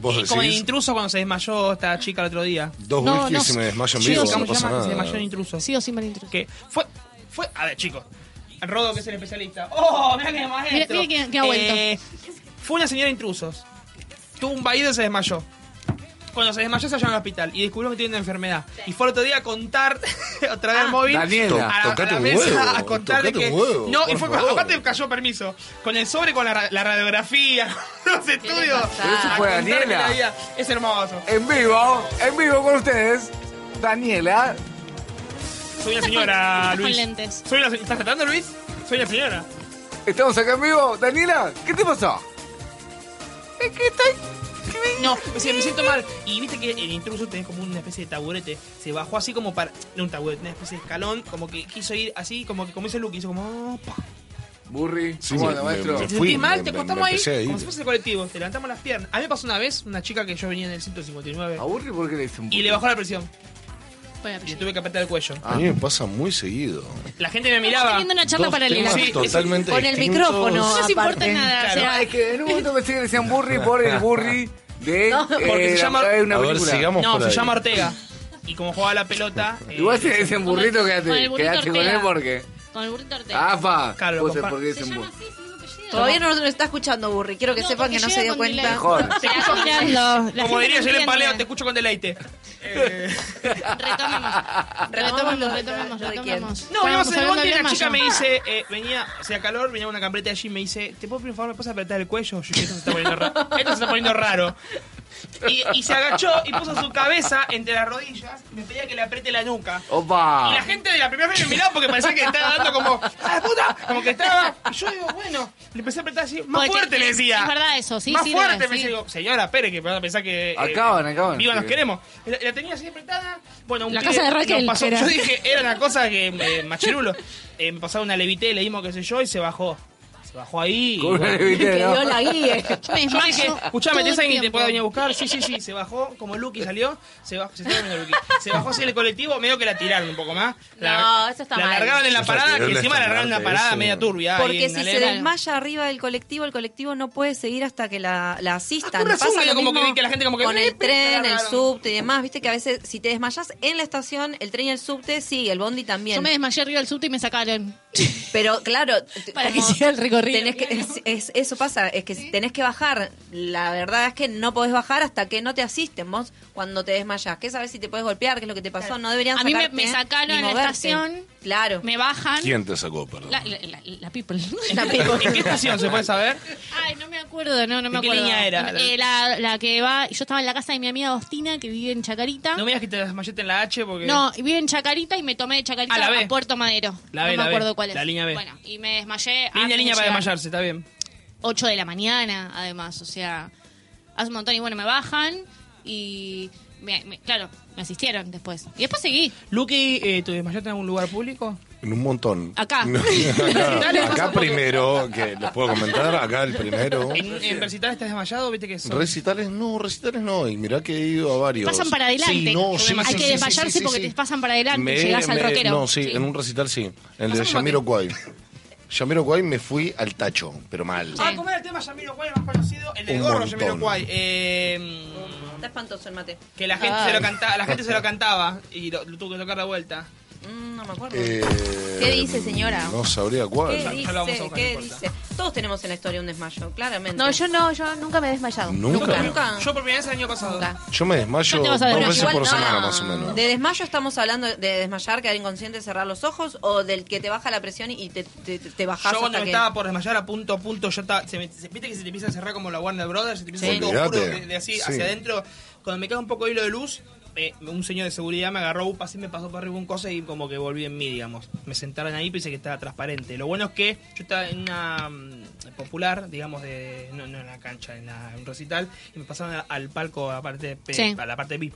Speaker 7: vos
Speaker 6: Y como en
Speaker 7: decís,
Speaker 6: intruso cuando se desmayó esta chica el otro día.
Speaker 7: dos
Speaker 5: No,
Speaker 7: whisky
Speaker 5: no,
Speaker 7: y se me desmayo en
Speaker 6: Sí,
Speaker 7: vivo,
Speaker 6: ¿cómo
Speaker 7: no
Speaker 6: se
Speaker 7: pasa
Speaker 6: llama? Que se
Speaker 7: nada.
Speaker 6: desmayó en intruso.
Speaker 5: Sí o sí, María Intruso.
Speaker 6: Que fue, fue. A ver, chicos. Rodo, que es el especialista. ¡Oh! Mirá que maestro.
Speaker 5: Mirá- mirá quién- quién ha vuelto.
Speaker 6: Eh, fue una señora de intrusos. Tuvo un vaído y se desmayó. Cuando se desmayó, se llevó al hospital y descubrió que tiene una enfermedad. Y fue el otro día a contar, otra vez al móvil.
Speaker 2: Daniela.
Speaker 6: a la- a la
Speaker 7: Tocate un
Speaker 6: mesa
Speaker 7: huevo,
Speaker 6: A contar de
Speaker 7: tocate
Speaker 6: que.
Speaker 7: un huevo,
Speaker 6: no, y
Speaker 7: por
Speaker 6: fue.
Speaker 7: favor.
Speaker 6: Aparte, cayó permiso. Con el sobre, con la, ra- la radiografía, con los estudios.
Speaker 2: Pero eso
Speaker 6: A
Speaker 2: fue
Speaker 6: contar que
Speaker 2: Daniela.
Speaker 6: la vida- Es hermoso.
Speaker 2: En vivo, en vivo con ustedes, Daniela.
Speaker 6: Soy una señora,
Speaker 5: Con
Speaker 6: Luis.
Speaker 5: lentes.
Speaker 6: Soy una, se- ¿Estás tratando, Luis? Soy una señora.
Speaker 2: Estamos acá en vivo. Daniela, ¿qué te pasó? Es que estoy...
Speaker 6: No, me decía, me siento mal. Y viste que el intruso tenés como una especie de taburete. Se bajó así como para. No un taburete, una especie de escalón. Como que quiso ir así, como que como hizo Luke. Hizo como. "Oh, pa".
Speaker 2: Burri,
Speaker 7: Sí,
Speaker 2: ¿cómo
Speaker 7: me-
Speaker 2: anda,
Speaker 7: me-
Speaker 2: maestro?
Speaker 7: me-
Speaker 6: Te
Speaker 7: Fui,
Speaker 6: sentís mal, te
Speaker 7: me-
Speaker 6: acostamos
Speaker 7: me
Speaker 6: ahí.
Speaker 7: empecé a ir.
Speaker 6: Como si fuese el colectivo. Te levantamos las piernas. A mí me pasó una vez una chica que yo venía en el 159
Speaker 2: ¿A Burri por qué le dicen Burri?
Speaker 6: y le bajó la presión.
Speaker 5: Bueno,
Speaker 6: Y le tuve que apretar el cuello.
Speaker 7: A mí me pasa muy seguido.
Speaker 6: La gente me
Speaker 5: Estamos
Speaker 6: miraba.
Speaker 5: teniendo una charla
Speaker 7: Dos
Speaker 5: paralela.
Speaker 7: temas
Speaker 5: Sí.
Speaker 7: totalmente
Speaker 3: Con el
Speaker 7: distintos.
Speaker 3: micrófono.
Speaker 5: No nos importa
Speaker 3: aparte.
Speaker 5: nada.
Speaker 6: Claro.
Speaker 5: o sea,
Speaker 2: Ah, es que en un momento pensé que le decían Burri por el Burri de...
Speaker 3: No,
Speaker 6: porque
Speaker 2: eh,
Speaker 6: se llama-
Speaker 2: la- de una
Speaker 7: A ver,
Speaker 2: película.
Speaker 7: sigamos
Speaker 6: No,
Speaker 7: por
Speaker 6: se
Speaker 7: ahí.
Speaker 6: llama Ortega. Y como jugaba la pelota. eh,
Speaker 2: Igual si le dicen burrito,
Speaker 5: Con el
Speaker 2: quédate,
Speaker 5: burrito
Speaker 2: quédate con
Speaker 5: Ortega.
Speaker 2: él porque...
Speaker 5: con el burrito Ortega.
Speaker 2: ¡Afa!
Speaker 6: Claro,
Speaker 2: Vos sabés
Speaker 6: compa-
Speaker 2: por qué
Speaker 5: se
Speaker 2: dicen
Speaker 5: llama
Speaker 2: burri.
Speaker 5: así, se llama apellido.
Speaker 3: Todavía no nos está escuchando Burri, quiero que sepan que no se dio cuenta.
Speaker 6: Como diría yo en paleo, te escucho con deleite.
Speaker 3: Retomemos,
Speaker 5: retomemos, retomemos.
Speaker 6: No, veníamos en el
Speaker 5: pues hablando
Speaker 6: bondi y
Speaker 5: bien
Speaker 6: una chica
Speaker 5: mayor.
Speaker 6: me dice, eh, venía, hacía calor, venía una campereta allí y me dice, ¿te puedo pedir un favor, me puedes apretar el cuello? Yo dije, esto se está poniendo raro. Esto se está poniendo raro. Y, y se agachó y puso su cabeza entre las rodillas y me pedía que le apriete la nuca. Y la
Speaker 2: ¡Opa!
Speaker 6: gente de la primera vez me miraba porque parecía que estaba dando como, ¡ah, la puta! Como que estaba. Y yo digo, bueno, le empecé a apretar así, más
Speaker 5: Porque
Speaker 6: fuerte
Speaker 5: es-
Speaker 6: le decía.
Speaker 5: es verdad eso, sí,
Speaker 6: Más
Speaker 5: sí,
Speaker 6: fuerte
Speaker 5: debe,
Speaker 6: me
Speaker 5: sí.
Speaker 6: decía, digo, señora, Pérez, que van a pensar que. eh,
Speaker 2: Acaban, acaban.
Speaker 6: Viva, nos
Speaker 2: Sí.
Speaker 6: queremos. Y La, la tenía así apretada. Bueno, un
Speaker 5: La
Speaker 6: pibe
Speaker 5: casa de Raquel,
Speaker 6: nos pasó.
Speaker 5: era.
Speaker 6: Yo dije, era una cosa que. eh, machirulo. Eh, me pasaba una levité, le dimos qué sé yo, y se bajó. Se bajó ahí. y
Speaker 2: Con una
Speaker 6: bueno.
Speaker 2: levité, Que ¿no? Dios
Speaker 5: la guíe. Yo me
Speaker 6: Yo dije,
Speaker 5: desmayo
Speaker 6: escuchame,
Speaker 5: todo el
Speaker 6: ¿tenés alguien que te
Speaker 5: tiempo.
Speaker 6: pueda venir a buscar? Sí, sí, sí. Se bajó, como Lucky salió, se bajó, se, estaba viendo Lucky. se bajó así el colectivo, medio que la tiraron un poco más. La-
Speaker 14: No, eso está
Speaker 6: la
Speaker 14: mal.
Speaker 6: largaban en la
Speaker 7: O sea,
Speaker 6: parada,
Speaker 7: que
Speaker 6: que
Speaker 7: era
Speaker 6: encima
Speaker 7: la
Speaker 6: largaron en la
Speaker 7: estandarte,
Speaker 6: parada
Speaker 7: eso.
Speaker 6: media turbia. ahí
Speaker 3: Porque
Speaker 6: en
Speaker 3: si se
Speaker 6: Alem.
Speaker 3: desmaya arriba del colectivo, el colectivo no puede seguir hasta que la, la asistan.
Speaker 6: Ah, con razón,
Speaker 3: Pasa
Speaker 6: era
Speaker 3: lo
Speaker 6: como que
Speaker 3: mismo
Speaker 6: vi que la gente como que,
Speaker 3: Con
Speaker 6: "Eh,
Speaker 3: el
Speaker 6: pero
Speaker 3: tren,
Speaker 6: está
Speaker 3: el
Speaker 6: raro".
Speaker 3: subte y demás, viste que a veces si te desmayas en la estación, el tren y el subte sigue, el bondi también.
Speaker 5: Yo me desmayé arriba del subte y me sacaron.
Speaker 3: Pero claro, t-
Speaker 5: Para que
Speaker 3: como
Speaker 5: siga el recorrido,
Speaker 3: tenés que- es- es- eso pasa, es que tenés que bajar. La verdad es que no podés bajar hasta que no te asisten vos cuando te desmayas. ¿Qué sabés si te podés golpear? ¿Qué es lo que te pasó? No deberían
Speaker 5: A mí me-
Speaker 3: sacarte,
Speaker 5: me sacaron
Speaker 3: ni
Speaker 5: en la
Speaker 3: moverte.
Speaker 5: estación.
Speaker 3: Claro.
Speaker 5: Me bajan.
Speaker 7: ¿Quién te sacó, perdón?
Speaker 5: La, la, la- la people.
Speaker 6: ¿En qué estación se puede saber?
Speaker 5: Ay, no me acuerdo, no, no me
Speaker 6: ¿De qué
Speaker 5: acuerdo.
Speaker 6: línea era?
Speaker 5: Eh, la, la que va. Yo estaba en la casa de mi amiga Agostina, que vive en Chacarita.
Speaker 6: No me digas que te desmayaste en la H porque.
Speaker 5: No, y vive en Chacarita y me tomé de Chacarita
Speaker 6: Ah, la B.
Speaker 5: a Puerto Madero.
Speaker 6: La B,
Speaker 5: no
Speaker 6: la B,
Speaker 5: me acuerdo cuál es.
Speaker 6: la línea B.
Speaker 5: Bueno, y me desmayé. antes
Speaker 6: Línea,
Speaker 5: de
Speaker 6: línea para
Speaker 5: llegar.
Speaker 6: desmayarse, está bien.
Speaker 5: 8 de la mañana, además, o sea, hace un montón y bueno, me bajan y, me- me- claro, me asistieron después. Y después seguí,
Speaker 6: Lucky, eh, ¿te desmayaste en algún lugar público?
Speaker 7: En un montón.
Speaker 5: acá.
Speaker 7: No,
Speaker 6: Dale,
Speaker 7: acá,
Speaker 6: pasa
Speaker 7: acá
Speaker 6: un poco.
Speaker 7: primero, que les puedo comentar, acá el primero.
Speaker 6: ¿En, en Versitales estás desmayado? ¿Viste que son?
Speaker 7: Recitales no, recitales no, y mirá que he ido a varios.
Speaker 5: pasan para adelante,
Speaker 7: Sí, no, sí,
Speaker 5: hay
Speaker 7: sí,
Speaker 5: que
Speaker 7: sí, sí,
Speaker 5: desmayarse
Speaker 7: sí, sí,
Speaker 5: porque
Speaker 7: sí.
Speaker 5: te pasan para adelante,
Speaker 7: Me-
Speaker 5: llegás al
Speaker 7: me-
Speaker 5: rockero.
Speaker 7: No, sí,
Speaker 5: Sí.
Speaker 7: en un recital sí. En el de
Speaker 6: Pasame un
Speaker 7: Yamiroquai. Yamiroquai me fui al tacho, pero mal.
Speaker 6: Ah, ¿cómo era el tema Yamiroquai más conocido? El del
Speaker 7: Un
Speaker 6: gorro
Speaker 7: montón.
Speaker 6: Yamiroquai. Eh,
Speaker 3: Está espantoso el mate.
Speaker 6: que la gente, se lo, canta, la gente se lo cantaba y lo, lo tuvo que tocar de vuelta.
Speaker 3: Mm, no me acuerdo.
Speaker 7: Eh,
Speaker 14: ¿Qué dice, señora?
Speaker 7: No sabría
Speaker 3: ¿Qué
Speaker 7: cuál.
Speaker 3: dice?
Speaker 6: Ya lo vamos a buscar,
Speaker 3: ¿Qué
Speaker 6: no importa.
Speaker 3: dice? Todos tenemos en la historia un desmayo, claramente.
Speaker 14: No, yo no, yo nunca me he desmayado.
Speaker 7: Nunca.
Speaker 3: Nunca.
Speaker 6: Yo por primera vez el año pasado.
Speaker 14: Nunca.
Speaker 7: Yo me desmayo
Speaker 5: No te
Speaker 7: dos
Speaker 5: vas a desmayar.
Speaker 7: veces
Speaker 3: Igual
Speaker 7: por
Speaker 3: no.
Speaker 7: semana, más o menos.
Speaker 3: De desmayo estamos hablando de desmayar, quedar inconsciente, cerrar los ojos o del que te baja la presión y te, te, te bajás
Speaker 6: Yo cuando
Speaker 3: hasta
Speaker 6: me
Speaker 3: que...
Speaker 6: estaba por desmayar a punto a punto, yo estaba, se me- se- viste que se te empieza a cerrar como la Warner Brothers, se te empieza a
Speaker 7: Sí.
Speaker 6: hacer todo oscuro
Speaker 7: Olvídate.
Speaker 6: de, de así
Speaker 7: Sí.
Speaker 6: hacia adentro. Cuando me queda un poco de hilo de luz, eh, un señor de seguridad me agarró un así, me pasó por arriba un cosa y como que volví en mí, digamos. Me sentaron ahí, pensé que estaba transparente. Lo bueno es que yo estaba en una mm, popular, digamos, de, no, no en la cancha, en, la- en un recital, y me pasaron a- al palco a la parte, de-
Speaker 5: Sí.
Speaker 6: a la parte VIP.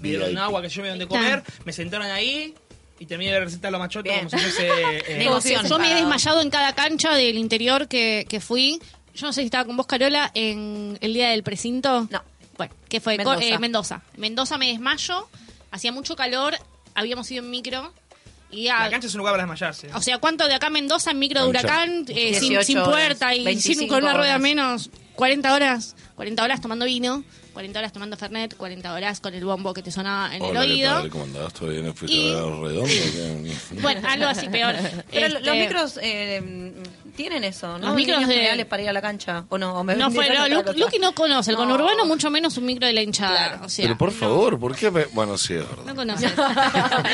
Speaker 6: Me dieron agua, que yo me donde comer, me sentaron ahí y terminé de recitar los machotes
Speaker 3: Bien.
Speaker 6: como si fuese... eh,
Speaker 3: Emoción.
Speaker 5: Yo me he desmayado en cada cancha del interior que, que fui. Yo no sé si estaba con vos, Carola, en el día del precinto.
Speaker 3: No.
Speaker 5: Bueno, que fue Co-
Speaker 3: Mendoza.
Speaker 5: eh, Mendoza. Mendoza me desmayo, hacía mucho calor, habíamos ido en micro. Y a-
Speaker 6: La cancha es un lugar para desmayarse.
Speaker 5: O sea, ¿cuánto de acá a Mendoza en micro de
Speaker 7: Cancha.
Speaker 5: huracán? eh, sin,
Speaker 3: 18
Speaker 5: sin
Speaker 3: horas,
Speaker 5: puerta y sin,
Speaker 3: 25
Speaker 5: con una rueda
Speaker 3: horas.
Speaker 5: menos. 40 horas. 40 horas tomando vino, 40 horas tomando Fernet, 40 horas con el bombo que te sonaba en
Speaker 7: Hola,
Speaker 5: el
Speaker 7: ¿qué
Speaker 5: oído.
Speaker 7: tal? ¿Cómo andás? ¿Todo bien? ¿Fuiste
Speaker 5: Y-
Speaker 7: a ver redondo? ¿Qué?
Speaker 5: Bueno, algo así peor.
Speaker 3: Pero lo-
Speaker 5: Este,
Speaker 3: los micros eh, tienen eso, ¿no?
Speaker 5: Los micros
Speaker 3: Líneas
Speaker 5: de-
Speaker 3: generales para ir a la cancha. ¿O no? ¿O me
Speaker 5: No fue,
Speaker 3: vendieron
Speaker 5: no,
Speaker 3: otra
Speaker 5: Lu-
Speaker 3: cosa?
Speaker 5: Luqui no conoce, el
Speaker 3: No.
Speaker 5: conurbano mucho menos un micro de la hinchada. O sea,
Speaker 7: Pero por
Speaker 5: no,
Speaker 7: favor, ¿por qué? me- Bueno, sí, es
Speaker 5: No,
Speaker 7: verdad.
Speaker 5: conoce.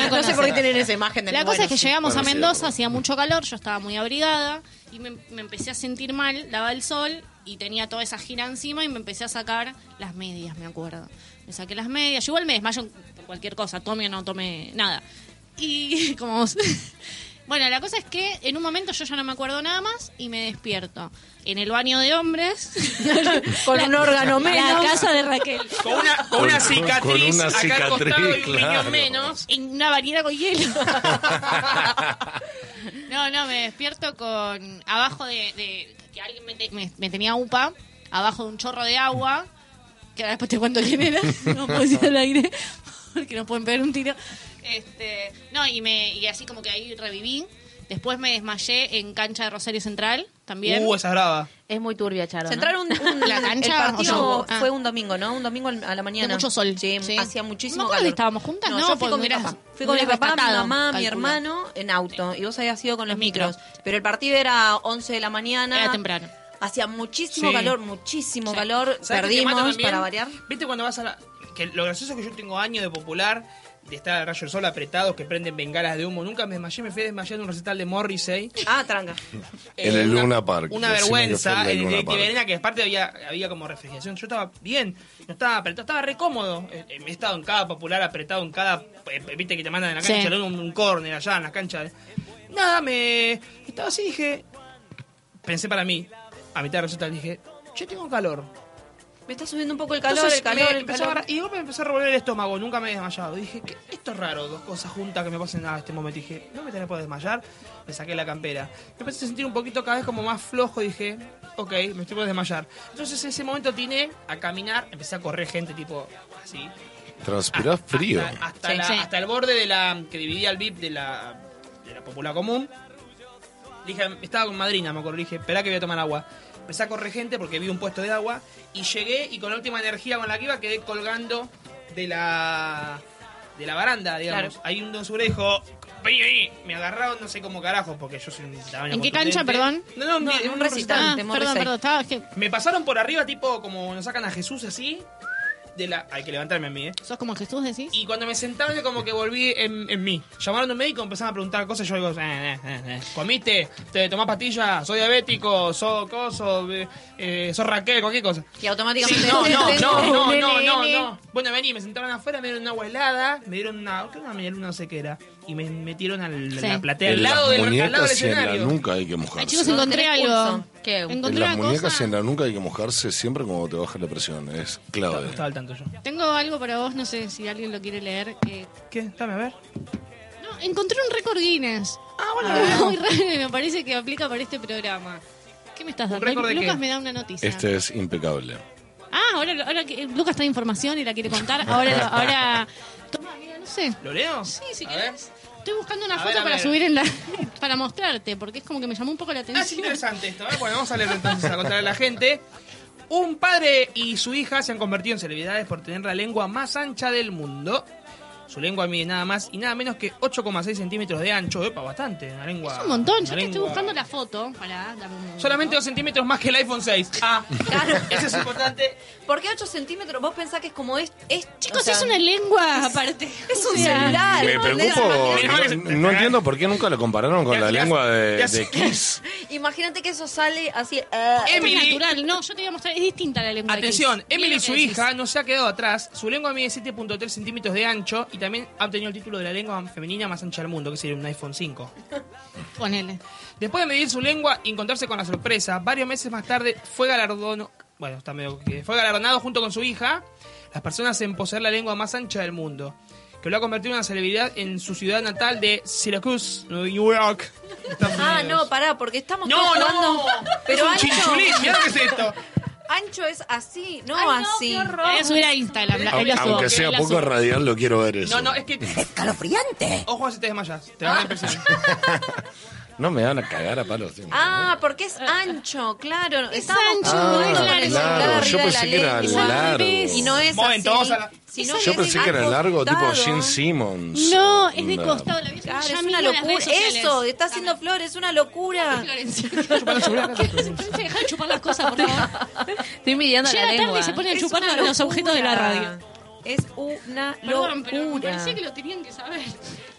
Speaker 3: no sé por qué tienen esa imagen de
Speaker 5: La cosa es que llegamos a
Speaker 7: Bueno, sí,
Speaker 5: Mendoza,
Speaker 7: bueno.
Speaker 5: hacía mucho calor, yo estaba muy abrigada y me, me empecé a sentir mal, daba el sol y tenía toda esa gira encima y me empecé a sacar las medias, me acuerdo. Me saqué las medias, yo igual me desmayo por cualquier cosa, tome o no tome nada. Y como vos. Bueno, la cosa es que en un momento yo ya no me acuerdo nada más y me despierto en el baño de hombres.
Speaker 3: Con un órgano
Speaker 5: La
Speaker 3: menos.
Speaker 5: casa de Raquel.
Speaker 6: Con una, con una
Speaker 7: Con- con-
Speaker 6: cicatriz,
Speaker 7: con una
Speaker 6: acá al
Speaker 7: cicatriz,
Speaker 6: costado y un
Speaker 7: claro.
Speaker 6: riñón menos.
Speaker 5: En una varina con hielo. no, no, me despierto con. Abajo de. de- que alguien me, te- me- me tenía upa, abajo de un chorro de agua. Que ahora después te cuento quién era. No puedo decir al aire. Porque nos pueden pegar un tiro. Este, no, y, me, y así como que ahí reviví.
Speaker 13: Después me desmayé en cancha de Rosario Central también.
Speaker 6: Uh, esa es brava.
Speaker 11: Es muy turbia, Charo.
Speaker 3: Central un, un-
Speaker 13: La cancha,
Speaker 3: el partido
Speaker 13: o sea,
Speaker 3: fue
Speaker 13: ah.
Speaker 3: un domingo, ¿no? Un domingo al- a la mañana.
Speaker 13: De mucho sol.
Speaker 3: Sí,
Speaker 13: sí.
Speaker 3: hacía muchísimo
Speaker 13: No me acuerdo
Speaker 3: calor.
Speaker 13: si estábamos juntas, no,
Speaker 3: yo fui
Speaker 13: porque
Speaker 3: con mi
Speaker 13: hubieras-
Speaker 3: papá. pues, Fui con mi
Speaker 13: hubieras
Speaker 3: papá, mi
Speaker 13: gastado,
Speaker 3: mamá, mi
Speaker 13: calcula.
Speaker 3: hermano en auto. Y vos habías ido con los micros. Pero el partido era 11 de la mañana.
Speaker 13: Era temprano.
Speaker 3: Hacía muchísimo
Speaker 6: Sí.
Speaker 3: calor, muchísimo calor.
Speaker 6: ¿Sabés qué te
Speaker 3: Perdimos
Speaker 6: mata también?
Speaker 3: para variar.
Speaker 6: ¿Viste cuando vas a la.? Que lo gracioso es que yo tengo años de popular, de estar al rayo del sol apretados, que prenden bengalas de humo. Nunca me desmayé, me fui desmayando en un recital de Morrissey.
Speaker 3: Ah, tranca.
Speaker 7: En el Luna Park.
Speaker 6: Eh, Una
Speaker 7: Decime que fue
Speaker 6: vergüenza
Speaker 7: en
Speaker 6: en
Speaker 7: el
Speaker 6: el
Speaker 7: Luna
Speaker 6: Directive
Speaker 7: Park.
Speaker 6: Arena, que aparte había, había como refrigeración. Yo estaba bien, no estaba apretado, estaba re cómodo. Eh, eh, He estado en cada popular, apretado en cada. eh, Viste que te mandan en la
Speaker 13: Sí.
Speaker 6: cancha, un, un córner allá en la cancha. Nada, me. Estaba así, dije. Pensé para mí, a mitad de recital dije, yo tengo calor.
Speaker 3: Me está subiendo un poco el calor,
Speaker 6: Entonces,
Speaker 3: el calor,
Speaker 6: me
Speaker 3: el
Speaker 6: empezó a
Speaker 3: calor.
Speaker 6: agarrar- y luego me empezó a revolver el estómago, nunca me he desmayado. Dije, "¿Qué- esto es raro, dos cosas juntas que me pasen a este momento. Dije, no me tenés por desmayar, me saqué la campera. Me empecé a sentir un poquito cada vez como más flojo, dije, ok, me estoy por desmayar. Entonces en ese momento tiné a caminar, empecé a correr gente tipo así.
Speaker 7: Transpirás frío.
Speaker 6: Hasta, hasta
Speaker 13: Sí,
Speaker 6: la-
Speaker 13: sí.
Speaker 6: hasta el borde de la que dividía el VIP de la, de la popular común. Dije, estaba con madrina, me acuerdo. Le dije, esperá que voy a tomar agua. Empecé a correr gente porque vi un puesto de agua y llegué y con la última energía con la que iba quedé colgando de la de la baranda, digamos.
Speaker 13: Claro.
Speaker 6: Ahí un don Sura dijo, vení, vení. Me agarraron, no sé cómo carajo, porque yo soy un tamaño
Speaker 13: ¿En qué
Speaker 6: contundente.
Speaker 13: cancha, perdón?
Speaker 6: No, no,
Speaker 3: No,
Speaker 6: en
Speaker 3: en
Speaker 6: un
Speaker 3: un
Speaker 6: recital.
Speaker 3: recital.
Speaker 13: Ah,
Speaker 3: Te morís
Speaker 13: perdón,
Speaker 3: ahí.
Speaker 13: perdón, estaba que
Speaker 6: Me pasaron por arriba, tipo, como nos sacan a Jesús así. De la... Hay que levantarme a mí, ¿eh?
Speaker 13: sos como Jesús decís.
Speaker 6: Y cuando me sentaron, yo como que volví en, en mí. Llamaron a un médico, empezaron a preguntar cosas. Yo digo, eh, eh, eh, eh. ¿comiste? ¿Te tomás pastillas? ¿Soy diabético? ¿Soy coso? Eh, eh, ¿Soy Raquel? Cualquier cosa.
Speaker 3: Y automáticamente.
Speaker 6: No, no, no, no, no, no, no. Bueno, vení, me sentaron afuera, me dieron una agua helada, me dieron una, ¿qué una media luna, no sé qué era. Y me metieron al,
Speaker 13: Sí.
Speaker 6: la platea, al
Speaker 7: En
Speaker 6: lado,
Speaker 7: las
Speaker 6: del, al lado del
Speaker 7: muñecas y en la
Speaker 6: escenario.
Speaker 7: nuca hay que
Speaker 13: Ay,
Speaker 7: mojarse.
Speaker 13: chicos, encontré
Speaker 3: Tres
Speaker 13: algo.
Speaker 3: pulsos.
Speaker 13: ¿Qué?
Speaker 7: En
Speaker 13: Encontré
Speaker 7: las
Speaker 13: una
Speaker 7: muñecas y
Speaker 13: cosa.
Speaker 7: en la nuca hay que mojarse siempre cuando te baja la presión. Es
Speaker 6: No,
Speaker 7: clave.
Speaker 6: no estaba al tanto yo.
Speaker 13: Tengo algo para vos, no sé si alguien lo quiere leer. eh,
Speaker 6: ¿Qué? Dame a ver.
Speaker 13: No, encontré un récord Guinness.
Speaker 6: Ah, bueno,
Speaker 13: Muy raro y me parece que aplica para este programa. ¿Qué me estás
Speaker 6: ¿Un
Speaker 13: dando?
Speaker 6: récord de
Speaker 13: Lucas
Speaker 6: qué?
Speaker 13: me da una noticia.
Speaker 7: Este es impecable.
Speaker 13: Ah, ahora, ahora que Lucas trae información y la quiere contar. Ahora, ahora. Toma, mira, no sé.
Speaker 6: ¿Lo leo?
Speaker 13: Sí, si
Speaker 6: A ver.
Speaker 13: querés. Estoy buscando una
Speaker 6: A
Speaker 13: foto
Speaker 6: ver, a
Speaker 13: para
Speaker 6: ver.
Speaker 13: subir en la. para mostrarte, porque es como que me llamó un poco la
Speaker 6: Ah, es
Speaker 13: atención.
Speaker 6: interesante esto. ¿eh? Bueno, vamos a leer entonces a contarle a la gente. Un padre y su hija se han convertido en celebridades por tener la lengua más ancha del mundo. Su lengua mide nada más y nada menos que 8,6 centímetros de ancho. Epa, bastante. Una lengua.
Speaker 13: es un montón. Yo te
Speaker 6: una
Speaker 13: estoy
Speaker 6: lengua-
Speaker 13: buscando la foto. Para, dame un momento.
Speaker 6: Solamente 2 centímetros más que el iPhone 6. Ah,
Speaker 3: Claro.
Speaker 6: Eso es importante.
Speaker 3: ¿Por qué 8 centímetros? ¿Vos pensás que es como es? es
Speaker 13: Chicos,
Speaker 3: o sea,
Speaker 13: es una lengua aparte.
Speaker 3: Es un
Speaker 13: O sea,
Speaker 3: celular.
Speaker 7: Me
Speaker 3: ¿no?
Speaker 7: preocupo.
Speaker 6: Mira, mira,
Speaker 7: No, no entiendo por qué nunca lo compararon con
Speaker 6: Ya,
Speaker 7: la
Speaker 6: ya,
Speaker 7: lengua de,
Speaker 6: ya
Speaker 7: de
Speaker 6: sé.
Speaker 7: Kiss.
Speaker 3: Imagínate que eso sale así. eh,
Speaker 13: Esto es
Speaker 6: Emily.
Speaker 13: natural. No, yo te voy a mostrar. Es distinta la lengua. de
Speaker 6: Atención,
Speaker 13: Kiss. Mira
Speaker 6: Emily,
Speaker 13: lo que
Speaker 6: su
Speaker 13: decís.
Speaker 6: hija, no se ha quedado atrás. Su lengua mide 7.3 centímetros de ancho y también ha obtenido el título de la lengua femenina más ancha del mundo, que sería un iPhone 5.
Speaker 13: Ponele.
Speaker 6: Después de medir su lengua y encontrarse con la sorpresa, varios meses más tarde fue galardono. Bueno, está medio que fue galardonado junto con su hija, las personas en poseer la lengua más ancha del mundo, que lo ha convertido en una celebridad en su ciudad natal de Syracuse, New York. Estados
Speaker 3: Ah,
Speaker 6: Unidos.
Speaker 3: no, pará, porque estamos
Speaker 6: No,
Speaker 3: todos
Speaker 6: no,
Speaker 3: jugando.
Speaker 6: Pero
Speaker 3: Pero
Speaker 6: es un
Speaker 3: ancho,
Speaker 6: chinchulín, mirá lo que es esto.
Speaker 3: ancho es así, no
Speaker 13: Ay, no,
Speaker 3: así.
Speaker 13: qué horror. Voy a subir a Instagram. la- ahí lo
Speaker 7: Aunque,
Speaker 13: subo,
Speaker 7: sea
Speaker 13: ahí la
Speaker 7: poco
Speaker 13: subo.
Speaker 7: radial, lo quiero ver eso.
Speaker 6: No,
Speaker 7: No,
Speaker 6: no, es que
Speaker 10: ¡Escalofriante!
Speaker 6: ojo si te desmayas, te va a dar impresión.
Speaker 7: me van a cagar a palos. tío.
Speaker 3: ah, porque es ancho, claro. Es
Speaker 13: ancho, claro,
Speaker 7: claro, yo pensé que era largo.
Speaker 3: Y no es
Speaker 6: Moven todos
Speaker 3: así.
Speaker 6: a la-
Speaker 3: sino
Speaker 7: Yo
Speaker 3: que
Speaker 7: pensé
Speaker 3: es
Speaker 7: que era largo, tipo
Speaker 3: acostado.
Speaker 7: Gene Simmons.
Speaker 13: No, es de
Speaker 7: Onda.
Speaker 13: costado. La vieja
Speaker 3: Claro,
Speaker 13: ya
Speaker 3: es
Speaker 13: mira
Speaker 3: una
Speaker 13: las redes
Speaker 3: locura.
Speaker 13: sociales.
Speaker 3: Eso, está haciendo flores, es una locura.
Speaker 13: Florencia.
Speaker 6: chocolate.
Speaker 13: Florencia, deja de chupar las cosas, por favor.
Speaker 11: Estoy midiendo
Speaker 13: Llega
Speaker 11: la
Speaker 13: tarde
Speaker 11: lengua.
Speaker 13: y se pone a
Speaker 3: Es
Speaker 13: chupar
Speaker 3: una
Speaker 13: los objetos de la
Speaker 3: locura.
Speaker 13: radio.
Speaker 3: Es una
Speaker 13: Perdón, pero me
Speaker 3: locura.
Speaker 13: parecía que lo tenían que saber.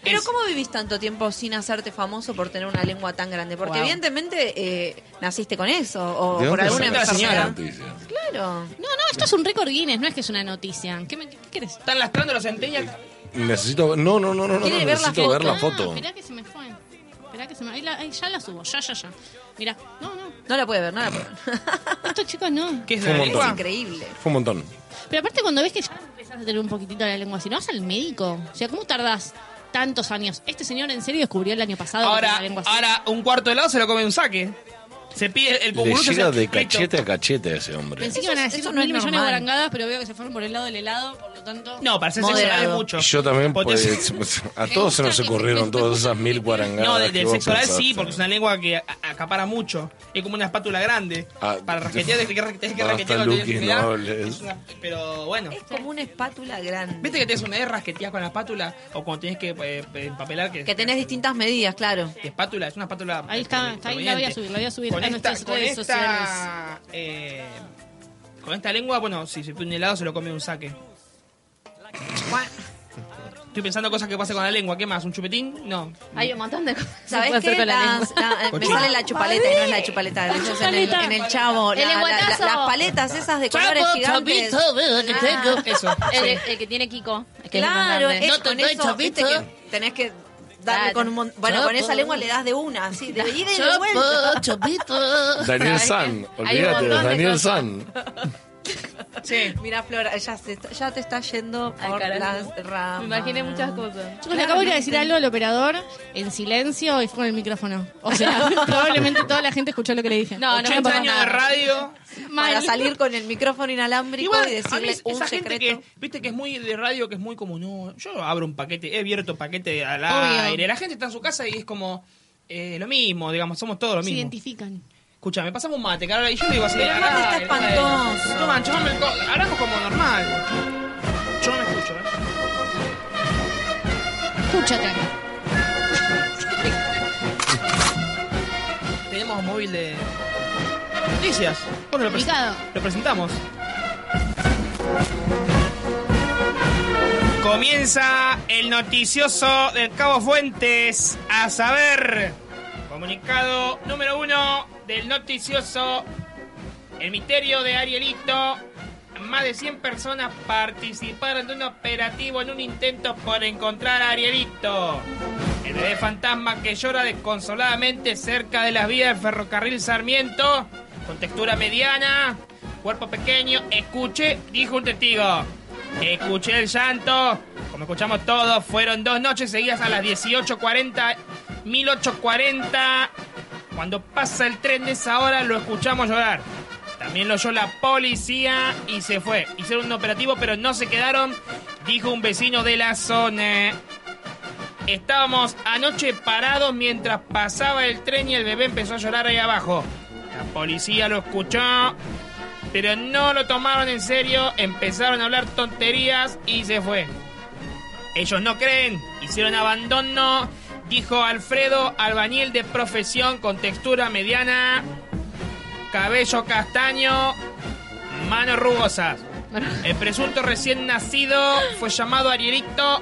Speaker 3: Pero ¿cómo vivís tanto tiempo sin hacerte famoso por tener una lengua tan grande? Porque
Speaker 13: Wow.
Speaker 3: evidentemente eh, naciste con eso o
Speaker 7: ¿De
Speaker 3: por
Speaker 7: dónde
Speaker 3: alguna
Speaker 7: sacaste esa
Speaker 3: enfermedad.
Speaker 7: noticia?
Speaker 3: Claro.
Speaker 13: No, no, esto es un récord Guinness, no es que es una noticia. ¿Qué, me, qué querés?
Speaker 6: Están lastrando los centenias.
Speaker 7: Necesito. No, no, no, no, no,
Speaker 3: ¿Quiere ver la
Speaker 7: necesito ver la foto.
Speaker 13: Ah, esperá que se me fue. Esperá que se me... Ahí, la- ahí ya la subo, ya, ya, ya. Mirá, no, no.
Speaker 3: No la puede ver, no la puede ver.
Speaker 13: Esto, chicos, no.
Speaker 6: ¿Qué es
Speaker 7: Fue un
Speaker 6: la
Speaker 7: montón.
Speaker 6: lengua?
Speaker 3: Increíble.
Speaker 7: Fue un montón.
Speaker 13: Pero aparte cuando ves que ya empezás a tener un poquitito la lengua, si no vas al médico, o sea, ¿cómo tardás tantos años? Este señor en serio descubrió el año pasado que tenía
Speaker 6: Ahora,
Speaker 13: la lengua así.
Speaker 6: ahora un cuarto de helado se lo come un saque. Se pide el
Speaker 7: Le
Speaker 6: populucho.
Speaker 7: llega de cachete a cachete a ese hombre.
Speaker 13: Pensé que iban a decir
Speaker 5: eso
Speaker 13: mil
Speaker 5: no es
Speaker 13: millones de
Speaker 5: normal.
Speaker 13: guarangadas, pero veo que se fueron por el lado del helado, por lo tanto.
Speaker 6: No, para hacer sexo oral es mucho.
Speaker 7: Yo también,
Speaker 6: Porque
Speaker 7: pues, a todos se nos ocurrieron todas esas mil guarangadas.
Speaker 6: No, del,
Speaker 7: que
Speaker 6: del
Speaker 7: vos
Speaker 6: sexo oral
Speaker 7: pensaste.
Speaker 6: sí, porque es una lengua que a- acapara mucho. Es como una espátula grande.
Speaker 7: Ah,
Speaker 6: para raquetear, tenés que raquetear, tenés que raquetear,
Speaker 7: basta,
Speaker 6: tenés que
Speaker 7: Luqui, no
Speaker 6: raquetear.
Speaker 7: hables.
Speaker 6: Es una- Pero bueno.
Speaker 3: Es como una espátula grande.
Speaker 6: ¿Viste que tenés una R rasqueteas con la espátula? O cuando tienes que eh, empapelar. Que,
Speaker 3: Que tenés distintas medidas, claro.
Speaker 6: de espátula, es una espátula.
Speaker 13: Ahí está, está ahí la voy a subir, la voy a subir
Speaker 6: Con
Speaker 13: a
Speaker 6: esta-
Speaker 13: nuestras
Speaker 6: con
Speaker 13: redes
Speaker 6: esta-
Speaker 13: sociales.
Speaker 6: eh, con esta lengua, bueno, si se pone un helado se lo come un saque. Estoy pensando cosas que pasan con la lengua. ¿Qué más? ¿Un chupetín? No.
Speaker 11: Hay un montón de cosas. que
Speaker 3: ¿Sabes
Speaker 11: puedo hacer
Speaker 3: qué?
Speaker 11: con la
Speaker 3: Las-
Speaker 11: lengua.
Speaker 3: la- eh, me sale la chupaleta y no es la chupaleta.
Speaker 11: La
Speaker 3: de hecho, en, el,
Speaker 11: chupaleta.
Speaker 3: en el chavo.
Speaker 11: El
Speaker 3: La- la- la-
Speaker 11: lenguatazo.
Speaker 3: las paletas esas de colores
Speaker 11: Chapo,
Speaker 3: gigantes.
Speaker 11: chapito, veo que tengo.
Speaker 6: Eso.
Speaker 11: Ah. El, el que tiene Kiko. el que es el más
Speaker 3: Claro,
Speaker 11: grande.
Speaker 13: eh,
Speaker 3: es, con eso, viste que tenés que darle
Speaker 11: Claro.
Speaker 3: con un mon- Bueno, con esa
Speaker 11: Chapo.
Speaker 3: lengua le das de una, así, de ida y de
Speaker 11: Chapo,
Speaker 3: vuelta.
Speaker 7: Daniel San, olvídate, Daniel San.
Speaker 3: Sí. Mira, Flora, ya, se está- ya te está yendo por
Speaker 11: carajo.
Speaker 3: las ramas.
Speaker 11: Me imaginé muchas cosas.
Speaker 13: Chicos, le acabo de ir a decir algo al operador en silencio y fue con el micrófono. O sea, probablemente toda la gente escuchó lo que le dije.
Speaker 11: No,
Speaker 13: no
Speaker 6: 80 años de radio.
Speaker 3: Para salir con el micrófono inalámbrico
Speaker 6: Igual,
Speaker 3: y
Speaker 6: a mí
Speaker 3: decirle
Speaker 6: esa
Speaker 3: un
Speaker 6: gente
Speaker 3: secreto.
Speaker 6: que, viste que es muy de radio, que es muy como, no, yo abro un paquete, he abierto paquete al
Speaker 13: Obvio.
Speaker 6: aire. La gente está en su casa y es como, eh, lo mismo, digamos, somos todos lo
Speaker 13: Se
Speaker 6: mismo.
Speaker 13: identifican.
Speaker 6: Escucha, me pasamos un mate, cara, y yo le digo así,
Speaker 3: Pero el mate
Speaker 6: "Ará,
Speaker 3: está
Speaker 6: el-
Speaker 3: espantoso.
Speaker 6: No, man, chupame el co- hablamos como normal. Yo no me escucho, ¿eh?
Speaker 13: Escúchate.
Speaker 6: Tenemos móvil de noticias. Bueno, lo, presen-
Speaker 13: Ubicado.
Speaker 6: lo presentamos. Comienza el noticioso del Cabo Fuentes. A saber, comunicado número uno del noticioso. El misterio de Arielito. Más de 100 personas participaron de un operativo en un intento por encontrar a Arielito. El bebé fantasma que llora desconsoladamente cerca de las vías del ferrocarril Sarmiento, con textura mediana, cuerpo pequeño, escuché, dijo un testigo. Escuché el llanto, como escuchamos todos, fueron dos noches seguidas a las 18.40, 1840. Cuando pasa el tren de esa hora lo escuchamos llorar. También lo oyó la policía y se fue. Hicieron un operativo pero no se quedaron, dijo un vecino de la zona. Estábamos anoche parados mientras pasaba el tren y el bebé empezó a llorar ahí abajo. La policía lo escuchó, pero no lo tomaron en serio, empezaron a hablar tonterías y se fue. Ellos no creen, hicieron abandono, dijo Alfredo, albañil de profesión con textura mediana, cabello castaño, manos rugosas. El presunto recién nacido fue llamado Arielito,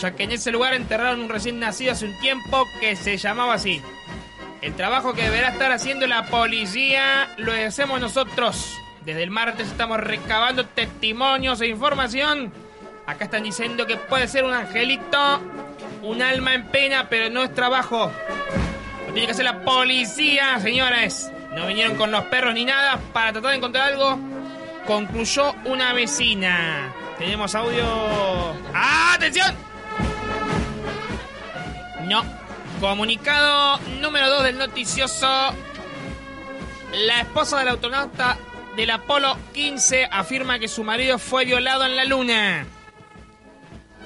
Speaker 6: ya que en ese lugar enterraron un recién nacido hace un tiempo que se llamaba así. El trabajo que deberá estar haciendo la policía lo hacemos nosotros. Desde el martes estamos recabando testimonios e información. Acá están diciendo que puede ser un angelito, un alma en pena, pero no es trabajo. Lo tiene que hacer la policía, señores. No vinieron con los perros ni nada para tratar de encontrar algo. Concluyó una vecina. Tenemos audio. ¡Atención! No. Comunicado número 2 del noticioso. La esposa del astronauta del Apolo 15 afirma que su marido fue violado en la luna.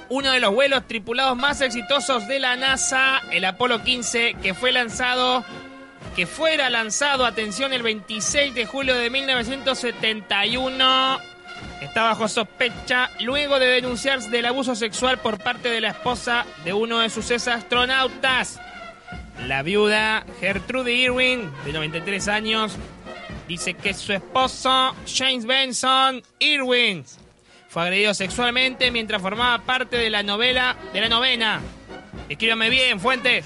Speaker 6: Uno de los vuelos tripulados más exitosos de la NASA, el Apolo 15, que fue lanzado que fuera lanzado, atención, el 26 de julio de 1971. Está bajo sospecha luego de denunciarse del abuso sexual por parte de la esposa de uno de sus astronautas. La viuda Gertrude Irwin, de 93 años, dice que su esposo James Benson Irwin fue agredido sexualmente mientras formaba parte de la novela de la novena. Escríbame bien, Fuentes.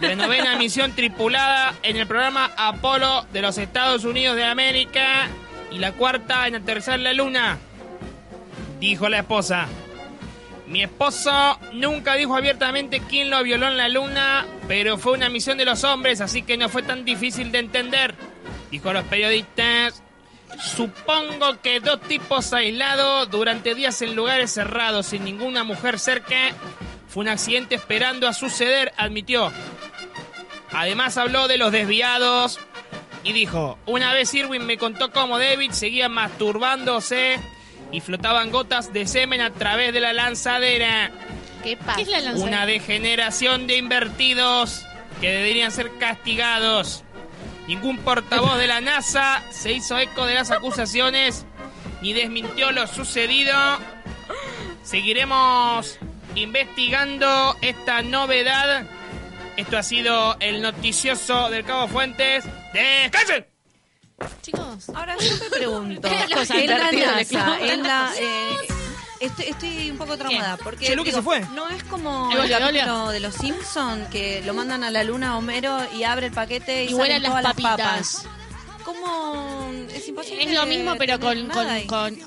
Speaker 6: De la novena misión tripulada en el programa Apolo de los Estados Unidos de América y la cuarta en aterrizar en la luna. Dijo la esposa. Mi esposo nunca dijo abiertamente quién lo violó en la luna, pero fue una misión de los hombres, así que no fue tan difícil de entender. Dijo a los periodistas. Supongo que dos tipos aislados durante días en lugares cerrados sin ninguna mujer cerca fue un accidente esperando a suceder, admitió. Además habló de los desviados y dijo, una vez Irwin me contó cómo David seguía masturbándose y flotaban gotas de semen a través de la lanzadera.
Speaker 11: ¿Qué pasa?
Speaker 13: es la lanzadera?
Speaker 6: Una degeneración de invertidos que deberían ser castigados. Ningún portavoz de la NASA se hizo eco de las acusaciones ni desmintió lo sucedido. Seguiremos investigando esta novedad. Esto ha sido el noticioso del Cabo Fuentes. ¡Descansen!
Speaker 13: Chicos,
Speaker 3: ahora yo te pregunto.
Speaker 13: Las cosas
Speaker 3: en la
Speaker 13: divertidas,
Speaker 3: NASA,
Speaker 13: ¿no?
Speaker 3: en la, eh, estoy, estoy un poco traumada. Porque,
Speaker 6: Cheluque se fue.
Speaker 3: No es como
Speaker 13: Evolia,
Speaker 3: el capítulo
Speaker 13: Evolia.
Speaker 3: de los Simpsons que lo mandan a la luna a Homero y abre el paquete y,
Speaker 13: Y huelen
Speaker 3: salen
Speaker 13: las
Speaker 3: todas
Speaker 13: papitas.
Speaker 3: papas. ¿Cómo? Es imposible.
Speaker 13: es lo
Speaker 11: Eh,
Speaker 13: mismo, pero con.
Speaker 3: tener nada
Speaker 13: con,
Speaker 3: ahí.
Speaker 13: con-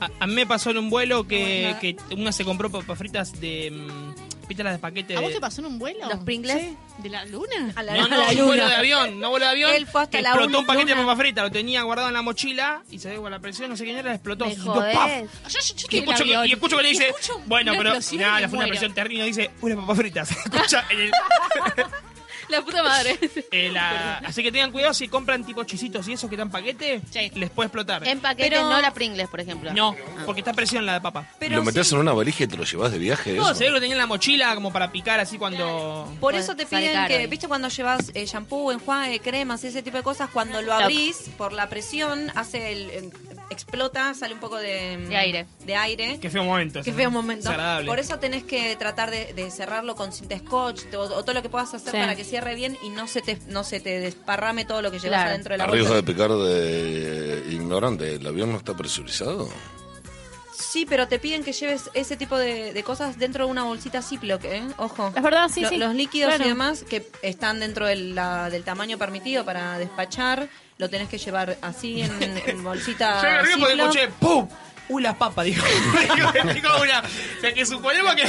Speaker 6: A, a mí me pasó en un vuelo que, que una se compró papas fritas de. mm, ¿Viste las de paquete?
Speaker 13: ¿A vos
Speaker 6: de-
Speaker 13: te pasó en un vuelo?
Speaker 11: ¿Los Pringles?
Speaker 13: ¿De la luna?
Speaker 11: A la-
Speaker 6: No, no,
Speaker 11: a la
Speaker 6: un
Speaker 11: luna.
Speaker 6: vuelo de avión, no vuelo de avión.
Speaker 11: Él fue hasta
Speaker 6: que
Speaker 11: la
Speaker 6: explotó un
Speaker 11: luna.
Speaker 6: paquete de papas fritas, lo tenía guardado en la mochila y se dio con la presión, no sé quién era, explotó.
Speaker 11: Me
Speaker 6: y, dos, ¡paf!
Speaker 11: jodés.
Speaker 13: Yo, yo, yo
Speaker 6: y,
Speaker 13: estoy en el
Speaker 6: escucho, que-
Speaker 13: avión.
Speaker 6: y escucho que le
Speaker 13: Y
Speaker 6: dice,
Speaker 13: escucho
Speaker 6: bueno,
Speaker 13: una
Speaker 6: pero
Speaker 13: explosión y
Speaker 6: nada,
Speaker 13: me
Speaker 6: fue una
Speaker 13: muero.
Speaker 6: presión terrible, dice, unas papas fritas. Escucha, en el-
Speaker 11: La puta madre.
Speaker 6: eh, la- así que tengan cuidado si compran tipo chisitos y esos que dan paquete,
Speaker 13: Sí.
Speaker 6: les puede explotar.
Speaker 5: Em-
Speaker 11: En paquetes,
Speaker 3: Pero-
Speaker 11: no la Pringles, por ejemplo.
Speaker 6: No, porque está presión la de papa.
Speaker 3: Pero
Speaker 7: ¿Lo metes
Speaker 3: sí,
Speaker 7: en una valija y te lo llevas de viaje?
Speaker 6: No,
Speaker 7: eso?
Speaker 6: se ve que lo tenía en la mochila como para picar así cuando...
Speaker 3: Por eso te
Speaker 11: Sale
Speaker 3: piden
Speaker 11: caro
Speaker 3: que,
Speaker 11: ahí.
Speaker 3: viste, cuando llevas eh, shampoo, enjuague, cremas y ese tipo de cosas, cuando lo abrís por la presión, hace el. eh, explota, sale un poco de. mm,
Speaker 11: De aire.
Speaker 3: De aire.
Speaker 6: Qué feo momento.
Speaker 3: Que
Speaker 6: ese,
Speaker 3: feo
Speaker 6: ¿no?
Speaker 3: momento.
Speaker 6: Desagradable.
Speaker 3: Por eso tenés que tratar de, de cerrarlo con cinta scotch o, o todo lo que puedas hacer
Speaker 13: Sí.
Speaker 3: para que cierre bien y no se te no se te desparrame todo lo que llevas
Speaker 11: Claro.
Speaker 3: adentro de la
Speaker 7: Arriesgo
Speaker 3: bolsa.
Speaker 7: de pecar de ignorante. ¿El avión no está presurizado?
Speaker 3: Sí, pero te piden que lleves ese tipo de, de cosas dentro de una bolsita Ziploc, ¿eh? Ojo.
Speaker 5: Es verdad, sí,
Speaker 3: Lo-
Speaker 5: sí.
Speaker 3: Los líquidos
Speaker 5: Claro.
Speaker 3: y demás que están dentro del, la- del tamaño permitido para despachar, lo tenés que llevar así en, en bolsita.
Speaker 6: Yo me río porque
Speaker 3: Ziploc.
Speaker 6: escuché ¡Pum! ¡Uy, las papas! Dijo, dijo, dijo una. O sea, que suponemos que,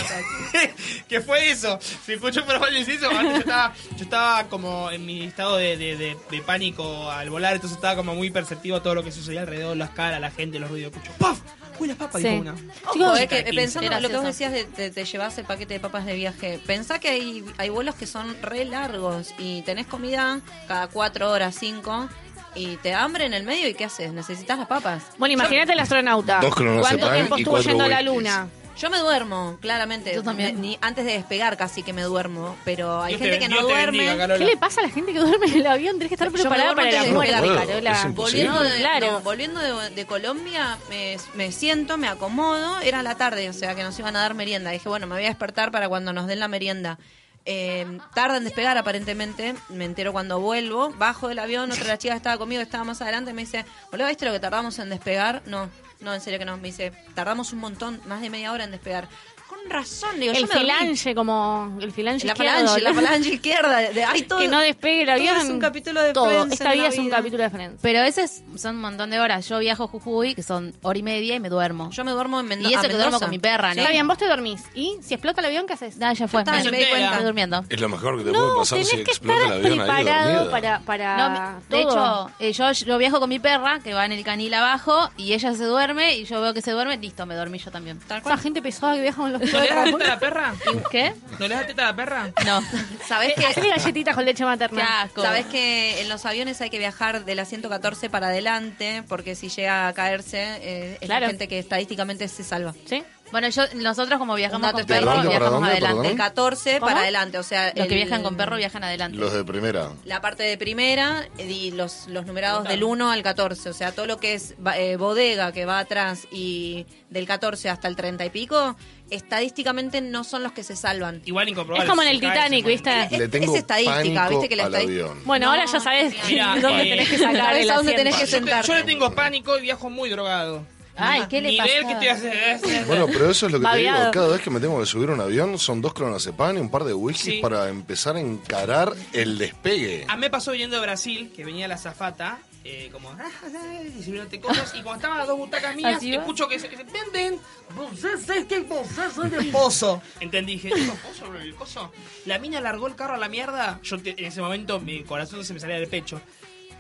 Speaker 6: que fue eso. Se escuchó por el inciso. aparte Yo estaba, yo estaba como en mi estado de, de- de- de pánico al volar, entonces estaba como muy perceptivo a todo lo que sucedía alrededor, las caras, la gente, los ruidos. Escucho ¡Paf! ¡Uy, las papas!
Speaker 5: Sí.
Speaker 6: Dijo una.
Speaker 3: Ojo,
Speaker 6: Chicos,
Speaker 3: eh, que, eh, pensando en lo que vos
Speaker 11: gracioso.
Speaker 3: decías de, de- te llevas el paquete de papas de viaje, pensá que hay, hay vuelos que son re largos y tenés comida cada cuatro horas, cinco, y te da hambre en el medio y ¿qué haces? Necesitas las papas.
Speaker 5: Bueno, imagínate el astronauta.
Speaker 7: Dos cronos de
Speaker 5: ¿Cuánto
Speaker 7: pan
Speaker 5: tiempo
Speaker 7: y
Speaker 5: estuvo
Speaker 7: cuatro
Speaker 5: yendo a la
Speaker 7: whiskeys.
Speaker 5: luna?
Speaker 3: Yo me duermo, claramente.
Speaker 11: Yo también.
Speaker 3: Ni, antes de despegar casi que me duermo, pero hay
Speaker 6: Dios te
Speaker 3: gente que
Speaker 6: bendiga,
Speaker 3: no
Speaker 6: Dios te
Speaker 3: duerme.
Speaker 6: bendiga, Carola.
Speaker 5: ¿Qué le pasa a la gente que duerme en el avión? Tienes que estar
Speaker 3: Yo
Speaker 5: preparada
Speaker 3: me duermo
Speaker 5: para la
Speaker 3: antes de
Speaker 5: muerte,
Speaker 3: despegar.
Speaker 5: Carola.
Speaker 7: Es imposible.
Speaker 3: Volviendo, de,
Speaker 5: Claro.
Speaker 3: no, volviendo de, de Colombia, me, me siento, me acomodo. Era la tarde, o sea que nos iban a dar merienda. Dije, bueno, me voy a despertar para cuando nos den la merienda. Eh, tarda en despegar aparentemente, me entero cuando vuelvo, bajo del avión, otra de las chicas que estaba conmigo, que estaba más adelante, me dice, boludo, ¿viste lo que tardamos en despegar? No, no, en serio que no, me dice, tardamos un montón, más de media hora en despegar. Con razón, digo, yo
Speaker 5: El
Speaker 3: me dormí.
Speaker 5: filange, como. El filange
Speaker 3: La
Speaker 5: izquierdo,
Speaker 3: falange, la
Speaker 5: ¿no?
Speaker 3: falange izquierda, de, ay, todo,
Speaker 5: Que no despegue el avión.
Speaker 3: todo es un capítulo de
Speaker 5: Todo.
Speaker 3: Friends
Speaker 5: Esta
Speaker 3: en
Speaker 5: vida
Speaker 3: la
Speaker 5: es un
Speaker 3: vida.
Speaker 5: capítulo de Friends.
Speaker 11: Pero a veces son un montón de horas. Yo viajo a Jujuy, que son hora y media, y me duermo.
Speaker 3: Yo me duermo en Mendo-
Speaker 11: y
Speaker 3: a
Speaker 11: eso que duermo
Speaker 3: Mendoza.
Speaker 11: con mi perra, ¿no?
Speaker 5: Está bien, vos te dormís. ¿Y si explota el avión, qué haces?
Speaker 11: Ah, ya fue.
Speaker 3: estaba
Speaker 11: Me, me
Speaker 6: en mi
Speaker 11: di cuenta.
Speaker 6: cuenta.
Speaker 11: Estoy durmiendo.
Speaker 7: Es lo mejor que te puede
Speaker 5: No,
Speaker 7: pasar
Speaker 5: tenés
Speaker 7: si
Speaker 5: que
Speaker 7: explota el
Speaker 5: estar
Speaker 7: avión ahí
Speaker 5: preparado
Speaker 7: dormida.
Speaker 5: para,
Speaker 11: No,
Speaker 5: para.
Speaker 11: me- de
Speaker 5: todo.
Speaker 11: hecho, eh, yo, yo viajo con mi perra, que va en el canil abajo, y ella se duerme, y yo veo que se duerme, listo, me dormí yo también.
Speaker 5: Esa gente pesada que viaja con los
Speaker 6: ¿No le das
Speaker 5: perros.
Speaker 6: teta a la perra?
Speaker 11: ¿Qué?
Speaker 6: ¿No le das teta a la perra?
Speaker 11: No.
Speaker 3: ¿Sabés que
Speaker 5: eh, Hacele galletitas con leche
Speaker 11: Qué
Speaker 5: materna.
Speaker 11: asco.
Speaker 3: Sabes que en los aviones hay que viajar de la 114 para adelante, porque si llega a caerse, eh, es
Speaker 5: Claro.
Speaker 3: la gente que estadísticamente se salva.
Speaker 5: ¿Sí.
Speaker 11: Bueno, yo, nosotros como viajamos
Speaker 3: dato
Speaker 11: con
Speaker 3: ¿De
Speaker 11: perro,
Speaker 7: dónde para
Speaker 11: viajamos
Speaker 7: dónde,
Speaker 11: adelante.
Speaker 7: perdón?
Speaker 3: Del 14
Speaker 5: ¿Cómo?
Speaker 3: para adelante, o sea,
Speaker 11: Los que
Speaker 3: el-
Speaker 11: viajan con perro viajan adelante.
Speaker 7: Los de primera.
Speaker 3: La parte de primera y los, los numerados del 1 al 14, o sea, todo lo que es ba- eh, bodega que va atrás y del 14 hasta el 30 y pico, estadísticamente no son los que se salvan.
Speaker 6: Igual incomprobable.
Speaker 5: Es como en
Speaker 6: si
Speaker 5: el
Speaker 6: cae, se
Speaker 5: Titanic,
Speaker 6: muere.
Speaker 5: ¿viste?
Speaker 7: Le
Speaker 3: es
Speaker 7: tengo
Speaker 3: estadística,
Speaker 7: pánico
Speaker 3: viste que la
Speaker 7: al
Speaker 3: estadística-
Speaker 7: avión.
Speaker 5: Bueno, ahora ya sabes
Speaker 6: Mirá,
Speaker 5: dónde
Speaker 6: eh,
Speaker 5: tenés que sacar
Speaker 3: sabés
Speaker 5: el
Speaker 3: a dónde
Speaker 5: asiento.
Speaker 3: tenés que
Speaker 6: Yo, te-
Speaker 3: sentarte.
Speaker 6: yo le tengo pánico y viajo muy drogado.
Speaker 11: Ay, ¿qué le
Speaker 6: Nivel que te
Speaker 11: pasa?
Speaker 6: hace...
Speaker 7: Bueno, pero eso es lo que te
Speaker 5: Babeado.
Speaker 7: digo. Cada vez que me tengo que subir a un avión son dos clonazepam y un par de whisky
Speaker 6: Sí.
Speaker 7: para empezar a encarar el despegue.
Speaker 6: A mí me pasó viniendo de Brasil, que venía la zafata, eh, como, ah, ah, y sirviéndote cosas, y cuando estaban las dos butacas mías,
Speaker 5: Así va.
Speaker 6: escucho que se que se venden, vosotros es que vosotros sois de pozo. Entendí, dije, ¿digo pozo el pozo? La mina largó el carro a la mierda, yo te- en ese momento mi corazón se me salía del pecho.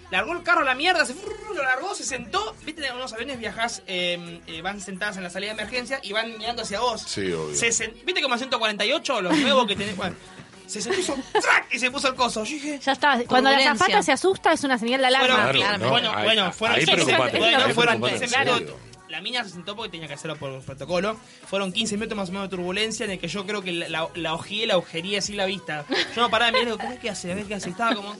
Speaker 6: Largó el carro a la mierda, se furr, lo largó, se sentó. Viste, en unos aviones viajás, eh, eh, van sentadas en la salida de emergencia y van mirando hacia vos.
Speaker 7: Sí, obvio.
Speaker 6: Se sen- ¿Viste como en 148 los nuevos que tenés? Bueno, se, se puso ¡trac! y se puso el coso. Yo dije,
Speaker 5: Ya está. Cuando la zafata se asusta es una señal de alarma.
Speaker 6: Bueno,
Speaker 7: Claro, no,
Speaker 6: bueno,
Speaker 7: ahí-
Speaker 6: bueno, fueron
Speaker 7: ahí
Speaker 6: quince-
Speaker 7: preocupante,
Speaker 6: bueno,
Speaker 7: ahí
Speaker 6: fueron
Speaker 7: preocupante,
Speaker 6: 15
Speaker 7: en
Speaker 6: minutos. La mina se sentó porque tenía que hacerlo por protocolo. Fueron 15 minutos más o menos de turbulencia en el que yo creo que la, la, la ojeé, la agujería así la vista. Yo no paraba de mirar, digo, ¿qué- ¿qué hace? A ver qué hace. Estaba como.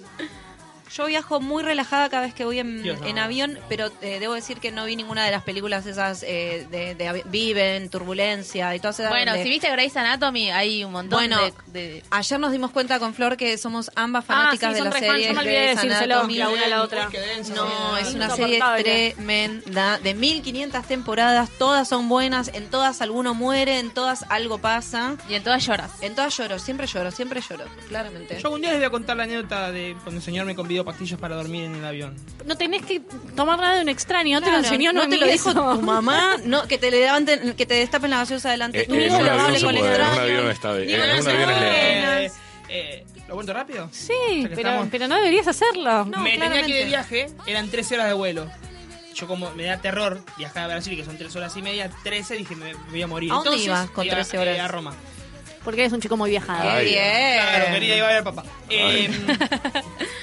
Speaker 3: Yo viajo muy relajada cada vez que voy en,
Speaker 6: Dios, no.
Speaker 3: en avión, pero eh, debo decir que no vi ninguna de las películas esas eh, de, de avi- Viven, Turbulencia y todas esas.
Speaker 11: Bueno,
Speaker 3: donde-
Speaker 11: si viste Grey's Anatomy, hay un montón
Speaker 3: Bueno,
Speaker 11: de, de-
Speaker 3: Ayer nos dimos cuenta con Flor que somos ambas fanáticas
Speaker 11: Ah, sí,
Speaker 3: de
Speaker 11: son
Speaker 3: la
Speaker 11: re fan,
Speaker 3: serie.
Speaker 11: yo me olvidé de decírselo, la una a la otra.
Speaker 3: No, es una serie
Speaker 11: Insoportable.
Speaker 3: tremenda. De 1500 temporadas, todas son buenas. En todas alguno muere, en todas algo pasa.
Speaker 11: Y en todas lloras.
Speaker 3: En todas lloro, siempre lloro, siempre lloro, claramente.
Speaker 6: Yo algún día les voy a contar la anécdota de cuando el señor me convidó pastillas para dormir en el avión.
Speaker 5: No tenés que tomar nada de un extraño. No
Speaker 3: Claro,
Speaker 5: te lo enseñó, no,
Speaker 3: te lo dijo
Speaker 5: eso.
Speaker 3: tu mamá, no, que te levanten, que te destapen la gaseosa delante.
Speaker 7: Eh,
Speaker 3: tuyo,
Speaker 7: En un
Speaker 3: lo
Speaker 7: avión
Speaker 3: hable
Speaker 7: se
Speaker 3: con
Speaker 7: puede, en un
Speaker 3: extraños.
Speaker 7: avión está bien.
Speaker 3: Ni
Speaker 7: En
Speaker 3: con
Speaker 7: un
Speaker 3: las
Speaker 7: avión es legal.
Speaker 6: Eh, eh, ¿Lo cuento rápido?
Speaker 5: Sí,
Speaker 6: que
Speaker 5: pero,
Speaker 6: estamos-
Speaker 5: pero no deberías hacerlo.
Speaker 6: me tenía que ir de viaje, eran 13 horas de vuelo. Yo como me da terror viajar a Brasil, que son 3 horas y media, 13, dije me, me voy a morir.
Speaker 5: ¿A dónde
Speaker 6: Entonces,
Speaker 5: ibas con
Speaker 6: iba,
Speaker 5: 13
Speaker 6: eh,
Speaker 5: horas?
Speaker 6: a Roma.
Speaker 5: Porque eres un chico muy viajado.
Speaker 6: Qué Ay.
Speaker 3: bien.
Speaker 6: Claro, quería ir a ver al papá. Eh,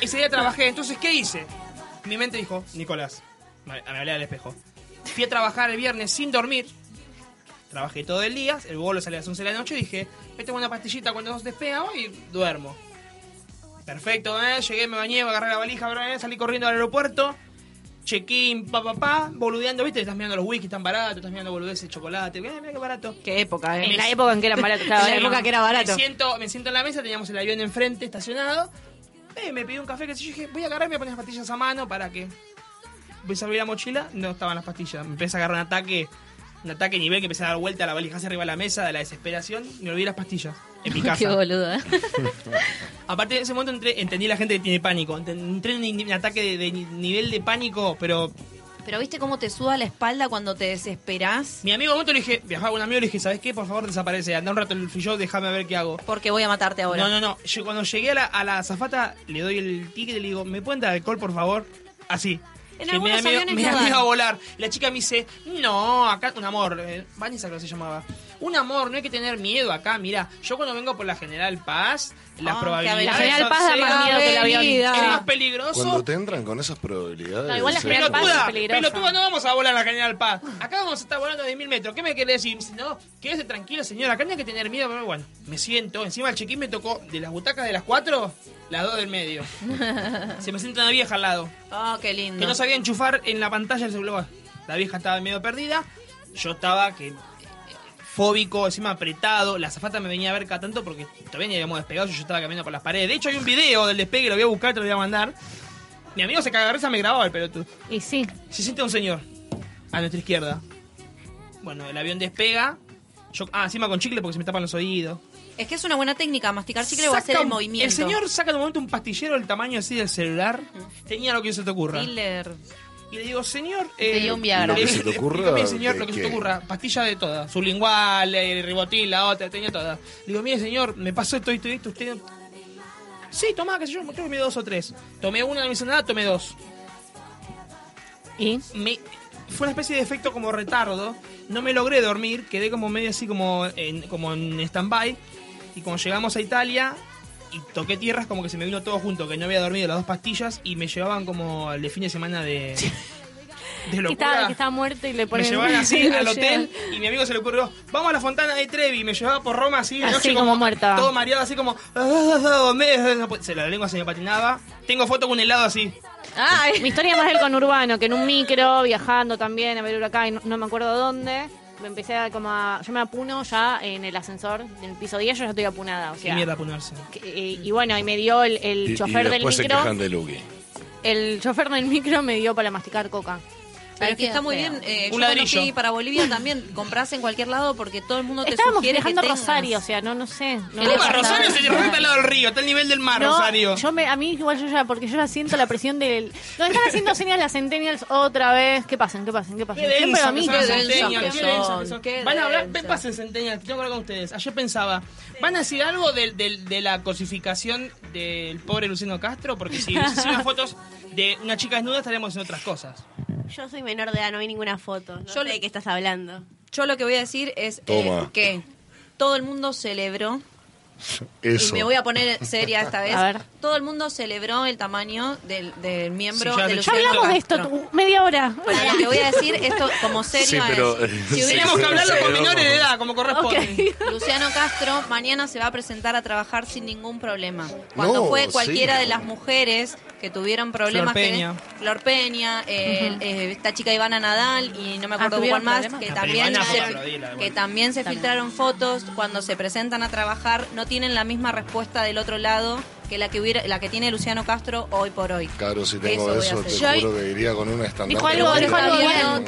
Speaker 6: ese día trabajé, entonces ¿qué hice? Mi mente dijo, Nicolás, me, me hablé al espejo. Fui a trabajar el viernes sin dormir. Trabajé todo el día, el vuelo sale a las 11 de la noche y dije, me tomo una pastillita cuando nos despegamos y duermo. Perfecto, ¿eh? llegué, me bañé, agarré la valija, ¿verdad? salí corriendo al aeropuerto, check-in, pa, pa, pa, boludeando, ¿viste? Estás mirando los whisky tan baratos, estás mirando boludeces, chocolate, mira, mira qué eh. barato.
Speaker 3: Qué época,
Speaker 5: En la época en que eran baratos, claro,
Speaker 6: Sí.
Speaker 5: en la época que era barato.
Speaker 6: Me siento, me siento en la mesa, teníamos el avión enfrente estacionado, eh, me pedí un café, que yo dije, voy a agarrar, me voy a poner las pastillas a mano para que... Voy a servir la mochila, no estaban las pastillas, me empecé a agarrar un ataque... Un ataque nivel que empecé a dar vuelta a la valija hacia arriba de la mesa de la desesperación y me olvidé las pastillas en mi casa.
Speaker 11: Qué boluda.
Speaker 6: Aparte, en ese momento entré- entendí la gente que tiene pánico. Ent- Entré en un in- ataque de, de ni- nivel de pánico, pero
Speaker 3: Pero viste cómo te suda la espalda cuando te desesperás.
Speaker 6: mi amigo, en un momento le dije, viajaba con un amigo, le dije, ¿sabes qué? Por favor, desaparece, anda un rato el frío, déjame ver qué hago.
Speaker 3: Porque voy a matarte ahora.
Speaker 6: No, no, no. Yo cuando llegué a la, a la azafata, le doy el ticket y le digo, ¿me pueden dar alcohol, por favor? Así.
Speaker 3: En
Speaker 6: Que me
Speaker 3: algunos
Speaker 6: da miedo,
Speaker 3: aviones
Speaker 6: me
Speaker 3: no
Speaker 6: da
Speaker 3: dan.
Speaker 6: miedo a volar. Y La chica me dice, no, acá, un amor. eh, Vanessa creo que se llamaba. Un amor, no hay que tener miedo acá. Mira, yo cuando vengo por la General Paz, las
Speaker 3: Ah,
Speaker 6: probabilidades.
Speaker 3: que la General
Speaker 6: son
Speaker 3: Paz da más
Speaker 6: cero.
Speaker 3: miedo que el avión.
Speaker 6: Es más peligroso.
Speaker 7: Cuando te entran con esas probabilidades.
Speaker 6: No, igual la
Speaker 7: sí.
Speaker 6: General Paz
Speaker 7: Pelotuda.
Speaker 6: es peligrosa. Pelotuda, no vamos a volar en la General Paz. Acá vamos a estar volando a 10.000 metros. ¿Qué me querés decir? Me dice, No, quédese tranquilo, señora. Acá no hay que tener miedo. Pero Bueno, me siento. Encima el check-in me tocó de las butacas de las 4, las 2 del medio. Se me sienta una vieja al lado.
Speaker 3: Oh, qué lindo.
Speaker 6: Que no sabía enchufar en la pantalla el celular. La vieja estaba medio perdida. Yo estaba que eh, fóbico, encima apretado. La zafata me venía a ver cada tanto porque todavía ni habíamos despegado. Yo estaba caminando por las paredes. De hecho, hay un video del despegue, lo voy a buscar, te lo voy a mandar. Mi amigo se caga de risa, me grababa el pelotudo.
Speaker 5: Y sí.
Speaker 6: Se sienta un señor a nuestra izquierda. Bueno, el avión despega. Yo, ah, encima con chicle porque se me tapan los oídos.
Speaker 3: Es que es una buena técnica masticar chicle o
Speaker 6: Saca
Speaker 3: hacer el
Speaker 6: un-
Speaker 3: movimiento.
Speaker 6: El señor saca de momento un pastillero del tamaño así del celular. Tenía lo que se te ocurra.
Speaker 3: Miller.
Speaker 6: Y le digo, señor. eh,
Speaker 3: Te dio un Viagra.
Speaker 7: Lo que se te ocurra,
Speaker 6: Dígame, señor,
Speaker 7: ¿de
Speaker 6: lo que se te
Speaker 7: qué?
Speaker 6: ocurra. Pastilla de todas. Sublingual, eh, ribotil, la otra, tenía todas. Le digo, mire, señor, me pasó esto, esto, esto. Usted. Sí, tomá, qué sé yo, creo que me dio dos o tres. Tomé una, no me hizo nada, tomé dos.
Speaker 5: ¿Y?
Speaker 6: Me, fue una especie de efecto como retardo. No me logré dormir, quedé como medio así como en, como en stand-by. Y cuando llegamos a Italia y toqué tierras, como que se me vino todo junto, que no había dormido las dos pastillas y me llevaban como el de fin de semana de. De
Speaker 5: Que
Speaker 6: locura.
Speaker 5: está, que está muerto y le
Speaker 6: Me
Speaker 5: ponen...
Speaker 6: llevaban así
Speaker 5: lo
Speaker 6: al hotel
Speaker 5: llevan.
Speaker 6: y mi amigo se le ocurrió, vamos a la fontana de Trevi. Y Me llevaba por Roma así, de
Speaker 5: Así
Speaker 6: noche
Speaker 5: como muerta.
Speaker 6: Todo mareado, así como. "Ah, ah, ah, me-". No puede- se- La lengua se me patinaba. Tengo foto con un helado así.
Speaker 5: Ay, mi historia más del conurbano, que en un micro, viajando también a ver huracán, no, no me acuerdo dónde, me empecé a como a, yo me apuno ya en el ascensor, en el piso 10 yo ya estoy apunada, o
Speaker 6: Qué
Speaker 5: sea,
Speaker 6: mierda apunarse.
Speaker 5: que- y, y bueno, y me dio el, el
Speaker 7: Y, y
Speaker 5: chofer del
Speaker 7: después se
Speaker 5: micro,
Speaker 7: quejan de Luqui.
Speaker 5: el chofer del micro me dio para masticar coca.
Speaker 3: Pero es que está muy bien. eh, yo
Speaker 5: Un
Speaker 3: cuando
Speaker 5: ladrillo.
Speaker 3: fui para Bolivia también compras en cualquier lado porque todo el mundo te
Speaker 5: Estábamos
Speaker 3: sugiere que
Speaker 5: viajando a
Speaker 3: tengas.
Speaker 5: Rosario, o sea, no, no sé. No,
Speaker 6: Toma, Rosario se te rompe al lado del río, está al nivel del mar,
Speaker 5: No,
Speaker 6: Rosario.
Speaker 5: Yo me, a mí igual yo ya, porque yo ya siento la presión del... Nos están haciendo señas las centennials otra vez. ¿Qué pasen? ¿Qué pasen? ¿Qué pasen?
Speaker 6: Qué
Speaker 5: Siempre
Speaker 6: densa,
Speaker 5: lo mismo.
Speaker 6: que son
Speaker 3: Qué densas
Speaker 6: centenials,
Speaker 3: que
Speaker 6: qué densas
Speaker 3: son,
Speaker 6: que son.
Speaker 3: qué
Speaker 6: Van a hablar,
Speaker 3: densas.
Speaker 6: ven, pasen centenials, tengo que hablar con ustedes. Ayer pensaba, ¿van a decir algo del- del- de, la cosificación del pobre Luciano Castro? Porque si hubiesen unas fotos de una chica desnuda estaríamos haciendo otras cosas.
Speaker 15: Yo soy menor de edad, no vi ninguna foto. No
Speaker 3: Yo
Speaker 15: sé de qué estás hablando.
Speaker 3: Yo lo que voy a decir es eh,
Speaker 7: Toma.
Speaker 3: que todo el mundo celebró Y me voy a poner seria esta vez.
Speaker 5: A ver.
Speaker 3: Todo el mundo celebró el tamaño del, del miembro
Speaker 5: Sí, ya
Speaker 3: de
Speaker 5: lo-
Speaker 3: Luciano
Speaker 5: ya hablamos de esto,
Speaker 3: Castro.
Speaker 5: tú, media hora.
Speaker 3: Pará, te voy a decir esto como serio.
Speaker 7: Sí, pero,
Speaker 3: es.
Speaker 7: eh,
Speaker 3: si hubiéramos
Speaker 7: sí,
Speaker 3: que hablarlo
Speaker 7: sí,
Speaker 3: con
Speaker 7: sí,
Speaker 3: menores de
Speaker 7: vamos.
Speaker 3: edad, como corresponde. Luciano Castro mañana se va a presentar a trabajar sin ningún problema. Cuando
Speaker 10: No,
Speaker 3: fue cualquiera
Speaker 10: sí.
Speaker 3: de las mujeres que tuvieron problemas.
Speaker 10: Flor Peña.
Speaker 3: que- Flor Peña, eh,
Speaker 10: Ujú.
Speaker 3: eh, esta chica Ivana Nadal y no me acuerdo
Speaker 10: Ah,
Speaker 3: cuál
Speaker 10: ¿tuvieron
Speaker 3: más,
Speaker 10: problemas?
Speaker 3: que
Speaker 10: No, pero
Speaker 3: también,
Speaker 10: Ivana
Speaker 3: se,
Speaker 10: fue aplaudida,
Speaker 3: que también se filtraron fotos. Cuando se presentan a trabajar, no tienen la misma respuesta del otro lado que la que, hubiera, la que tiene Luciano Castro hoy por hoy.
Speaker 7: Caro, si tengo
Speaker 3: Eso voy
Speaker 7: eso,
Speaker 3: a
Speaker 7: te
Speaker 3: hacer. Yo-
Speaker 7: juro que iría con una estandarte.
Speaker 3: Dijo algo,
Speaker 7: de-
Speaker 3: dijo algo
Speaker 7: de-
Speaker 3: bueno, desde el lado,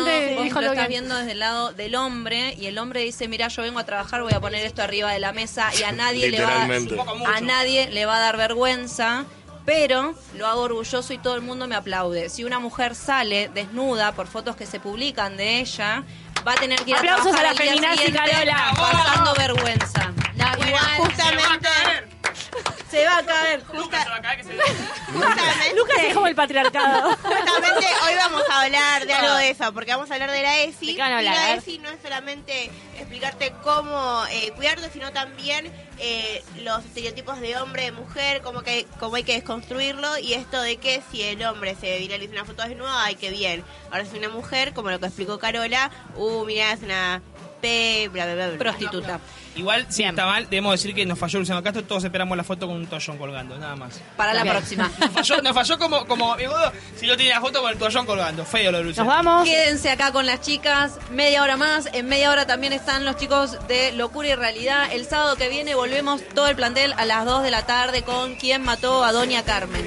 Speaker 5: Increíblemente
Speaker 3: vos
Speaker 5: dijo
Speaker 3: lo
Speaker 5: algo
Speaker 3: estás
Speaker 5: bien.
Speaker 3: viendo desde el lado del hombre y el hombre dice, mira, yo vengo a trabajar, voy a poner esto arriba de la mesa y a nadie le va
Speaker 7: Literalmente. Un poco
Speaker 3: a, a nadie le va a dar vergüenza, pero lo hago orgulloso y todo el mundo me aplaude. Si una mujer sale desnuda por fotos que se publican de ella, va a tener que ir a
Speaker 5: Aplausos
Speaker 3: trabajar
Speaker 5: a la
Speaker 3: al día
Speaker 5: feminazi,
Speaker 3: siguiente
Speaker 5: Carola.
Speaker 3: pasando vergüenza.
Speaker 10: justamente-
Speaker 3: Se va a caer.
Speaker 10: Justa-
Speaker 5: Justamente- Lucas es como el patriarcado.
Speaker 10: Justamente hoy vamos a hablar de algo de eso, porque vamos a hablar de la ESI.
Speaker 5: ¿De qué van a
Speaker 10: y
Speaker 5: hablar?
Speaker 15: ¿eh?
Speaker 10: la ESI no es solamente explicarte cómo eh, cuidarte, sino también eh, los estereotipos de hombre, de mujer, cómo, que, cómo hay que desconstruirlo y esto de que si el hombre se viraliza una foto desnuda, ay, qué bien. Ahora si es una mujer, como lo que explicó Carola, uh, mirá, es una P, bla, bla, bla, bla.
Speaker 3: Prostituta.
Speaker 6: Igual, si está mal, debemos decir que nos falló Luciano Castro, todos esperamos la foto con un toallón colgando, nada más.
Speaker 3: Para la próxima.
Speaker 6: Nos falló, nos falló como, como mi bodo, si no tiene la foto con el toallón colgando. Feo lo de Luciano.
Speaker 3: Quédense acá con las chicas. Media hora más. En media hora también están los chicos de Locura y Realidad. El sábado que viene volvemos todo el plantel a las 2 de la tarde con quien mató a Doña Carmen.